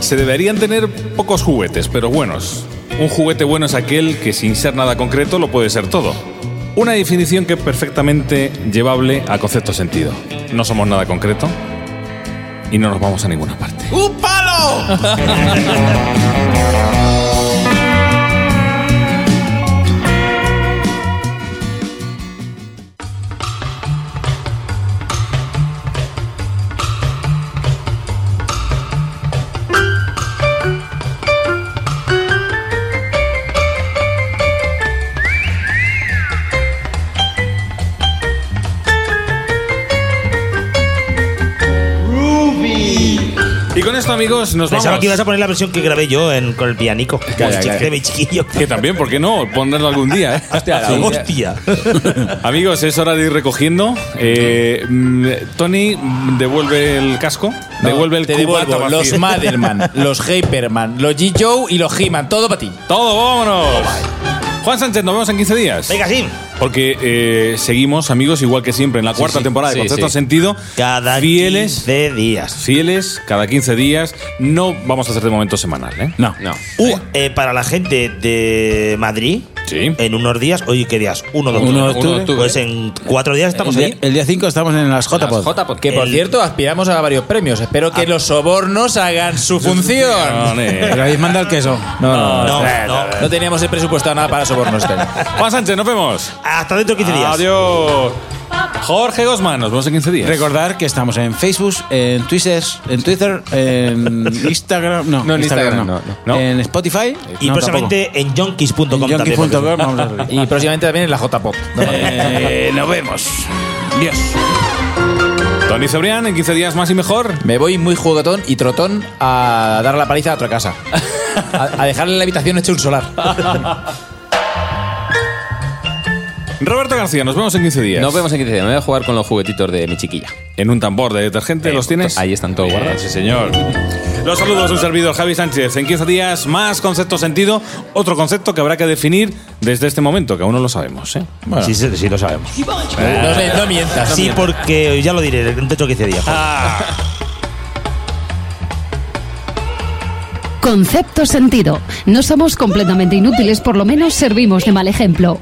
Speaker 6: Se deberían tener pocos juguetes, pero buenos. Un juguete bueno es aquel que sin ser nada concreto lo puede ser todo. Una definición que es perfectamente llevable a concepto sentido. No somos nada concreto y no nos vamos a ninguna parte.
Speaker 8: Uh.
Speaker 30: ¡Un palo!
Speaker 6: Y con esto, amigos, nos
Speaker 8: Pensaba
Speaker 6: vamos.
Speaker 8: que ibas a poner la versión que grabé yo en- con el pianico.
Speaker 6: Calla, calla.
Speaker 8: De mi chiquillo.
Speaker 6: Que también, ¿por qué no? Ponerlo algún día, ¿eh? Sí.
Speaker 8: hostia.
Speaker 6: Amigos, es hora de ir recogiendo. Eh, mm, Tony mm, devuelve el casco, devuelve el
Speaker 9: te
Speaker 6: cubata
Speaker 9: devuelvo
Speaker 6: vacío.
Speaker 9: los Maderman, los Hyperman, los G-Joe y los He-Man. Todo para ti.
Speaker 6: Todo, vámonos. Juan Sánchez, nos vemos en 15 días.
Speaker 8: Oh, Venga, sí.
Speaker 6: Porque eh, seguimos, amigos, igual que siempre, en la cuarta
Speaker 8: sí,
Speaker 6: temporada de
Speaker 8: sí,
Speaker 6: Concepto
Speaker 8: sí.
Speaker 6: Sentido.
Speaker 8: Cada
Speaker 6: fieles,
Speaker 8: 15 días.
Speaker 6: Fieles, cada 15 días. No vamos a hacer de momento semanal, ¿eh?
Speaker 15: No.
Speaker 6: No.
Speaker 8: Uh, eh, para la gente de Madrid, en unos días, oye, ¿qué días? 1 de octubre.
Speaker 15: Uno de octubre. Eh,
Speaker 8: Pues en cuatro días estamos
Speaker 15: el
Speaker 8: ahí.
Speaker 15: día- El día 5 estamos en las J-Pod. Ah.
Speaker 9: Que por cierto, aspiramos a varios premios. Espero que los sobornos hagan su función.
Speaker 15: Pero habéis mandado el queso.
Speaker 9: No, no,
Speaker 15: no,
Speaker 9: no, no. No teníamos el presupuesto nada para sobornos. este año.
Speaker 6: Juan Sánchez, nos vemos.
Speaker 8: Hasta dentro de 15 días.
Speaker 6: Adiós. Jorge Gosman, nos vemos en 15 días.
Speaker 15: Recordar que estamos en Facebook, en Twitter, en Twitter, en Instagram, no,
Speaker 6: No, en Instagram, no, no.
Speaker 15: en Spotify
Speaker 8: Y
Speaker 15: no,
Speaker 8: próximamente en yonkis.com
Speaker 15: En
Speaker 8: también.
Speaker 15: yonkis punto com, vamos a ver.
Speaker 9: Y próximamente también en la J-Pop.
Speaker 15: Eh, nos vemos. Dios.
Speaker 6: Tony Cebrián, en 15 días más y mejor.
Speaker 9: Me voy muy juguetón y trotón a dar la paliza a otra casa. A, a dejarle en la habitación hecho un solar.
Speaker 6: Roberto García, nos vemos en 15 días.
Speaker 10: Nos vemos en 15 días. Me voy a jugar con los juguetitos de mi chiquilla.
Speaker 6: En un tambor de detergente los tienes.
Speaker 10: Eh, Ahí están todos
Speaker 6: Bien,
Speaker 10: guardados.
Speaker 6: Sí, señor. Los saludos un servidor Javi Sánchez. En 15 días más concepto sentido, otro concepto que habrá que definir desde este momento, que aún no lo sabemos. ¿eh?
Speaker 8: Bueno. Sí, sí, sí, lo sabemos.
Speaker 15: Eh,
Speaker 9: No le- no mientas, no
Speaker 8: Sí,
Speaker 9: mientas.
Speaker 8: porque ya lo diré dentro de 15 días.
Speaker 17: Concepto sentido. No somos completamente inútiles, por lo menos servimos de mal ejemplo.